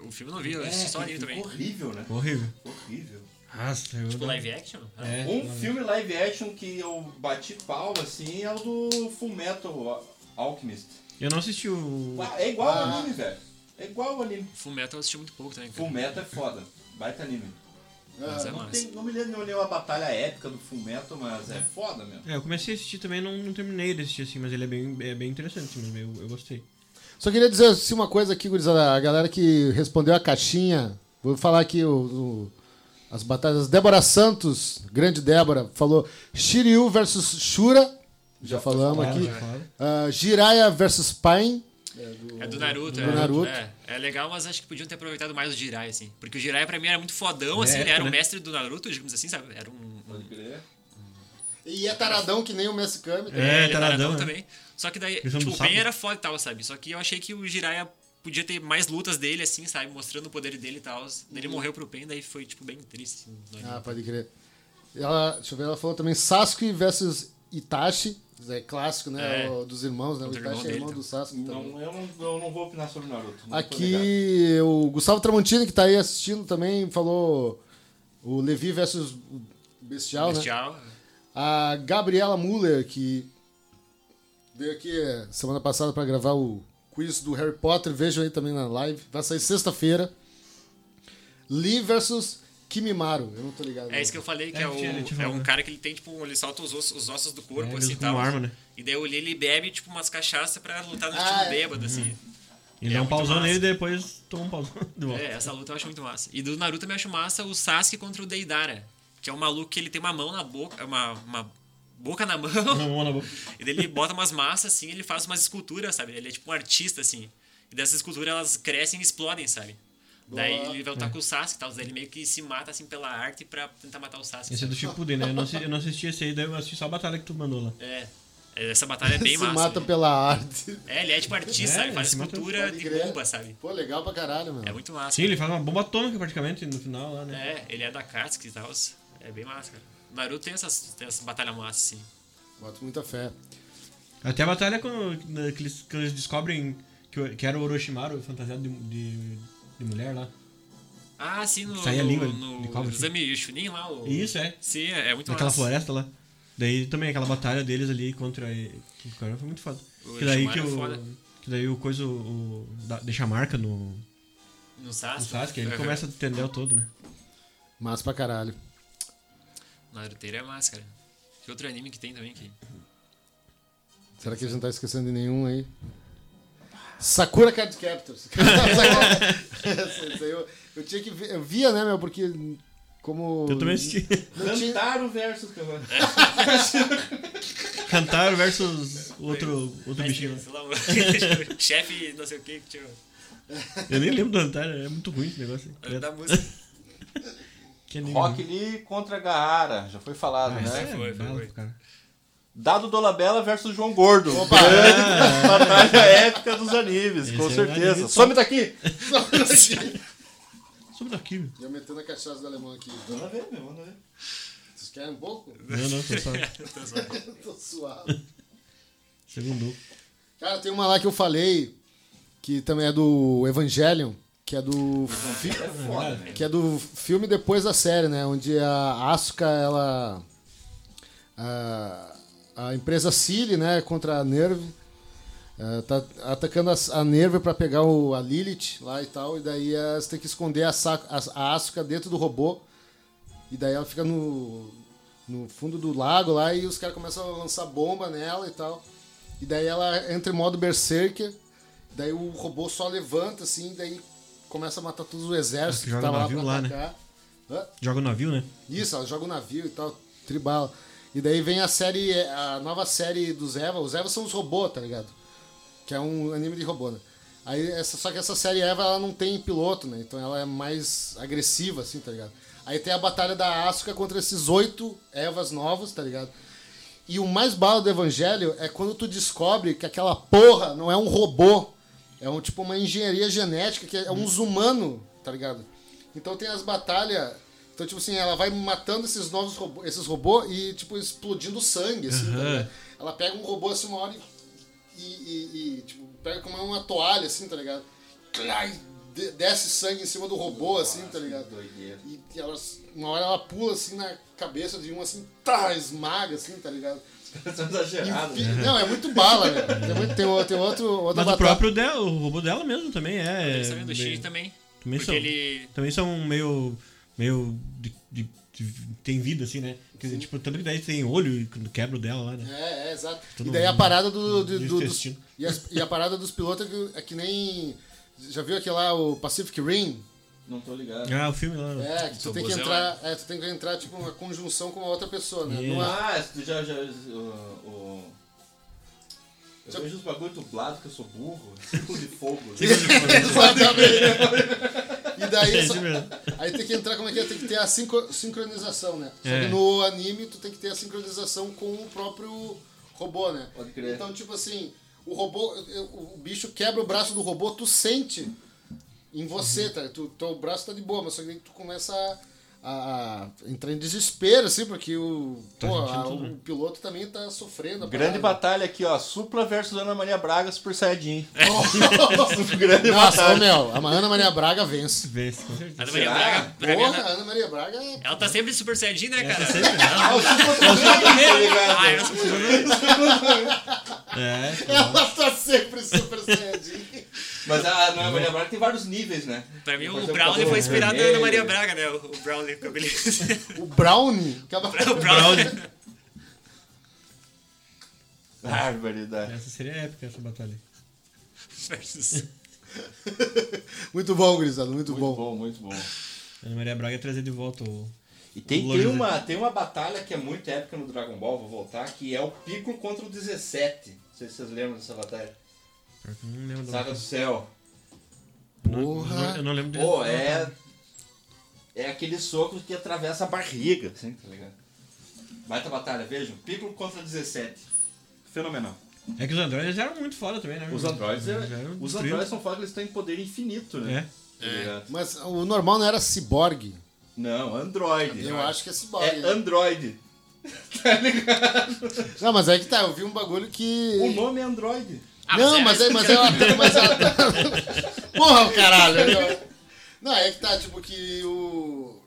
S4: O filme eu não
S6: É,
S4: vi, eu assisti É, só anime também.
S6: horrível, né?
S5: Horrível.
S6: Horrível.
S5: Nossa, eu...
S4: Tipo, live action? Ah,
S5: É.
S6: Um filme live action que eu bati pau, assim, é o do Full Metal Alchemist.
S5: Eu não assisti o.
S6: Uau, É igual
S3: Ah.
S6: ao anime, velho. É igual ao anime.
S4: Full Metal eu assisti muito pouco também, cara.
S6: Full Metal é foda. Baita anime.
S4: Mas é
S6: Não,
S4: massa.
S6: tem, não me lembro não lembro a batalha épica do Full Metal, mas é foda mesmo.
S5: É, eu comecei a assistir também, não, não terminei de assistir assim, mas ele é bem, é bem interessante mesmo, eu, eu gostei.
S3: Só queria dizer assim, uma coisa aqui, gurizada. A galera que respondeu a caixinha, vou falar aqui o- o- as batalhas. Débora Santos, grande Débora, falou Shiryu versus Shura. Já, falamos aqui. Ah, Jiraiya versus Pain.
S4: É do Naruto,
S3: Do
S4: é.
S3: Naruto.
S4: É, é legal, mas acho que podiam ter aproveitado mais o Jiraiya, assim. Porque o Jiraiya pra mim era muito fodão, assim, ele
S5: época,
S4: era o
S5: né?
S4: mestre do Naruto, digamos assim, sabe? Era um.
S6: Pode
S4: um
S6: crer.
S3: E é taradão que nem o Messi Kami. tá
S5: É,
S4: ele era
S5: taradão,
S4: taradão
S5: né?
S4: também. Só que daí,
S5: Visão
S4: tipo,
S5: do
S4: o Ben
S5: sapo.
S4: era foda e tal, sabe? Só que eu achei que o Jiraiya podia ter mais lutas dele, assim,
S5: Uhum.
S4: sabe? Mostrando o poder dele e tal. Daí ele morreu pro Ben, daí foi, tipo, bem triste. Assim, no anime.
S3: Ah, pode crer. Ela, deixa eu ver, ela falou também Sasuke versus Itachi. É clássico, né?
S4: É.
S3: o- dos irmãos, né? O
S4: Outro irmão
S3: Itachi é
S4: dele,
S3: irmão
S4: então.
S3: do Sasuke. Então.
S6: Não, eu, não, eu não vou opinar sobre Naruto. não tô ligado.
S3: Aqui, o Gustavo Tramontini, que tá aí assistindo também, falou o Levi versus o Bestial, né?
S4: Bestial.
S5: Tá
S3: A Gabriela Muller, que veio aqui eh, semana passada pra gravar o quiz do Harry Potter, vejam aí também na live. Vai sair sexta-feira. Lee versus Kimimaro. Eu não tô ligado. né?
S4: É isso que eu falei, que
S5: É,
S4: é,
S5: tinha-
S4: o-
S5: tinha
S4: é
S5: falado.
S4: um cara que ele tem, tipo, ele solta os ossos, os ossos do corpo,
S5: É,
S4: assim,
S5: mesmo com
S4: tal.
S5: uma arma, né?
S4: E daí eu li, ele bebe, tipo, umas cachaças pra lutar no
S3: Ah,
S4: estilo
S3: é.
S4: bêbado, assim.
S5: E
S4: É
S5: dá um
S4: muito
S5: pausão
S4: massa.
S5: nele e depois toma um pausão de volta.
S4: É, essa luta eu acho muito massa. E do Naruto eu me acho massa o Sasuke contra o Deidara, que é um maluco que ele tem uma mão na boca, é uma, uma boca na mão,
S5: Na mão, um na boca.
S4: e daí ele bota umas massas, assim, ele faz umas esculturas, sabe? Ele é tipo um artista, assim. E dessas esculturas elas crescem e explodem, sabe? Daí ele
S3: É.
S4: vai lutar com o Sasuke e tal, daí ele meio que se mata, assim, pela arte pra tentar matar o Sasuke.
S5: Esse é do Shippuden, né? Eu não, assisti, eu não assisti esse aí, daí eu assisti só a batalha que tu mandou lá.
S4: É. Essa batalha é bem
S3: Se
S4: massa.
S3: mata
S4: né?
S3: pela arte.
S4: É, ele é tipo artista,
S5: É,
S4: sabe? Faz
S5: se mata-
S4: escultura
S3: pode
S4: de
S3: crer.
S4: bomba, sabe?
S3: Pô, legal pra caralho, meu.
S4: É muito massa.
S5: Sim, ele faz uma bomba atômica praticamente no final lá, né?
S4: É, ele é da Katsuki e tal. É bem massa, cara. O Naruto tem essas, tem essas batalhas massas, assim.
S3: Boto muita fé.
S4: É.
S5: Até a batalha com- na- que, eles, que eles descobrem que, o- que era o Orochimaru fantasiado de, de, de mulher lá.
S4: Ah, sim, no,
S5: Sai a
S4: no,
S5: língua
S4: no
S5: de cobra, assim.
S4: exame Chunin lá. O...
S5: Isso, é.
S4: Sim, é, é muito
S5: Naquela
S4: massa.
S5: floresta lá. Daí também aquela batalha deles ali contra. que o cara foi muito foda.
S4: O
S5: Que daí que
S4: Orochimaru é foda.
S5: o. Que daí o coisa. O, da- deixa a marca no, no
S4: No Sasuke.
S5: Sasuke, aí ele
S4: Aham.
S5: começa a entender o todo, né?
S3: Massa pra caralho.
S4: Naruteiro é massa, cara. Que outro anime que tem também aqui?
S3: Será que a gente não tá esquecendo de nenhum aí? Sakura Card Captors. Essa- essa aí eu, eu tinha que ver, eu via, né, meu, porque como
S5: Eu também assisti.
S3: não tinha-
S6: Cantaro versus Cavaleiro.
S5: Cantar versus outro, outro bichinho lá.
S4: Sei lá, o- Chefe, não sei o que, tipo,
S5: Eu nem lembro do Antar, é muito ruim esse negócio. É,
S4: da música.
S5: que anime.
S6: Rock Lee contra Gaara, já foi falado,
S5: Ah, isso
S6: né?
S5: é
S4: Foi, foi,
S5: bala
S4: foi.
S5: pro cara.
S6: Dado Dolabella versus João Gordo. Grande batalha épica dos animes,
S5: Esse
S6: com
S5: é
S6: certeza.
S5: anime
S3: Tá
S6: Some daqui!
S5: Sobre daqui, meu.
S3: Eu metendo a cachaça do alemão aqui.
S6: Manda ver, meu, manda ver.
S3: Vocês querem um pouco?
S5: Não, não, tô só.
S3: Tô suave.
S5: Segundo.
S3: Cara, tem uma lá que eu falei, que também é do Evangelion, que é do fi-
S6: É foda, velho.
S3: que é do filme depois da série, né? Onde a Asuka, ela. A, a empresa Cile, né? Contra a Nerve. eh, tá atacando a, a Nerve pra pegar o, a Lilith lá e tal. E daí eh, você tem que esconder a, Sa- a, a Asuka dentro do robô. E daí ela fica no, no fundo do lago lá e os caras começam a lançar bomba nela e tal. E daí ela entra em modo berserker. Daí o robô só levanta assim, daí começa a matar todo o exército que
S5: Joga
S3: tá
S5: o
S3: lá
S5: navio
S3: pra
S5: lá, né?
S3: atacar. Hã?
S5: Joga o navio, né?
S3: Isso, ela joga o navio e tal, tribal. E daí vem a série, a nova série dos Eva. Os Eva são os robôs, tá ligado? Que é um anime de robô, né? Aí, essa, só que essa série Eva, ela não tem piloto, né? Então ela é mais agressiva, assim, tá ligado? Aí tem a batalha da Asuka contra esses oito Evas novos, tá ligado? E o mais bala do Evangelho é quando tu descobre que aquela porra não é um robô. É um tipo uma engenharia genética, que é uns humanos, tá ligado? Então tem as batalhas. Então, tipo assim, ela vai matando esses novos robô, esses robôs e, tipo, explodindo sangue, assim, tá
S5: Aham.
S3: ligado? Ela pega um robô assim uma hora e e, e- e, tipo, pega como uma toalha, assim, tá ligado? Clá, e de- desce sangue em cima do robô, assim, tá ligado?
S6: doideira.
S3: E, e ela, uma hora ela pula, assim, na cabeça de um, assim, tá, esmaga, assim, tá ligado?
S6: Tá exagerado,
S3: Enfim,
S6: né?
S3: Não, é muito bala, né? Tem, muito, tem, o- tem outro, outra
S5: Uhum. Mas o
S3: batalha.
S5: próprio dela, o robô dela mesmo também é.
S4: Eles sabem do Shinji
S5: meio-
S4: também.
S5: também
S4: porque
S5: são.
S4: ele...
S5: Também são meio. meio. De, de- de- tem vida, assim, né? Quer dizer, tipo, tanto que daí tem olho e quando quebra o dela lá, né?
S3: É, é, exato.
S5: Todo
S3: e daí a
S5: mundo-
S3: parada do, de-
S5: do
S3: do- dos,
S5: intestino.
S3: e, as- e a parada dos pilotos é que, é que nem... Já viu aquele lá, o Pacific Rim?
S6: Não tô ligado.
S5: Ah, o filme lá.
S3: É, que tu tem que
S4: Robôzão,
S3: entrar, é, tu tem que entrar, tipo, uma conjunção com uma outra pessoa, né?
S5: Yeah.
S3: Numa-
S6: Ah, tu já, já, o- o- Eu vejo os bagulho dublado que eu sou burro. Círculo de fogo. né?
S3: Exatamente. E
S5: É
S3: daí,
S5: isso
S3: só-
S5: mesmo.
S3: aí tem que entrar, como é que é? Tem que ter a sinco- sincronização, né? Só
S5: É.
S3: que no anime tu tem que ter a sincronização com o próprio robô, né?
S6: Pode crer.
S3: Então, tipo assim, o robô, o bicho quebra o braço do robô,
S5: Uhum.
S3: tu sente em você, tá? Tu, teu braço tá de boa, mas só que daí tu começa a, a- a- entrei em desespero, assim, porque o, pô,
S5: Tá sentindo
S3: a-
S5: tudo,
S3: o piloto também tá sofrendo. a
S6: Grande
S3: parada.
S6: batalha aqui, ó. Supla versus Ana Maria Braga Super Saiyajin. Grande
S3: Nossa, ô,
S6: batalha.
S3: meu, a Ana Maria Braga vence.
S5: Vence, com certeza.
S4: A Ana Maria
S6: Será?
S5: É
S4: Braga, Braga,
S3: Porra,
S4: ela-
S3: a Ana Maria Braga é
S4: ela tá sempre super saiyajin, né, cara?
S6: Ah, o Supla também, tá ligado?
S4: Ah, eu sou super-
S5: É,
S3: Ela tá sempre super saiyajin.
S6: Mas ah, a Ana Maria Braga tem vários níveis, né?
S4: pra mim, o
S6: Fazer um
S4: Brownlee
S6: cabelo
S4: foi inspirado na
S6: vermelho.
S4: Ana Maria Braga, né? O o Brownlee, com a beleza.
S3: O Brownie. Acaba...
S4: O Brownlee.
S6: Barbaridade.
S5: essa seria épica, essa batalha.
S4: versus-
S3: Muito bom, Grisado, muito,
S6: Muito
S3: bom.
S6: bom, muito bom.
S5: Ana Maria Braga ia trazer de volta o.
S6: E tem,
S5: Lógico,
S6: tem,
S5: né?
S6: uma, tem uma batalha que é muito épica no Dragon Ball, vou voltar, que é o Piccolo contra o 17. Não sei se vocês lembram dessa batalha.
S5: Pior que eu não lembro da
S6: Saga
S5: batalha.
S6: do Céu.
S3: Porra.
S5: Eu não lembro de.
S6: Pô, é. É aquele soco que atravessa a barriga, assim, tá ligado? Baita batalha, vejam. Piccolo contra 17. Fenomenal.
S5: É que os androides eram muito foda também, né?
S6: Os androides, é-
S5: eram um
S6: os
S5: trio.
S6: androides são foda que eles têm poder infinito, né?
S5: É.
S6: Tá ligado?
S3: Mas o normal não era ciborgue.
S6: Não, androide.
S3: Eu acho que é ciborgue.
S6: É
S3: né?
S6: androide. tá ligado?
S3: Não, mas é que tá, eu vi um bagulho que.
S6: O nome é androide.
S4: Ah,
S3: não,
S4: é-
S3: mas é, mas é uma. Mas é- Porra, o caralho. eu- Não, é que tá, tipo, que o.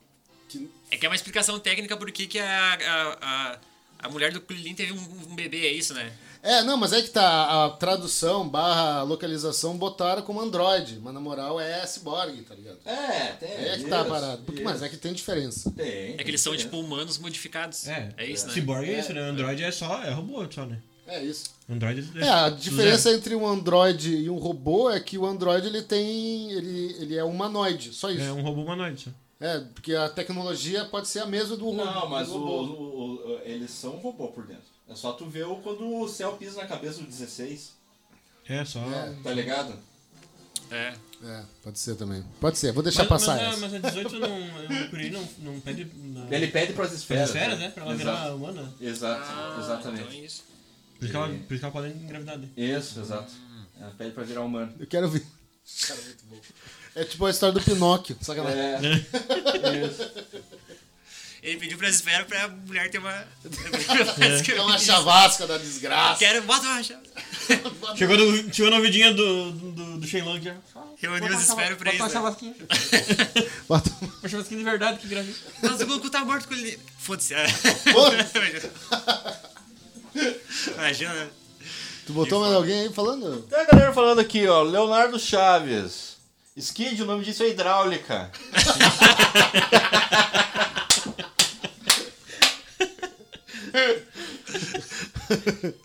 S3: que-
S4: É que é uma explicação técnica por que que a, a, a, a mulher do Kulin teve um, um bebê, é isso, né?
S3: É, não, mas é que tá, a tradução barra localização botaram como Android, mas na moral é ciborgue, tá ligado?
S6: É, tem.
S3: É que tá
S6: isso,
S3: parado. Porque, mas é que tem diferença.
S6: Tem.
S4: É que eles são, tipo, humanos modificados. É,
S5: É,
S4: isso, né?
S5: Cyborg é isso, né? Android é só. É robô só, né?
S3: É isso.
S5: Android
S3: É, a diferença entre um Android e um robô é que o Android ele tem. ele, ele é humanoide, só
S5: É
S3: isso.
S5: um robô humanoide só.
S3: É, porque a tecnologia pode ser a mesma do robô.
S6: Não, mas
S3: do
S6: o,
S3: tipo, um robô.
S6: o- o- eles são um robô por dentro. É só tu ver o- quando o céu pisa na cabeça do 16,
S5: É só.
S3: É.
S6: tá ligado?
S4: É.
S3: É, pode ser também. Pode ser, vou deixar passar
S5: mas,
S3: essa.
S5: a- mas a 18 não. é, O Curie não, não pede. Na...
S6: Ele pede pras esferas.
S5: esferas, né? Pra ela
S6: Exato.
S5: virar humana.
S6: Exato,
S4: Ah, Então é
S6: exatamente.
S4: isso.
S5: Por isso que ela, por isso que ela pode engravidar dele.
S6: Isso, exato.
S3: Hum.
S6: Ela pede pra virar humano.
S3: Eu quero ver. Cara, muito bom. É tipo a história do Pinóquio, sacanagem.
S6: É,
S4: Ele pediu pra esfera pra mulher ter uma...
S3: É uma chavasca da desgraça.
S4: Quero... Bota uma chave.
S5: Chegou, no, chegou na vidinha do, do, do Shenlong já.
S4: Reuniu as esferas pra isso, né?
S5: chavasquinha.
S6: É.
S3: Bota-
S5: Uma chavasquinha de verdade que gravei.
S4: Mas o Goku tá morto com ele. Foda-se. é. Imagina, né?
S3: Tu botou
S6: né?
S3: mais alguém aí falando?
S6: Tem a galera falando aqui, ó. Leonardo Chaves. Skid, o nome disso é hidráulica.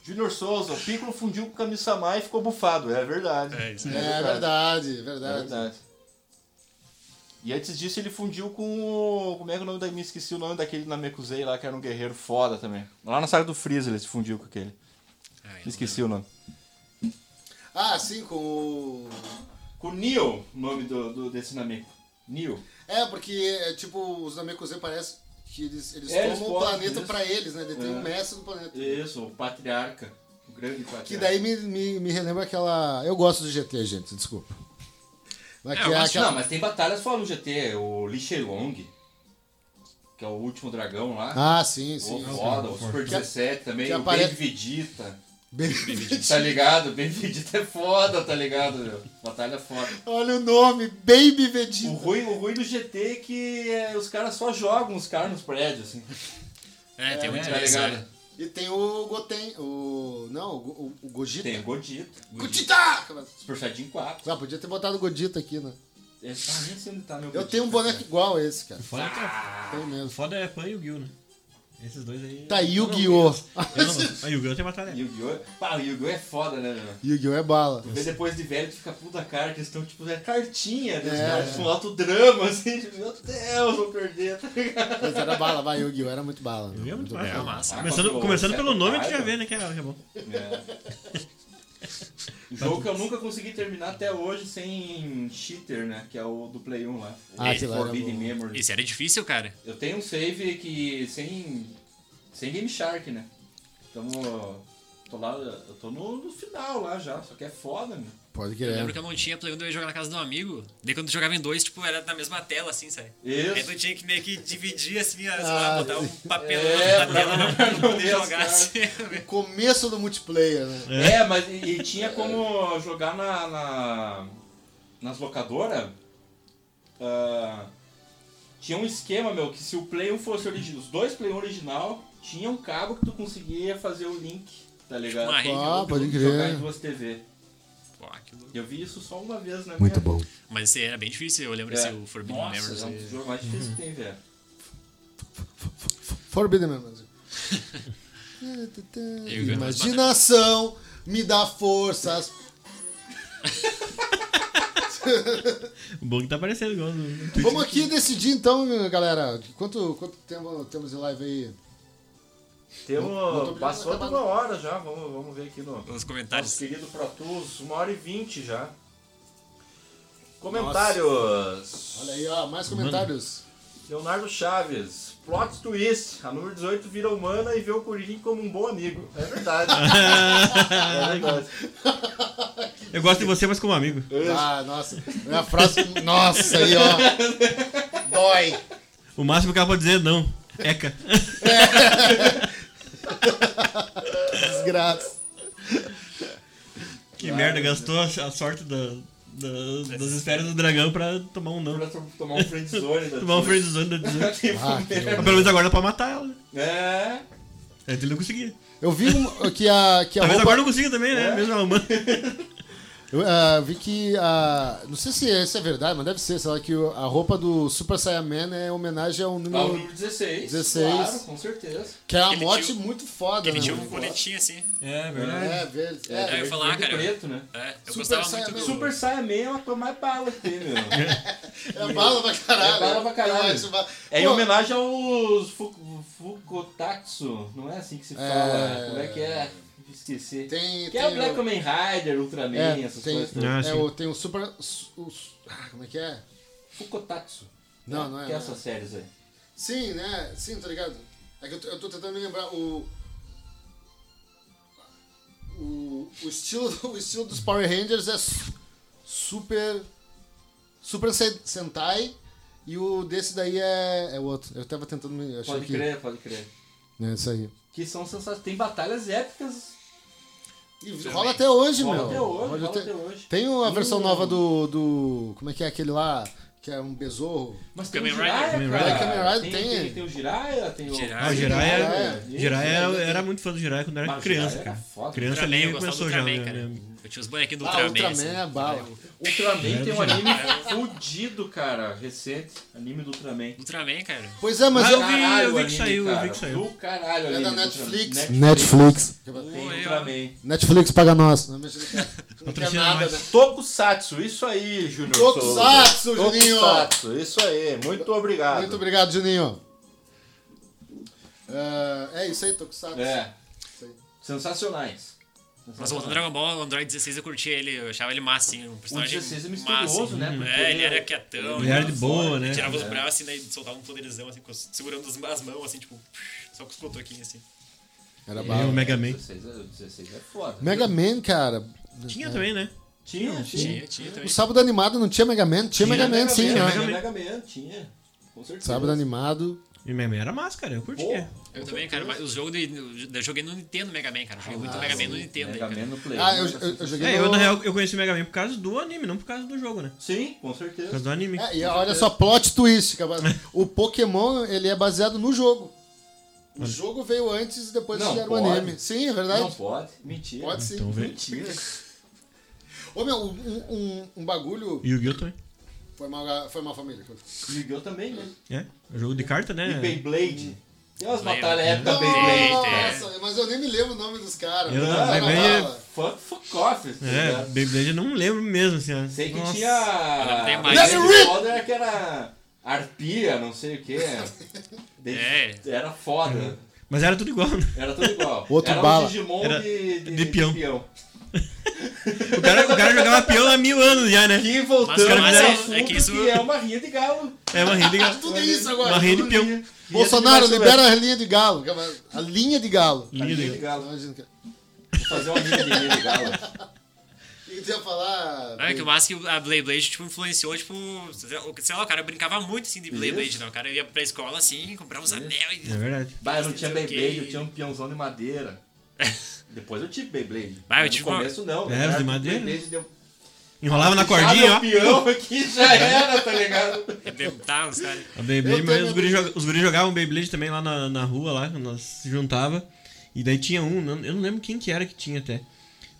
S6: Junior Souza, o Piccolo fundiu com o Kami-sama e ficou bufado. É verdade.
S4: É isso.
S3: É verdade,
S6: É
S3: verdade.
S6: verdade. E antes disso ele fundiu com o... Como é que é o nome da... Me esqueci o nome daquele Namekusei lá, que era um guerreiro foda também. Lá na saga do Freeza ele se fundiu com aquele.
S4: Ai,
S6: Me esqueci o nome.
S3: Ah, sim, com o.
S6: Com o Neo, o nome do, do- desse Nameku. Neo.
S3: É, porque é tipo, os Namekusei parece que eles, eles
S6: É, eles
S3: tomam o
S6: podem,
S3: planeta
S6: eles-
S3: pra eles, né? Eles têm
S6: É.
S3: um mestre do planeta.
S6: Isso, o Patriarca. O grande Patriarca.
S3: Que daí me, me, me relembra aquela. Eu gosto do GT, gente, desculpa. Mas
S4: É,
S3: que
S4: eu
S3: é
S4: gosto-
S3: aquela-
S6: Não, mas tem batalhas fora no GT. O Li Shenlong, que é o último dragão lá.
S3: Ah, sim, sim.
S6: o foda, o Super
S3: Que a-
S6: 17 também.
S3: que
S6: o
S3: aparece-
S6: Baby Vegeta.
S3: Bem-
S6: Tá ligado? Baby Vegeta é foda, tá ligado, meu? Batalha é foda.
S3: Olha o nome, Baby
S6: O
S3: Vegeta.
S6: ruim, o ruim do GT é que é, os caras só jogam os caras nos prédios, assim.
S4: É, tem muito
S6: tá
S4: isso, né?
S6: ligado?
S3: E tem o Goten, o. Não, o, Go- o, o Gogeta.
S6: Tem o Godita,
S3: Gogeta!
S6: Super Saiyajin 4.
S3: Ah, podia ter botado o Godita aqui, né?
S6: É, tá, nem sei onde tá meu
S3: Eu
S6: Godita,
S3: tenho um boneco
S6: cara.
S3: igual a esse, cara.
S5: Foda, que-
S3: Tem mesmo.
S5: foda é Pan e Yu-Gi-Oh, né? Esses dois aí.
S3: Tá,
S5: Eu
S3: Yu-Gi-Oh!
S5: não ah, gosto. A Yu-Gi-Oh tem batalha.
S6: Yu-Gi-Oh! Pá, o Yu-Gi-Oh é foda, né, meu?
S3: Yu-Gi-Oh é bala.
S6: Tu vê depois de velho, tu fica puta cara, que eles estão tipo, é cartinha, né? Os
S3: É.
S6: caras com alto drama, assim, tipo, meu Deus, vou perder, tá ligado?
S3: Mas era bala, vai, Yu-Gi-Oh! Era muito bala.
S5: Yu-Gi-Oh é muito
S4: É,
S5: massa.
S6: Ah,
S4: massa.
S5: Começando, começando pelo nome, tu já vê, né? Que é, que é bom.
S6: O jogo que eu nunca consegui terminar até hoje sem cheater, né? Que é o do Play 1 lá.
S3: Ah,
S6: O
S3: que lá era
S6: Forbidden
S3: bom.
S6: Memory.
S4: Isso era difícil, cara.
S6: Eu tenho um save que sem. sem Game Shark, né? Tamo. Então, Tô lá, eu tô no, no final lá já, só que é foda, meu.
S3: Pode é.
S4: Eu lembro
S3: querer.
S4: que eu não tinha Play 1, eu ia jogar na casa de um amigo. Daí quando eu jogava em dois, tipo, era na mesma tela, assim, sabe?
S6: Isso.
S4: Aí tu tinha que meio que dividir, assim, a, sei lá,
S3: Ah,
S4: botar um papelão
S6: É,
S4: na tela
S6: pra-
S4: pra
S6: pra
S4: poder
S6: ver as
S4: jogar,
S6: caras.
S4: assim.
S3: Começo do multiplayer, né?
S6: É, mas e, e tinha como jogar na, na- nas locadoras. ah, tinha um esquema, meu, que se o Play 1 fosse original, os dois Play 1 original, tinha um cabo que tu conseguia fazer o link, tá ligado?
S4: uma rede.
S3: Ah, pode
S6: Jogar em
S3: crer.
S6: duas TV.
S4: Pô, que louco.
S6: Eu vi isso só uma vez na
S3: Muito
S6: minha
S3: bom.
S4: Mas esse era bem difícil, eu lembro
S6: É.
S4: desse o Forbidden
S6: Nossa,
S4: Memories.
S6: é um dos jogos mais difíceis que tem, velho.
S3: Forbidden Memories.
S4: Eu vi umas
S3: Imaginação me dá forças.
S5: O bug tá aparecendo igual no no Twitch.
S3: Vamos aqui decidir então, galera. Quanto, quanto tempo temos de live aí?
S6: Temos,
S3: brigando,
S6: passou de
S3: acabando.
S6: uma hora já, vamos, vamos ver aqui no
S4: Os
S6: nosso
S4: comentários.
S6: Então, querido Pro Tools, uma hora e vinte já. Comentários.
S3: Olha aí, ó, mais comentários.
S6: Leonardo Chaves, plot twist, a número 18 vira humana e vê o Curirim como um bom amigo. É verdade. é verdade.
S5: Eu gosto de você, mas como amigo.
S3: Ah, nossa. É a frase. que- Nossa, aí, ó. Dói.
S5: O máximo que ela pode dizer é não. Eca.
S3: Desgraça.
S5: Que merda, gastou a a sorte da- da- das esferas do dragão pra tomar um não.
S6: Pra to- tomar um friend zone. né?
S5: Tomar um friendzone da 18.
S6: Tem
S3: Ah,
S6: fumeiro.
S5: Mas pelo menos agora dá pra matar ela. né?
S6: É.
S5: Antes ele não conseguia.
S3: Eu vi um- que a, que a
S5: Talvez
S3: roupa.
S5: agora não consiga também,
S6: É?
S5: né? Mesmo ela humana.
S3: Eu ah, vi que a. Não sei se isso é verdade, mas deve ser. Sei lá, que o- a roupa do Super Saiyaman é homenagem ao
S6: Tá o
S3: número.
S6: número 16.
S3: 16.
S6: Claro, com certeza.
S3: Que é uma
S4: Ele
S3: mote
S4: tinha-
S3: muito foda,
S4: Ele
S3: né?
S4: tinha um coletinho, assim.
S5: É,
S3: É, verde.
S4: Eu
S3: É,
S4: ia falar,
S6: Verde e
S4: cara.
S6: preto, né?
S4: É, eu
S3: Super
S4: gostava
S3: Saiyan
S4: muito do...
S3: mesmo.
S6: Super Saiyan Man é uma coisa mais bala que tem, meu.
S3: é bala pra caralho.
S6: É bala pra caralho.
S3: Eu acho bala-
S6: É em
S3: Pô,
S6: homenagem aos Fu- Fukotatsu, não é assim que se fala. Como é que é? Esqueci.
S3: Tem,
S6: que
S3: tem
S6: é o Black
S3: o-
S6: Kamen Rider, Ultraman,
S3: é,
S6: essas
S3: tem,
S6: coisas.
S5: Ah,
S3: é,
S5: sim.
S3: o, tem o Super. o- ah, como é que é?
S6: Fukotatsu.
S3: Não,
S6: né?
S3: não é,
S6: Que
S3: não é.
S6: essas séries aí.
S3: Sim, né? Sim, tá ligado? É que eu tô, eu tô tentando me lembrar o. O, o, estilo, o estilo dos Power Rangers é su- super. Super Sen- Sentai. E o desse daí é, é o outro. Eu tava tentando me. eu Achei
S6: Pode
S3: que,
S6: crer, pode crer.
S3: É isso aí.
S6: Que são sensacionais. Tem batalhas épicas.
S3: E rola até hoje,
S6: Rola
S3: meu.
S6: até hoje, rola
S3: até-
S6: até hoje.
S3: Tem a versão
S6: Hum.
S3: nova do, do. Como é que é aquele lá? Que é um besouro.
S6: Mas tem o
S4: Kamen
S6: Jiraiya,
S5: Rider.
S6: cara.
S3: Kamen Rider. Kamen Rider
S6: tem,
S3: tem.
S6: tem, tem o Jiraiya, tem o...
S4: Jiraiya.
S5: Ah, o
S6: É,
S5: Jiraiya,
S3: Jiraiya.
S5: Jiraiya era, era muito fã do Jiraiya quando era
S6: Mas
S5: criança,
S6: Jiraiya era
S5: cara.
S6: foda.
S5: Criança
S4: Ultraman, eu
S5: ali
S4: gostava do
S5: começou já.
S4: Ultraman,
S5: né?
S4: cara. Eu tinha os bonequinhos do
S3: Ah,
S4: Ultraman,
S3: Ultraman
S4: assim.
S3: é bala.
S6: Ultraman tem um anime fudido, cara, recente. Anime do Ultraman.
S4: Ultraman, cara.
S3: Pois é, mas
S5: Ah,
S3: eu.
S5: vi- eu
S6: Caralho,
S5: vi que
S6: anime,
S5: saiu, eu vi
S6: cara.
S5: que saiu.
S6: Do caralho,
S3: É da
S6: anime do Ultraman.
S3: Netflix.
S6: Netflix. Tem
S4: Pô, aí, ó.
S6: Ultraman.
S3: Netflix paga nós. Não, mas não quer, não quer
S5: Patrocina
S3: nada,
S5: nós.
S3: né?
S6: Tokusatsu, isso aí, Júnior. Souza.
S3: Tokusatsu, Juninho.
S6: Tokusatsu, isso aí. Muito obrigado.
S3: Muito obrigado, Juninho. É, é isso aí, Tokusatsu.
S6: É.
S3: Isso aí.
S6: Sensacionais. Um
S4: Mas voltando ao
S6: Sensacionais.
S4: Dragon Ball, o Android 16 eu curtia ele, eu achava ele massa, assim, um personagem
S6: 16 é
S4: massa,
S6: misterioso,
S4: assim.
S6: né? Porque
S4: É, ele era quietão.
S5: Ele era de boa, né?
S4: Ele tirava os braços e daí soltava um poderzão, assim, com- segurando as- as mãos, assim, tipo, só com os cotoquinhos, assim.
S3: Era
S5: E o
S3: bala.
S5: Mega Man.
S6: 16 é- 16 é foda.
S3: Mega Man, cara.
S5: Tinha também, né?
S6: Tinha,
S4: Tinha,
S6: tinha.
S4: tinha
S3: O
S4: também.
S3: sábado animado não tinha Mega Man? Tinha, Mega Man, sim,
S5: tinha
S3: né?
S5: Mega
S6: Tinha
S5: Man.
S6: Mega Man, tinha. Com certeza.
S3: Sábado animado.
S5: E o Mega Man era massa, cara. Eu É, curtia.
S6: Pô,
S4: Eu também, cara, mas os jogos de, eu joguei no Nintendo Mega Man, cara. Eu joguei
S5: Ah,
S4: muito Mega Man no Nintendo, aí,
S6: Mega Man
S4: cara.
S6: no Play.
S3: Ah, eu, eu, eu joguei.
S5: É, eu
S3: no-
S5: na real eu conheci o Mega Man por causa do anime, não por causa do jogo, né?
S6: Sim, com
S5: Por
S6: certeza.
S5: causa do anime.
S3: É, e olha só, plot twist. cara. O Pokémon, ele é baseado no jogo. O jogo veio antes e depois
S6: Não,
S3: fizeram o
S6: pode.
S3: anime. Sim, é verdade.
S6: Não pode. Mentira.
S3: Pode sim.
S5: Então vê.
S6: Mentira.
S3: Ô, meu, um, um- um bagulho...
S5: E o Guilherme também.
S3: Foi mal, foi mal família.
S6: Miguel também, né?
S5: É, jogo de carta,
S6: E
S5: né?
S6: Beyblade. Tem umas
S4: Lembra.
S6: batalhas épica Beyblade.
S4: É.
S3: Nossa, mas eu nem me lembro o nome dos caras.
S5: Eu
S3: Não,
S5: não,
S3: não,
S5: Mega Man
S3: não.
S6: Fuck, fuck off. tá
S5: É,
S6: ligado?
S5: Beyblade eu não lembro mesmo, assim. ó.
S6: Sei que
S5: Nossa.
S4: Ela tem
S6: tinha.
S4: mais-
S6: Mas
S3: Let
S6: o
S3: it
S6: foda era né, que era arpia, não sei o que.
S4: É.
S6: Era foda.
S5: Mas era tudo igual, né?
S6: Era tudo igual.
S3: Outro
S6: era
S3: bala.
S6: um Digimon
S5: Era
S6: de,
S5: de peão.
S6: peão.
S5: O cara, o cara jogava peão há mil anos já, né?
S6: E voltando
S4: cara, mas
S6: ao
S4: é-
S6: assunto,
S4: é que isso-
S6: é uma rinha de galo.
S5: É uma
S6: Tá
S5: rede, de-
S3: Tudo assim isso agora.
S5: uma rede de peão.
S6: Rinha- rinha de
S3: Bolsonaro,
S6: macho
S3: libera a linha de galo. A linha de galo.
S5: Linha de
S6: galo.
S3: Imagina que-
S6: fazer uma linha de Rei do Galo.
S3: O que tu ia falar? né,
S4: Não, é que o massa que a Blade Blade tipo, influenciou, tipo, sei lá, o cara brincava muito assim de Blade Blade, né? O cara ia pra escola assim, comprava os anel e.
S5: É verdade.
S6: Bah, eu não tinha
S4: Ok.
S6: Beyblade, eu tinha um peãozão de madeira. Depois eu tive Beyblade.
S4: Bah, eu
S6: no
S4: tive uma-
S6: começo não.
S5: É,
S6: era
S5: de madeira?
S6: Beyblade deu...
S5: Enrolava na cordinha,
S3: é
S5: ó.
S6: Ah,
S5: É.
S6: meu peão aqui já era, tá ligado?
S4: Arrebentava os caras.
S5: A Beyblade,
S3: Eu
S5: mas
S3: tenho
S5: os guris joga- os guris jogavam Beyblade também lá na, na rua, lá, quando nós se juntava. E daí tinha um, não- eu não lembro quem que era que tinha até.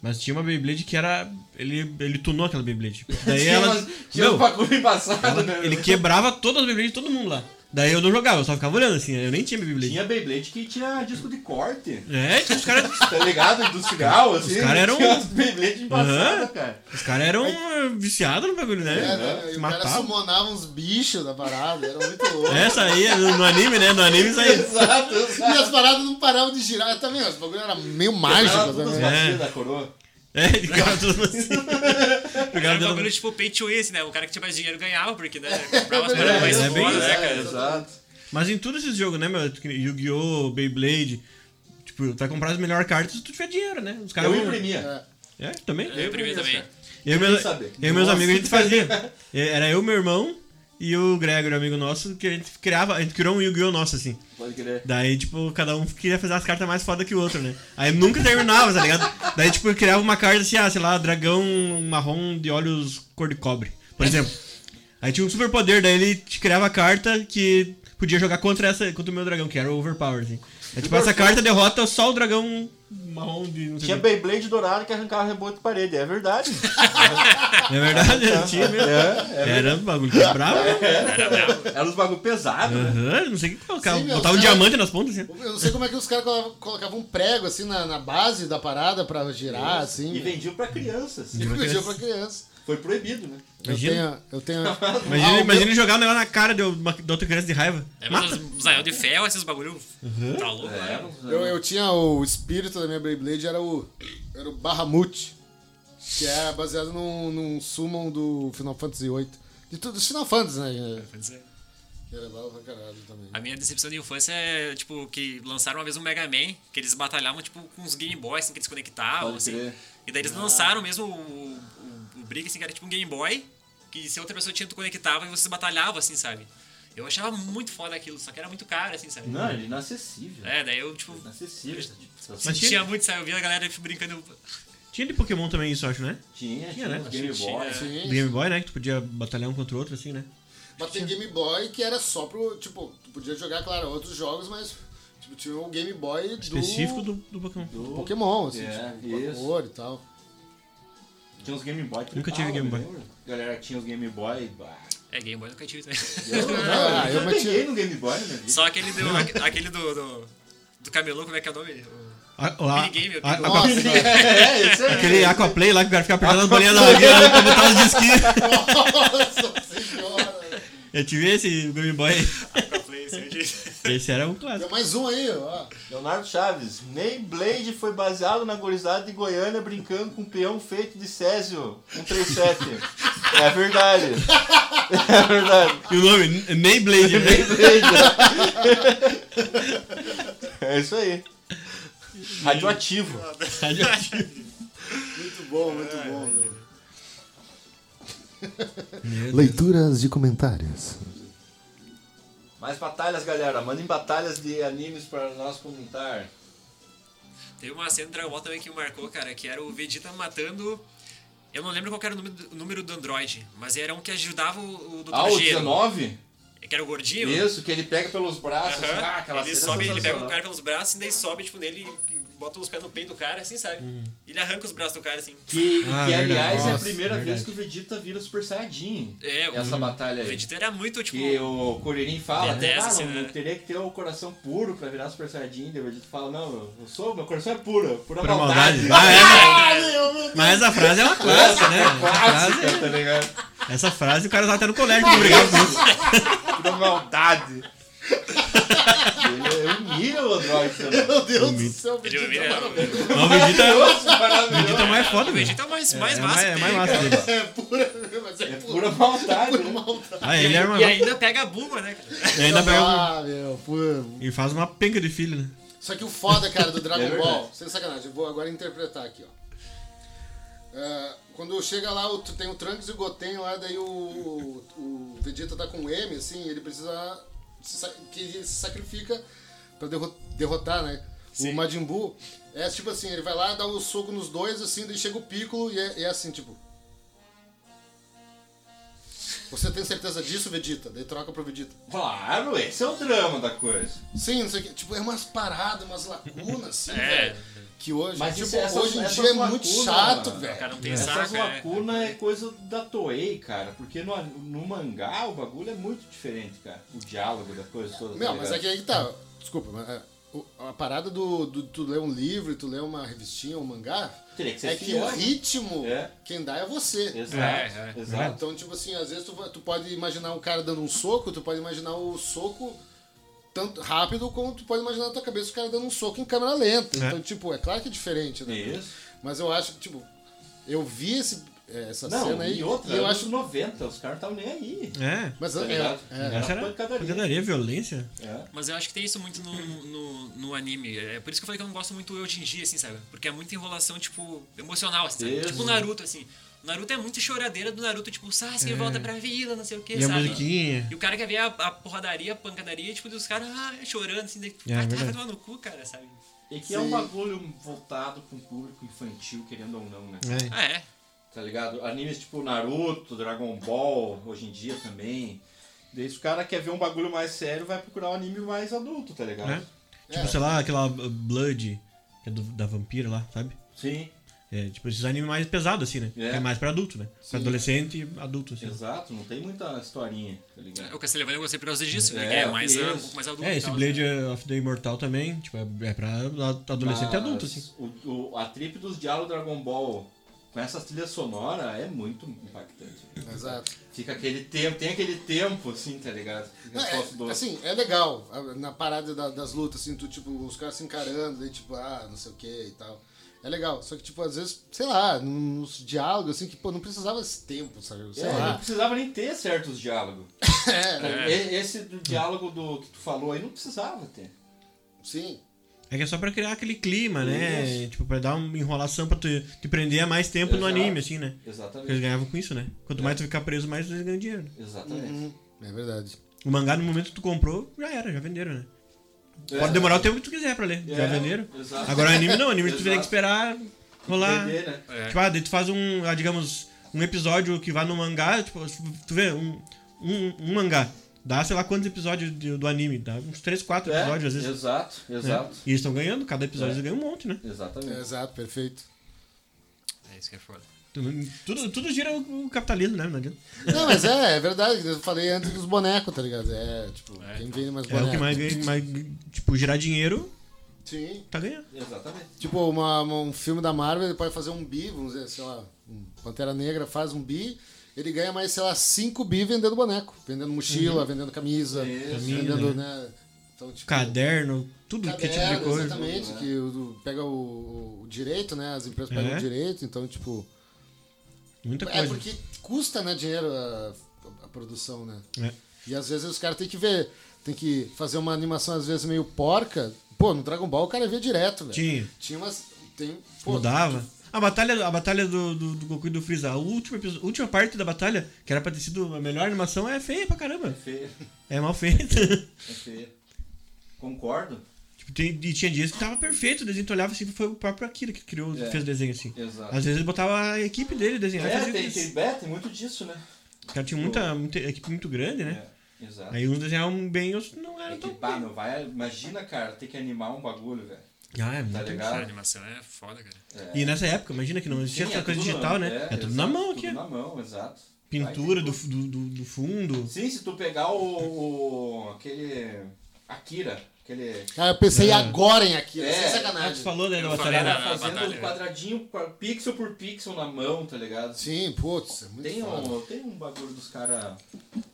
S5: Mas tinha uma Beyblade que era. Ele, ele tunou aquela Beyblade. Daí
S6: tinha
S5: ela.
S6: umas- tinha
S5: meu,
S6: um bagulho embaçado,
S5: ela-
S6: né?
S5: ele quebrava todas as Beyblades de todo mundo lá. Daí eu não jogava, eu só ficava olhando assim, eu nem tinha Beyblade.
S6: Tinha Beyblade que tinha disco de corte.
S5: É, então os caras
S6: Tá ligado? Industrial, assim.
S5: caras eram-
S6: Tinha umas Beyblade embaçadas,
S5: Aham.
S6: cara.
S5: os cara eram eh, viciados no bagulho, né?
S3: É, né?
S5: Se
S3: E o cara
S5: matavam.
S3: summonava uns bichos da parada, era muito louco.
S5: Essa aí, no no anime, né? No anime isso aí.
S6: Exato,
S3: E
S6: exato.
S3: as paradas não paravam de girar também, os bagulho era meio mágico.
S6: Ela, todas
S5: É.
S6: as batidas da coroa.
S5: É, ele ficava tudo assim.
S4: Era um
S5: Pegava
S4: bagulho tipo pay to win, assim, né? O cara que tinha mais dinheiro ganhava, porque, né? Comprava as paradas mais
S5: é bem
S4: fodas,
S5: isso,
S4: né, cara?
S6: exato.
S5: Mas em todos esses jogos, né, meu? Que nem Yu-Gi-Oh!, Beyblade. Tipo, tu vai comprar as melhores cartas se tu tiver dinheiro, né? Os caras
S6: Eu
S5: vão-
S6: imprimia.
S3: É.
S5: É, também.
S4: Eu imprimia também.
S5: Eu, e
S6: queria
S5: meus-
S6: saber.
S5: eu e meus
S6: Nossa.
S5: amigos a gente fazia. É, Era eu, meu irmão e o Gregor, amigo nosso, que a gente criava. A gente criou um Yu-Gi-Oh! nosso, assim.
S6: É, Pode crer.
S5: Daí, tipo, cada um queria fazer as cartas mais foda que o outro, né? Aí nunca terminava, tá ligado? Daí, tipo, eu criava uma carta assim, ah, sei lá, dragão marrom de olhos cor de cobre, por exemplo. Aí tinha um super poder, daí ele te criava a carta que podia jogar contra essa contra o meu dragão, que era o Overpower, assim. Aí, tipo, essa carta derrota só o dragão marrom de não sei
S6: Tinha
S5: o quê.
S6: Beyblade dourado que arrancava rebote de parede, é verdade.
S5: É verdade, tinha mesmo.
S6: É,
S5: Era um bagulho que bravo.
S3: É.
S4: Era bravo.
S6: Era uns bagulho pesado, né?
S5: Aham, não sei o que colocava.
S3: Sim, meu,
S5: Botava um
S3: cara.
S5: diamante nas pontas, assim.
S3: Eu não sei como é que os caras colo- colocavam um prego assim na, na base da parada pra girar, assim.
S6: E vendiam pra crianças.
S3: E vendia pra criança.
S6: Foi proibido, né?
S3: Eu
S5: Imagina.
S3: tenho. Eu tenho...
S5: Imagina,
S3: Ah, o
S5: imagina
S3: meu-
S5: ele jogar o negócio na cara de, uma, de outra criança de raiva.
S4: É,
S5: Mata.
S4: mas os anel de ferro, esses bagulho.
S5: Uhum.
S4: Tá louco,
S5: É,
S4: né?
S3: Eu, eu tinha o espírito da minha Beyblade, era o. Era o Bahamut. Que era baseado num, num summon do Final Fantasy VIII. De tudo, dos Final Fantasy, né?
S4: Quer dizer,
S3: Que era lá pra caralho também.
S4: A minha decepção de infância é, tipo, que lançaram uma vez um Mega Man, que eles batalhavam, tipo, com os Game Boys, assim, que eles conectavam,
S6: Pode
S4: assim.
S6: crer.
S4: E daí eles lançaram mesmo o, o, o Brick, assim, que era tipo um Game Boy, que se outra pessoa tinha, tu conectava e vocês batalhavam, assim, sabe? Eu achava muito foda aquilo, só que era muito caro, assim, sabe?
S6: Não, ele é inacessível.
S4: É, daí eu, tipo,
S6: Inacessível.
S5: Mas tinha-
S4: tinha muito, sabe? Eu via a galera tipo, brincando. eu-
S5: Tinha de Pokémon também isso, eu acho, né?
S6: Tinha,
S5: Tinha,
S6: tinha,
S5: né?
S6: uns Game
S4: Tinha.
S6: Boy. assim.
S4: Sim.
S5: Do
S3: Sim.
S5: Game Boy, né? Que tu podia batalhar um contra o outro, assim, né?
S3: Mas tem Game Boy que era só pro. Tipo, tu podia jogar, claro, outros jogos, mas. Tipo, tinha o Game Boy do.
S5: Específico do, do Pokémon.
S6: Do-
S3: Pokémon, assim,
S6: É,
S3: tipo, com a
S6: isso.
S3: cor e tal.
S6: Tinha uns Game Boy. que
S5: Nunca tive
S6: tava,
S5: Game Boy.
S6: lembra? Galera, tinha os Game Boy. Bah.
S4: É, Game Boy eu nunca tive também.
S3: Ah,
S6: eu
S3: eu
S6: já
S3: bati-
S6: peguei no Game Boy, né?
S4: Só aquele do. aquele do, do. do camelô, como é que é o nome? O-
S5: A, a,
S4: Minigame, eu
S5: a-
S4: tenho-
S5: a-
S3: Nossa,
S6: É, esse aí.
S5: aquele Aquaplay lá que o cara ficava apertando as bolinhas da ragueira lá pra botar os disquinhos.
S3: nossa senhora!
S5: Eu tive esse Game Boy.
S4: Play, assim, onde-
S5: Esse era um clássico.
S3: Tem mais um aí, ó.
S6: Leonardo Chaves. Nem Blade foi baseado na gorizada de Goiânia brincando com um peão feito de Césio 137. é verdade. É verdade.
S5: E o nome? N- Mayblade. né?
S6: É isso aí. Radioativo.
S3: Muito bom, muito bom, meu.
S5: Meu Deus.
S3: Leituras de comentários.
S6: Mais batalhas, galera. Mandem batalhas de animes para nós comentar.
S4: Teve uma cena do Dragon Ball também que me marcou, cara, que era o Vegeta matando. Eu não lembro qual que era o número do, o número do androide, mas era um que ajudava o, o Dr.
S6: Ah, o
S4: Gero,
S6: 19?
S4: que era o gordinho.
S6: Isso, que ele pega pelos braços.
S4: Aham.
S6: Ah, aquela
S4: ele
S6: cena
S4: sobe, ele pega o
S6: sensacional.
S4: cara pelos braços e daí sobe, tipo, nele e bota os pés no peito do cara, assim, sabe?
S6: Uhum.
S4: Ele arranca os braços do cara, assim.
S6: Que,
S5: Ah,
S6: que,
S5: verdade.
S6: aliás, é a
S5: Nossa,
S6: primeira vez
S5: verdade.
S6: que o Vegeta vira Super Saiyajin.
S4: É, o-
S6: essa batalha
S4: O
S6: aí.
S4: Vegeta era muito, tipo.
S6: Que o Kuririn fala, né?
S4: Detesta,
S6: Ah,
S4: assim,
S6: não,
S4: né?
S6: eu teria que ter o coração puro pra virar Super Saiyajin. Daí o Vegeta fala, não, eu- eu sou, meu coração é puro, é pura,
S5: Pura
S6: maldade.
S5: maldade.
S4: É,
S5: Ah, é, mas essa frase é uma clássica, né? Essa frase,
S6: Clássica, tá ligado?
S5: essa frase o cara usava até no colégio pra brigar com isso.
S6: Pura maldade. ele humilha o né? Android, seu nome.
S3: Meu Deus do céu,
S4: Ele,
S3: Vegeta.
S4: ele era-
S5: Não, o Vegeta, o
S6: Maravilhoso.
S5: Vegeta é mais foda,
S4: é o
S5: velho.
S4: Vegeta é o mais, mais
S5: É
S4: massa.
S5: mais, é
S4: que
S5: mais
S4: tem,
S5: massa
S4: cara.
S5: dele.
S3: É pura, mas é,
S6: É
S3: pura.
S6: pura maldade. né?
S5: Ah, ele era uma.
S4: E ainda pega a Bulma, né, cara?
S5: E ainda pega um.
S3: Ah, meu, pura.
S5: E faz uma penca de filho, né?
S3: Só que o foda, cara, do Dragon
S6: É verdade.
S3: Ball, sem sacanagem, eu vou agora interpretar aqui, ó. Ah, quando chega lá, o- tu tem o Trunks e o Goten lá, daí o, o Vegeta tá com um M, assim, ele precisa. Se, sa- que ele se sacrifica pra derro- derrotar, né? O Majin Buu é tipo assim, ele vai lá, dá um soco nos dois, assim, daí chega o Piccolo e é, e é assim, tipo. Você tem certeza disso, Vegeta? Daí troca pro Vegeta.
S6: Claro, esse é o drama da coisa.
S3: Sim, não sei o que. Tipo, é umas paradas, umas lacunas, assim,
S4: É.
S3: velho. Que hoje,
S6: Mas
S3: tipo,
S6: isso- essas-
S3: hoje em
S6: essas
S3: dia é muito
S6: lacunas,
S3: chato,
S6: mano.
S4: O
S3: velho.
S4: cara não tem
S6: Essas
S4: saco, é.
S6: lacunas é coisa da Toei, cara. Porque no, no mangá o bagulho é muito diferente, cara. O diálogo da coisa toda.
S3: Não,
S6: tá
S3: mas
S6: ligado?
S3: é que aí que tá. Desculpa, mas é, o- a parada do, do tu ler um livro, e tu ler uma revistinha, um mangá,
S6: Teria que ser
S3: é que
S6: fiel,
S3: o
S6: né?
S3: ritmo,
S6: É.
S3: quem dá é você.
S6: Exato,
S4: É, é.
S6: exato.
S3: Então, tipo assim, às vezes tu, vai- tu pode imaginar o cara dando um soco, tu pode imaginar o soco tanto rápido como tu pode imaginar na tua cabeça o cara dando um soco em câmera lenta.
S5: É.
S3: Então, tipo, é claro que é diferente, né?
S6: Isso.
S3: Mas eu acho que, tipo, eu vi esse, eh, essa
S6: Não,
S3: cena aí
S6: e outra,
S3: e eu
S6: anos
S3: acho.
S6: 90, os caras estavam nem aí.
S5: É.
S3: Mas é,
S6: Tá ligado?
S3: é,
S5: Essa era
S6: pancadaria.
S5: pancadaria, violência.
S6: É.
S4: Mas eu acho que tem isso muito no, no, no anime. É por isso que eu falei que eu não gosto muito hoje em dia, assim, sabe? Porque é muita enrolação, tipo, emocional, assim, sabe?
S6: Isso.
S4: Tipo o Naruto, assim. O Naruto é muito choradeira do Naruto, tipo, Sasuke volta pra vila, não sei o que,
S5: É. E a
S4: sabe?
S5: musiquinha.
S4: E o cara quer ver a, a porradaria, a pancadaria, tipo, dos caras ah, chorando, assim, daí,
S5: É,
S4: ah, tá, vai
S5: verdade.
S4: tomar no cu, cara, sabe?
S6: E que é um
S3: Sim.
S6: bagulho voltado com o público infantil, querendo ou não, né?
S5: É.
S4: Ah, é.
S6: Tá ligado? Animes tipo Naruto, Dragon Ball, hoje em dia também. Daí se o cara quer ver um bagulho mais sério, vai procurar um anime mais adulto, tá ligado?
S5: Né? Tipo, sei lá, aquela uh, Blood, que é do- da vampira lá, sabe?
S6: Sim,
S5: É, tipo, esses animes mais pesados, assim, né?
S6: É.
S5: É, mais pra adulto, né? Pra adolescente e adulto, assim.
S6: exato, não tem muita historinha, tá ligado?
S4: É, O Castlevania eu gostei por causa disso, né?
S6: É,
S4: Que é mais,
S6: isso.
S4: ah, um pouco mais adulto.
S5: É,
S4: e
S5: esse
S4: tal,
S5: Blade
S4: né?
S5: of the Immortal também, tipo, é, é pra ad- adolescente e
S6: Mas
S5: adulto, assim.
S6: O, o- a trip dos diálogos Dragon Ball com essa trilha sonora é muito impactante.
S3: é, exato.
S6: Fica aquele tempo, tem aquele tempo, assim, tá ligado? Fica
S3: Não,
S6: só os
S3: é,
S6: dois.
S3: assim, é legal. a- Na parada da- das lutas, assim, tu, tipo, os caras se encarando, daí, tipo, ah, não sei o que e tal. É legal. Só que, tipo, às vezes, sei lá, nos diálogos, assim, que, pô, não precisava esse tempo, sabe? Sei
S6: É, não
S3: lá.
S6: precisava nem ter certos diálogos.
S3: É,
S6: E- Esse do diálogo do que tu falou aí não precisava ter.
S3: sim.
S5: É que é só pra criar aquele clima, né? Tipo, pra dar uma enrolação pra tu te prender a mais tempo no
S6: Exato.
S5: anime, assim, né? Porque eles
S6: Exatamente. É.
S5: ganhavam com isso, né? Quanto mais tu ficar preso, mais eles ganham dinheiro.
S6: Exatamente.
S3: É verdade.
S5: O mangá, no momento que tu comprou, já era, já venderam, né?
S6: É.
S5: Pode demorar o tempo que tu quiser pra ler. Já
S6: É,
S5: venderam.
S6: exato.
S5: Agora anime não, anime tu tem
S6: Exato.
S5: que esperar rolar.
S6: Entender, né?
S5: Tipo, ah, daí tu faz um, ah, digamos, um episódio que vai no mangá, tipo, tu vê, um, um, um mangá. Dá, sei lá, quantos episódios de- do anime. Dá uns 3, 4
S6: É,
S5: episódios, às vezes.
S6: Exato,
S5: né?
S6: exato.
S5: E eles estão ganhando, cada episódio
S6: É.
S5: eles ganham um monte, né?
S3: É,
S6: Exatamente.
S3: exato, perfeito.
S4: É isso que é foda.
S5: Tudo, tudo gira o o capitalismo, né? Não adianta.
S3: Não, mas é, é verdade. Eu falei antes dos bonecos, tá ligado? É, tipo, quem vende mais
S5: É
S3: boneco.
S5: o que mais ganha, mais, tipo, girar dinheiro,
S3: Sim.
S5: tá ganhando.
S6: Exatamente.
S3: Tipo, uma- uma- um filme da Marvel, ele pode fazer um bi, vamos dizer, sei lá, um Pantera Negra faz um bi, ele ganha mais, sei lá, cinco bi vendendo boneco. Vendendo
S5: Uhum.
S3: mochila, vendendo camisa, vendendo, né? Então, tipo,
S5: Caderno, tudo que tipo de
S3: caderno,
S5: coisa.
S3: Exatamente, que o- pega o, o direito, né? As empresas pegam
S5: É.
S3: o direito, então, tipo.
S5: Muita
S3: É
S5: coisa.
S3: porque custa, né, dinheiro a, a produção, né?
S5: É.
S3: E às vezes os caras têm que ver, tem que fazer uma animação, às vezes, meio porca. Pô, no Dragon Ball o cara vê direto, velho.
S5: Tinha.
S3: Tinha umas. Tem, pô,
S5: Mudava. A batalha, a batalha do, do, do Goku e do Freeza, a última, episo- última parte da batalha, que era pra ter sido a melhor animação, é feia pra caramba.
S6: Feio,
S5: É mal feita.
S6: é feio. Concordo?
S5: tipo, tem, e tinha dias que tava perfeito, o desenho tu olhava assim, foi o próprio Akira que criou,
S6: É.
S5: fez o desenho assim.
S6: Exato.
S5: Às vezes ele botava a equipe dele desenhar.
S6: É,
S5: fazia
S6: tem,
S5: isso.
S6: tem, é, tem muito disso, né?
S5: O cara tinha muita, muita equipe muito grande, né?
S6: É, exato.
S5: Aí uns desenhavam bem, outros não eram
S6: É que,
S5: tão
S6: pá,
S5: bem.
S6: meu, vai, imagina, cara, ter que animar um bagulho, velho.
S5: Ah, é
S6: Tá
S5: muito
S4: A
S6: ligado?
S4: animação é foda, cara.
S5: E nessa época, imagina que não existia
S6: Sim,
S5: essa
S6: é
S5: coisa
S6: tudo na-
S5: digital, né? É, tudo na
S6: exato,
S5: mão aqui.
S6: Tudo
S5: ó.
S6: na mão, exato.
S5: Pintura
S6: Vai,
S5: do,
S6: tem
S5: do, do, do fundo.
S6: tudo. Sim, se tu pegar o, o- aquele Akira, aquele
S3: Cara, eu pensei
S5: É.
S3: agora em aquilo,
S6: É,
S3: sem
S5: Ah, tu
S3: sacanagem.
S5: falou, né, da
S4: Eu
S5: batalha.
S4: falei
S6: cara
S4: na
S6: fazendo um
S4: batalha, né?
S6: quadradinho, qua- pixel por pixel na mão, tá ligado?
S3: Sim, putz, é muito
S6: Tem
S3: foda.
S6: um, tem um bagulho dos caras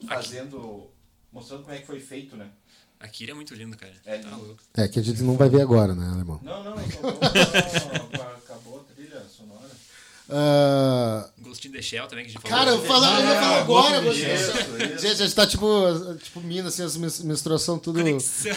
S6: fazendo. mostrando como é que foi feito, né?
S4: Akira é muito lindo, cara.
S6: É,
S4: Tá
S6: lindo.
S4: louco.
S3: É, que a gente não vai ver agora, né, alemão?
S6: Não, não, acabou, acabou a trilha sonora.
S3: Ah,
S4: Ghost in the Shell também, que a gente falou.
S3: Cara, eu, falar, eu ia falar agora,
S6: Ghost in the
S3: Ghost in the
S6: Shell,
S3: Shell.
S6: Ah, isso.
S3: Gente, a gente tá tipo, tipo mina, assim, as mis- menstruação tudo.
S4: Conexão.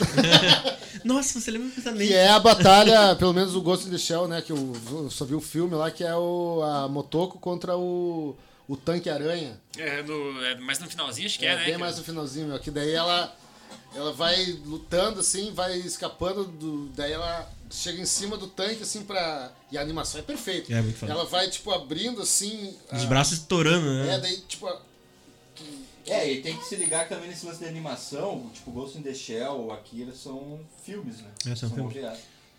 S5: Nossa, você lembra que tá nem.
S3: Que é a batalha, pelo menos o Ghost in the Shell, né? Que eu eu só vi o filme lá, que é o, a Motoko contra o, o Tanque Aranha.
S4: É, no, é, mas no finalzinho acho que
S3: É,
S4: é, né?
S3: bem
S4: que-
S3: mais no finalzinho, meu. Que daí ela, ela vai lutando, assim, vai escapando do. Daí ela chega em cima do tanque, assim, pra. E a animação é perfeita.
S5: É, muito foda.
S3: ela vai, tipo, abrindo assim.
S5: Os
S3: a-
S5: braços estourando, né?
S3: É, daí, tipo. a-
S6: É, e tem que se ligar também nesse lance de animação, tipo Ghost in the Shell ou Akira são filmes, né?
S5: É, são filmes.
S6: OVAs.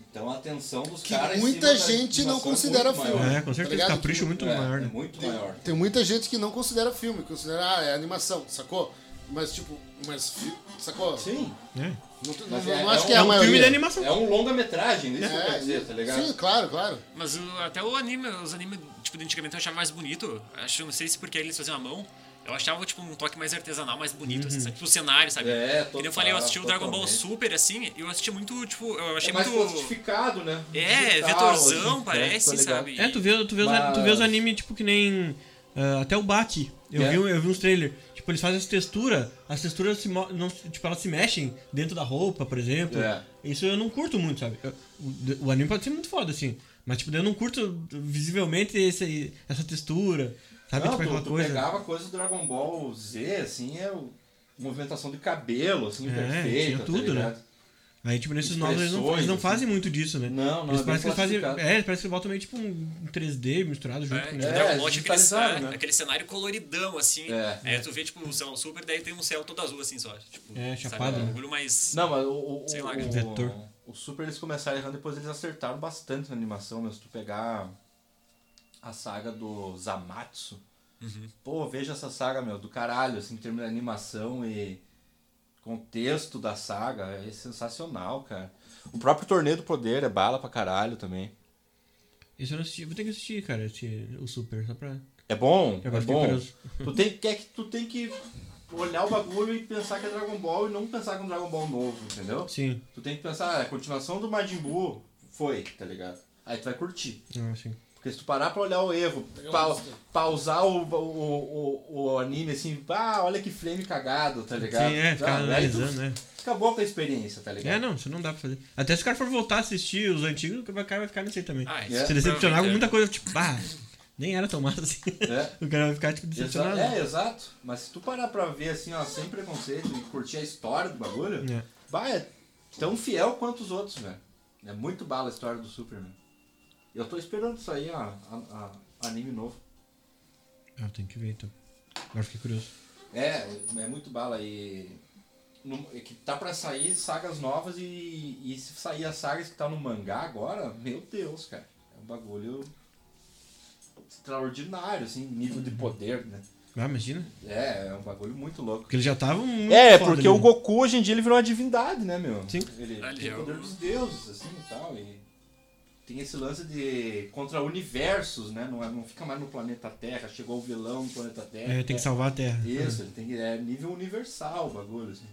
S6: Então a atenção dos
S3: Que
S6: caras. em
S3: muita
S6: cima da
S3: gente não
S6: animação é
S3: considera
S6: muito maior.
S3: filme. tá
S5: É, com certeza.
S3: ligado? Tipo,
S5: capricho muito
S6: é,
S5: maior,
S6: é
S5: né?
S6: muito maior.
S3: Tem muita gente que não considera filme, considera, ah, é animação, sacou? Mas, tipo, mas. fi- Sacou?
S6: Sim.
S5: É.
S3: Não, tô-
S6: Mas
S3: não-
S6: é-
S3: não
S6: é
S3: acho
S6: um-
S3: que é,
S6: é
S3: a
S6: um
S3: maioria.
S5: Filme de animação.
S6: É um longa-metragem, isso que eu
S3: É,
S6: quero dizer, tá ligado?
S3: Sim, claro, claro.
S4: Mas o- até o anime, os animes, tipo, de antigamente eu achava mais bonito. Acho, não sei se porque eles faziam a mão. Eu achava, tipo, um toque mais artesanal, mais bonito,
S5: Uhum.
S4: assim, sabe? Tipo, o cenário, sabe?
S6: É,
S4: Que nem eu
S6: total,
S4: falei, eu assisti o Dragon Ball
S6: totalmente.
S4: Super, assim, e eu assisti muito, tipo, eu achei
S6: É mais
S4: muito...
S6: plastificado, né?
S4: É,
S6: Digital,
S4: vetorzão,
S6: assim,
S4: parece,
S6: né? Tô ligado.
S4: sabe?
S5: É, tu vê, tu vê, os,
S6: Mas-
S5: tu vê os anime, tipo, que nem. ah, até o Baki. Eu,
S6: É.
S5: vi, um, eu vi uns trailers. Tipo, eles fazem as texturas, as texturas se, mo- não, se- tipo, elas se mexem dentro da roupa, por exemplo.
S6: É.
S5: Isso eu não curto muito, sabe? Eu- o, o anime pode ser muito foda, assim. Mas, tipo, eu não curto visivelmente esse, essa textura. Sabe?
S6: Não,
S5: tipo,
S6: tu,
S5: aquela
S6: tu
S5: coisa.
S6: pegava coisa do Dragon Ball Z, assim, é o- movimentação de cabelo, assim,
S5: É,
S6: perfeita,
S5: tinha
S6: tá
S5: tudo, né?
S6: ligado?
S5: Aí, tipo, nesses novos eles não, eles não
S6: Expressões, assim.
S5: fazem muito disso, né?
S6: Não, não,
S5: Eles
S6: é bem
S5: parecem que eles fazem.
S6: plastificado.
S5: É, parece que eles botam meio tipo um 3D misturado junto né?
S4: É,
S5: com
S4: o
S5: o
S6: É,
S4: Dragon Ball tinha aquele,
S6: digitalizado,
S4: cenário-
S6: né?
S4: aquele cenário coloridão, assim.
S6: É.
S4: Aí tu vê, tipo, o céu super, daí tem um céu todo azul, assim, só. Tipo,
S5: É,
S4: sabe?
S5: chapado,
S4: Um
S5: né?
S4: bagulho mais...
S6: Não, mas o, o,
S4: Sei
S6: o,
S4: lá,
S6: o-
S4: aquele
S5: vetor.
S6: o Super eles começaram errando, depois eles acertaram bastante na animação, mas se tu pegar a saga do Zamatsu,
S4: Uhum.
S6: pô, veja essa saga, meu, do caralho, assim, em termos de animação e contexto da saga, é sensacional, cara. O próprio Torneio do Poder é bala pra caralho também.
S5: Isso eu não assisti. Vou ter que assistir, cara, esse, o Super, só pra.
S6: É bom,
S5: Eu
S6: é
S5: fiquei
S6: bom.
S5: curioso.
S6: Tu tem, que- é que, tu tem que olhar o bagulho e pensar que é Dragon Ball e não pensar que é um Dragon Ball novo, entendeu?
S5: Sim.
S6: Tu tem que pensar, ah, a continuação do Majin Buu foi, tá ligado? Aí tu vai curtir.
S5: Não, ah, sim.
S6: Porque se tu parar pra olhar o Evo, pau- pausar o, o, o, o anime assim, ah, olha que frame cagado, tá ligado?
S5: Sim, é,
S6: Ah,
S5: ficar
S6: aí tu
S5: analisando, né?
S6: Acabou com a experiência, tá ligado?
S5: É, não, isso não dá pra fazer. Até se o cara for voltar a assistir os antigos, o cara vai ficar nesse aí também.
S4: Ah,
S6: é,
S5: se decepcionar com
S4: provavelmente,
S5: muita coisa, tipo, ah, nem era tão massa assim.
S6: É.
S5: O cara vai ficar, tipo,
S6: Exa-
S5: decepcionado.
S6: é, exato. Mas se tu parar pra ver assim, ó, sem preconceito e curtir a história do bagulho,
S5: É.
S6: vai, é tão fiel quanto os outros, velho. É muito bala a história do Superman. Eu tô esperando isso aí, ó, a- a- anime novo.
S5: Ah, tem que ver então. Agora fiquei curioso.
S6: É, é muito bala e. no- é que tá pra sair sagas novas e, e se sair as sagas que tá no mangá agora, meu Deus, cara. É um bagulho extraordinário, assim, nível de poder, né?
S5: Ah, imagina.
S6: É, é um bagulho muito louco.
S5: Porque eles já estavam muito.
S6: É,
S5: foda
S6: porque
S5: ali,
S6: o
S5: né?
S6: Goku hoje em dia ele virou uma divindade, né, meu?
S5: Sim.
S6: Ele
S4: Ah, ele
S6: tem
S4: é
S6: o poder
S4: um-
S6: dos deuses, assim e tal. E tem esse lance de contra universos, né? Não, é- não fica mais no planeta Terra, chegou o vilão no planeta Terra.
S5: É, tem que salvar a terra.
S6: Isso, ele tem que, é nível universal o bagulho, assim.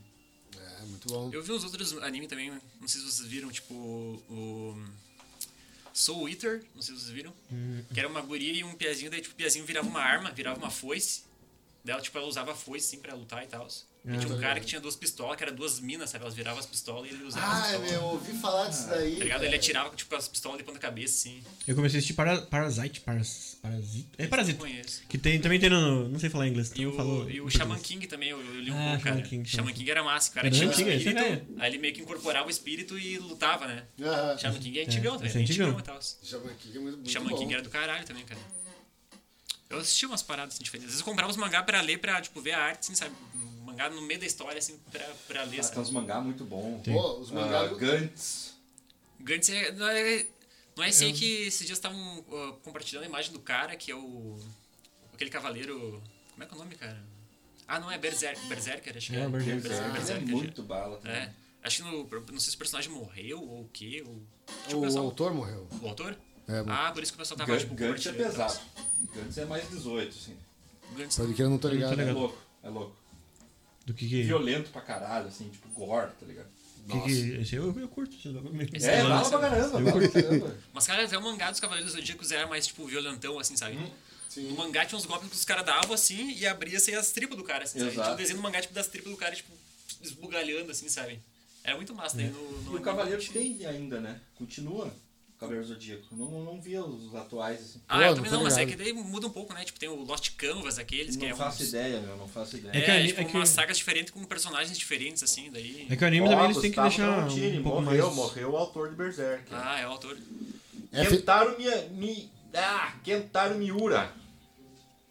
S3: É, muito bom.
S4: Eu vi uns outros anime também, não sei se vocês viram, tipo o Soul Eater, não sei se vocês viram,
S5: Hum.
S4: que era uma guria e um piazinho, daí tipo, o piazinho virava uma arma, virava uma foice, daí ela, tipo, ela usava a foice assim pra lutar e tal. E
S5: Ah, tá
S4: tinha um cara que tinha duas pistolas, que era duas minas, sabe? Elas viravam as pistolas e ele usava as
S3: Ah,
S6: é,
S4: pistolas.
S3: meu, eu ouvi falar disso daí.
S4: Tá ligado? Ele atirava, tipo, as pistolas de ponta cabeça, assim.
S5: Eu comecei a assistir para, Parasite, paras, Parasito. É Parasito.
S4: Não conheço.
S5: Que tem, também tem no. Não sei falar inglês.
S4: E
S5: então
S4: o,
S5: falou em
S4: e o
S5: português.
S4: Shaman King também, eu, eu li um
S5: Ah,
S4: pouco,
S5: Shaman
S4: cara.
S5: King, Shaman
S4: Shaman King era massa, o cara
S5: Era
S4: tinha um
S5: antiga, isso é
S4: espírito,
S5: velho.
S4: aí ele meio que incorporava o espírito e lutava, né?
S3: Aham.
S4: Shaman King é antigão também,
S5: esse é
S4: é antigão
S5: antigão.
S4: e tal.
S3: Shaman King é muito, muito
S4: Shaman
S3: bom.
S4: King era do caralho também, cara. Eu assisti umas paradas assim, diferentes. Às vezes eu comprava os mangá pra ler, pra tipo, ver a arte, assim, sabe? Um Mangá no meio da história, assim, pra, pra ler,
S6: Ah, tem uns
S4: sabe?
S6: mangá muito bom.
S3: Pô, os mangás...
S6: Ah, Gantz. tá.
S4: Gantz é, não é. Não é assim que esses dias estavam ó, compartilhando a imagem do cara, que é o. Aquele cavaleiro. Como é que é o nome, cara? Ah, não, é Berserk, Berserker, acho que
S5: É,
S4: é.
S5: Berserker.
S6: Gantz é, ele é
S4: Berserker,
S6: muito bala também.
S4: É. Acho que no, não sei se o personagem morreu ou o quê. Ou, Acho que o,
S3: o
S5: um.
S4: pessoal-
S3: autor morreu.
S4: o autor?
S3: É, mano.
S4: ah, por isso que o pessoal tava,
S6: Gan-
S4: tipo,
S6: Gantz é
S4: curtindo e tal.
S6: pesado. Gantz é mais 18, assim.
S4: Gantz
S3: Pode que eu não tô ligado.
S5: Tá ligado.
S6: É
S5: Legal.
S6: louco, é louco.
S5: Do que que.
S6: Violento pra caralho, assim, tipo gore, tá ligado?
S5: que, que esse eu, eu curto esses bagulho meio-
S4: Esse
S6: É,
S4: Sim,
S6: bala
S4: sim.
S6: pra caramba, bala pra caramba.
S4: Mas, cara, até o mangá dos Cavaleiros do Zodíaco era mais, tipo, violentão, assim, sabe?
S3: Sim.
S4: No mangá tinha uns golpes que os caras davam assim e abria saía as tripas do cara, assim, sabe?
S6: Exato.
S4: Tinha um desenho no mangá tipo, das tripas do cara, tipo, esbugalhando, assim, sabe? Era muito massa daí no, no
S6: E o
S4: anime.
S6: Cavaleiros tem ainda, né? Continua. Cavaleiro Zodíaco. Não, não via os atuais, assim.
S4: Ah,
S3: Pô,
S4: eu
S3: não
S4: também
S3: tô
S4: não, mas é que
S3: ligado.
S4: daí muda um pouco, né? Tipo, tem o Lost Canvas, aqueles que é
S6: Não faço
S4: uns...
S6: ideia, meu. Não faço ideia.
S4: É,
S5: que ali-
S4: tipo,
S5: é que-
S4: umas sagas diferentes com personagens diferentes, assim, daí...
S5: É que o anime
S7: Ó,
S5: também eles têm que
S7: Gustavo
S5: deixar
S7: Tarantini,
S5: um pouco
S7: morreu,
S5: mais...
S7: morreu o autor de Berserk.
S4: Ah, é o autor.
S3: É fe-
S7: Kentaro Mia, Mi- ah, Kentaro Miura.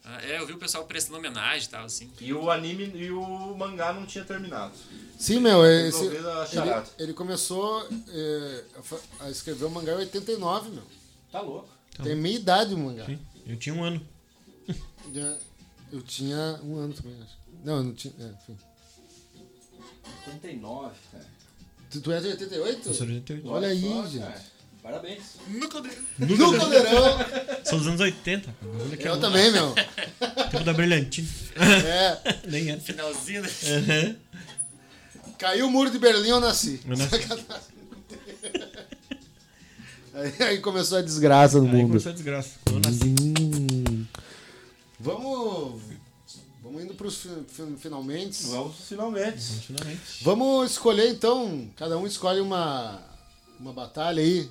S4: Ah, é, eu vi o pessoal prestando homenagem e tal, assim.
S7: E o anime e o mangá não tinha terminado.
S3: Sim, meu, é esse,
S7: Resolvendo a
S3: ele,
S7: charada.
S3: ele começou eh, a fa- a escrever o mangá em 89, meu.
S6: Tá louco.
S3: Tem meia idade o mangá.
S5: Então. Sim, eu tinha um ano.
S3: Já- Eu tinha um ano também, acho. Não, eu não tinha. É, enfim.
S6: 39, cara.
S3: Tu, tu é de 88?
S5: Eu sou de 88.
S3: Olha aí,
S6: só,
S3: gente.
S6: cara. Parabéns.
S3: No Caldeirão!
S5: Sou dos anos 80. cara. Olha que
S3: Eu também, meu.
S5: Tempo da Brilhantina.
S3: É,
S5: Nem era.
S4: Finalzinho, né?
S3: caiu o muro de Berlim, eu nasci.
S5: Eu nasci.
S3: Sacanagem. Aí, aí começou a desgraça no
S5: Aí
S3: mundo.
S5: começou é a desgraça. Quando eu nasci.
S3: Hum. Vamos. Vamos indo pros fi- fi- finalmente.
S7: Vamos finalmente.
S5: Finalmente.
S3: Vamos escolher então. Cada um escolhe uma. Uma batalha aí.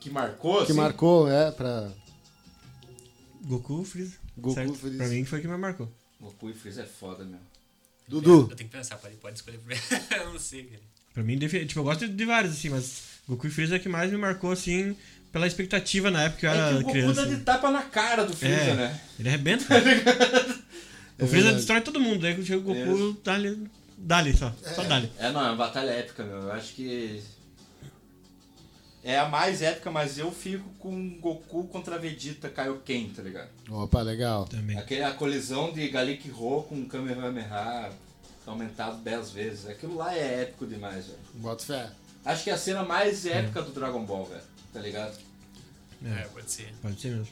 S7: Que marcou, assim,
S3: Que marcou, é, pra.
S5: Goku, Freeza.
S3: Goku,
S5: certo?
S3: Freeza.
S5: Pra mim foi que me marcou.
S6: Goku e Freeza é foda, meu.
S3: Dudu.
S4: Eu tenho que pensar, pode, pode escolher primeiro. eu não sei, cara.
S5: Pra mim, defi- tipo, eu gosto de vários, assim, mas Goku e Freeza é que mais me marcou, assim, pela expectativa na época que eu
S6: É
S5: era
S6: que o Goku
S5: Ah, criança.
S6: dá de tapa na cara do Freeza,
S5: É.
S6: né?
S5: Ele arrebenta. o Freeza
S3: É verdade. É.
S5: destrói todo mundo, daí quando chega o Goku, dá-lhe. Dá-lhe só. Só dá-lhe.
S6: É, não, é uma batalha épica, meu. Eu acho que. É a mais épica, mas eu fico com Goku contra Vegeta Kaioken, tá ligado?
S3: Opa, legal.
S5: Também.
S6: Aquele, a colisão de Galik Ho com Kamehameha aumentado 10 vezes. Aquilo lá é épico demais, velho.
S3: Bota fé.
S6: Acho que é a cena mais épica do Dragon Ball, velho. Tá ligado?
S4: É, pode ser.
S5: Pode ser mesmo.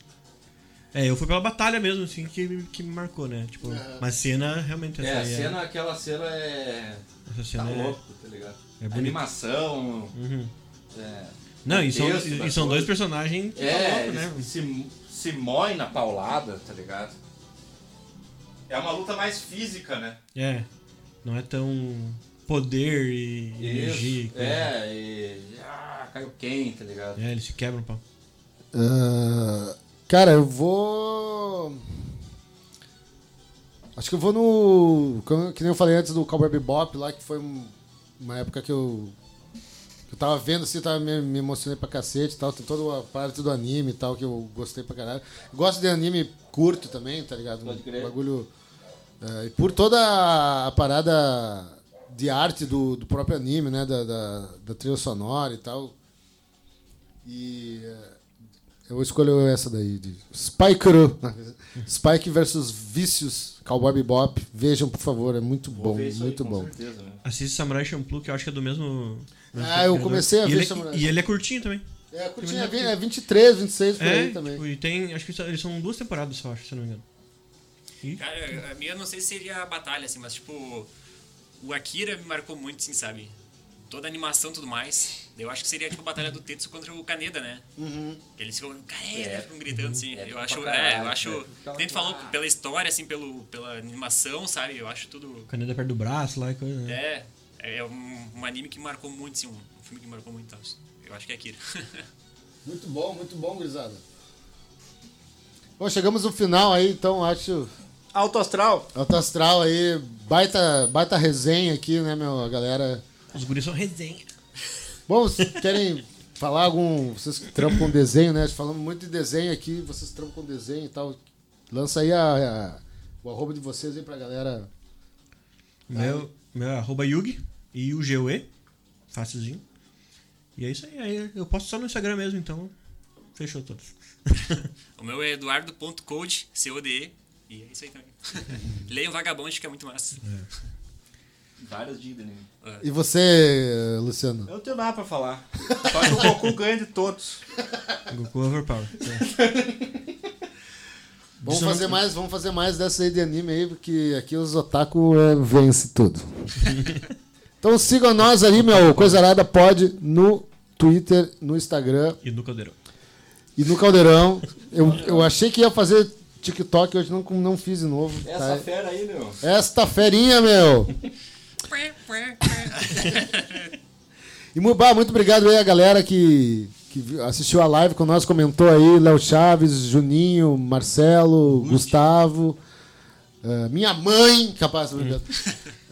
S5: É, eu fui pela batalha mesmo, assim, que, me- que me marcou, né? Tipo, mas cena realmente
S6: É,
S5: essa
S6: a
S5: aí
S6: cena, aquela cena é.
S5: essa
S6: Tá
S5: cena é-
S6: louco, tá ligado?
S5: É bonito.
S6: Animação.
S5: Uhum.
S6: É,
S5: Não, e são,
S6: Texto,
S5: e- e
S6: das
S5: são dois
S6: coisas.
S5: personagens que
S6: tá é
S5: tá louco,
S6: eles
S5: né?
S6: se, se moem na paulada, tá ligado? É uma luta mais física, né?
S5: É. Não é tão poder e energia. e
S6: Isso.
S5: coisa.
S6: É, e. Ah, caiu quem, tá ligado?
S5: É, eles se quebram, pau.
S3: Ah, cara, eu vou. Acho que eu vou no. como- Que nem eu falei antes do Cowboy Bebop lá, que foi um- uma época que eu. que eu tava vendo assim, tava, me, me emocionei pra cacete e tal. Tem toda a parte do anime e tal, que eu gostei pra caralho. Gosto de anime curto também, tá ligado?
S6: Pode crer.
S3: Um bagulho. ah, e por toda a parada de arte do, do próprio anime, né? Da, da, da trilha sonora e tal. E. eh, eu escolho essa daí, de Spike Ru. Spike versus Vícios, Cowboy Bebop. Vejam, por favor, é muito
S6: Vou
S3: bom,
S6: ver isso aí,
S3: muito
S6: com
S3: bom.
S6: certeza, né?
S5: Assiste Samurai Champloo, que eu acho que é do mesmo. mesmo
S3: Ah, eu
S5: criador.
S3: comecei a
S5: E
S3: ver
S5: ele é-
S3: Samurai
S5: E ele é curtinho também.
S3: É, eu curti, é vi- é 23, 26 por
S5: é,
S3: aí também.
S5: tipo, e tem. Acho que só- eles são duas temporadas só, acho, se eu não me engano.
S4: Cara, a minha eu não sei se seria a batalha, assim, mas tipo, o Akira me marcou muito, assim, sabe? Toda a animação e tudo mais. Eu acho que seria tipo a batalha do Tetsu contra o Kaneda, né? Que eles ficam, Kaneda, ficam gritando, assim.
S6: É,
S4: eu
S6: pra
S4: acho,
S6: caralho,
S4: é, eu acho.
S6: né?
S4: que nem tu falou, pela história, assim, pelo, pela animação, sabe? Eu acho tudo.
S5: Caneta perto do braço lá e coisa. né?
S4: É, é um, um anime que marcou muito, assim, um, um filme que marcou muito, então, eu acho que é Akira.
S3: Muito bom, muito bom, gurizada. Bom, chegamos no final aí, então acho.
S7: Alto Astral.
S3: Alto Astral aí, baita, baita resenha aqui, né, meu? A galera.
S5: Os guris são resenha.
S3: Bom, vocês querem falar algum. Vocês que trampam com desenho, né? Falamos muito de desenho aqui, vocês trampam com desenho e tal. Lança aí a- a- o arroba de vocês aí pra galera.
S5: Meu, meu é arroba Yugi, I-U-G-U-E, facilzinho. E é isso aí, aí eu posto só no Instagram mesmo, então fechou todas.
S4: o meu é eduardo.code, C-O-D-E, e é isso aí também. Leiam Vagabond, que é muito massa.
S6: Várias dívidas, né?
S3: E você, Luciano?
S7: Eu não tenho nada pra falar. Só que o Goku ganha de todos.
S5: Goku Overpower.
S3: Vamos
S5: Isso
S3: fazer
S5: não-
S3: mais, vamos fazer mais dessa aí de anime aí, porque aqui os otaku é, vence tudo. então sigam nós aí, meu, Coisarada pode no Twitter, no Instagram
S5: E no Caldeirão.
S3: e no Caldeirão. Eu, eu achei que ia fazer TikTok hoje não, não fiz de novo.
S6: Essa
S3: tá?
S6: fera aí, meu.
S3: Esta ferinha, meu! E Mubá, muito obrigado aí a galera que, que vi- assistiu a live com nós, comentou aí, Léo Chaves, Juninho, Marcelo, Gustavo, eh, minha mãe, capaz, obrigado.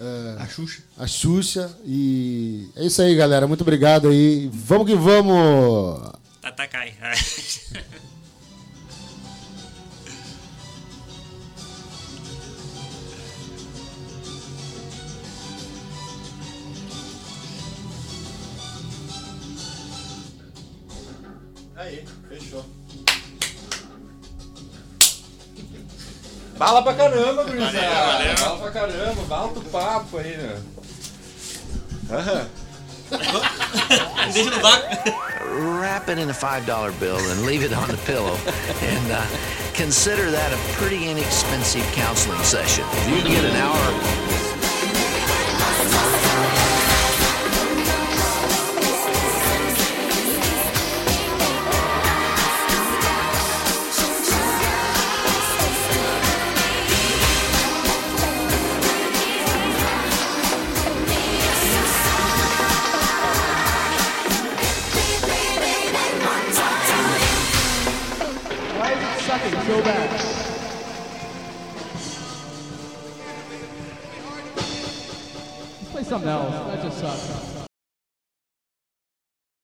S3: Eh,
S5: A Xuxa.
S3: a Xuxa. E é isso aí, galera. Muito obrigado aí. Vamos que vamos!
S4: Tatakai.
S6: Aí, fechou. Bala pra caramba, gurizada.
S4: valeu.
S6: Bala pra caramba. Bala do papo aí, meu.
S4: Deixa no vácuo.
S2: Wrap it in a $5 bill and leave it on the pillow. And uh, consider that a pretty inexpensive counseling session. If you can get an hour
S8: Play something else. That just sucks.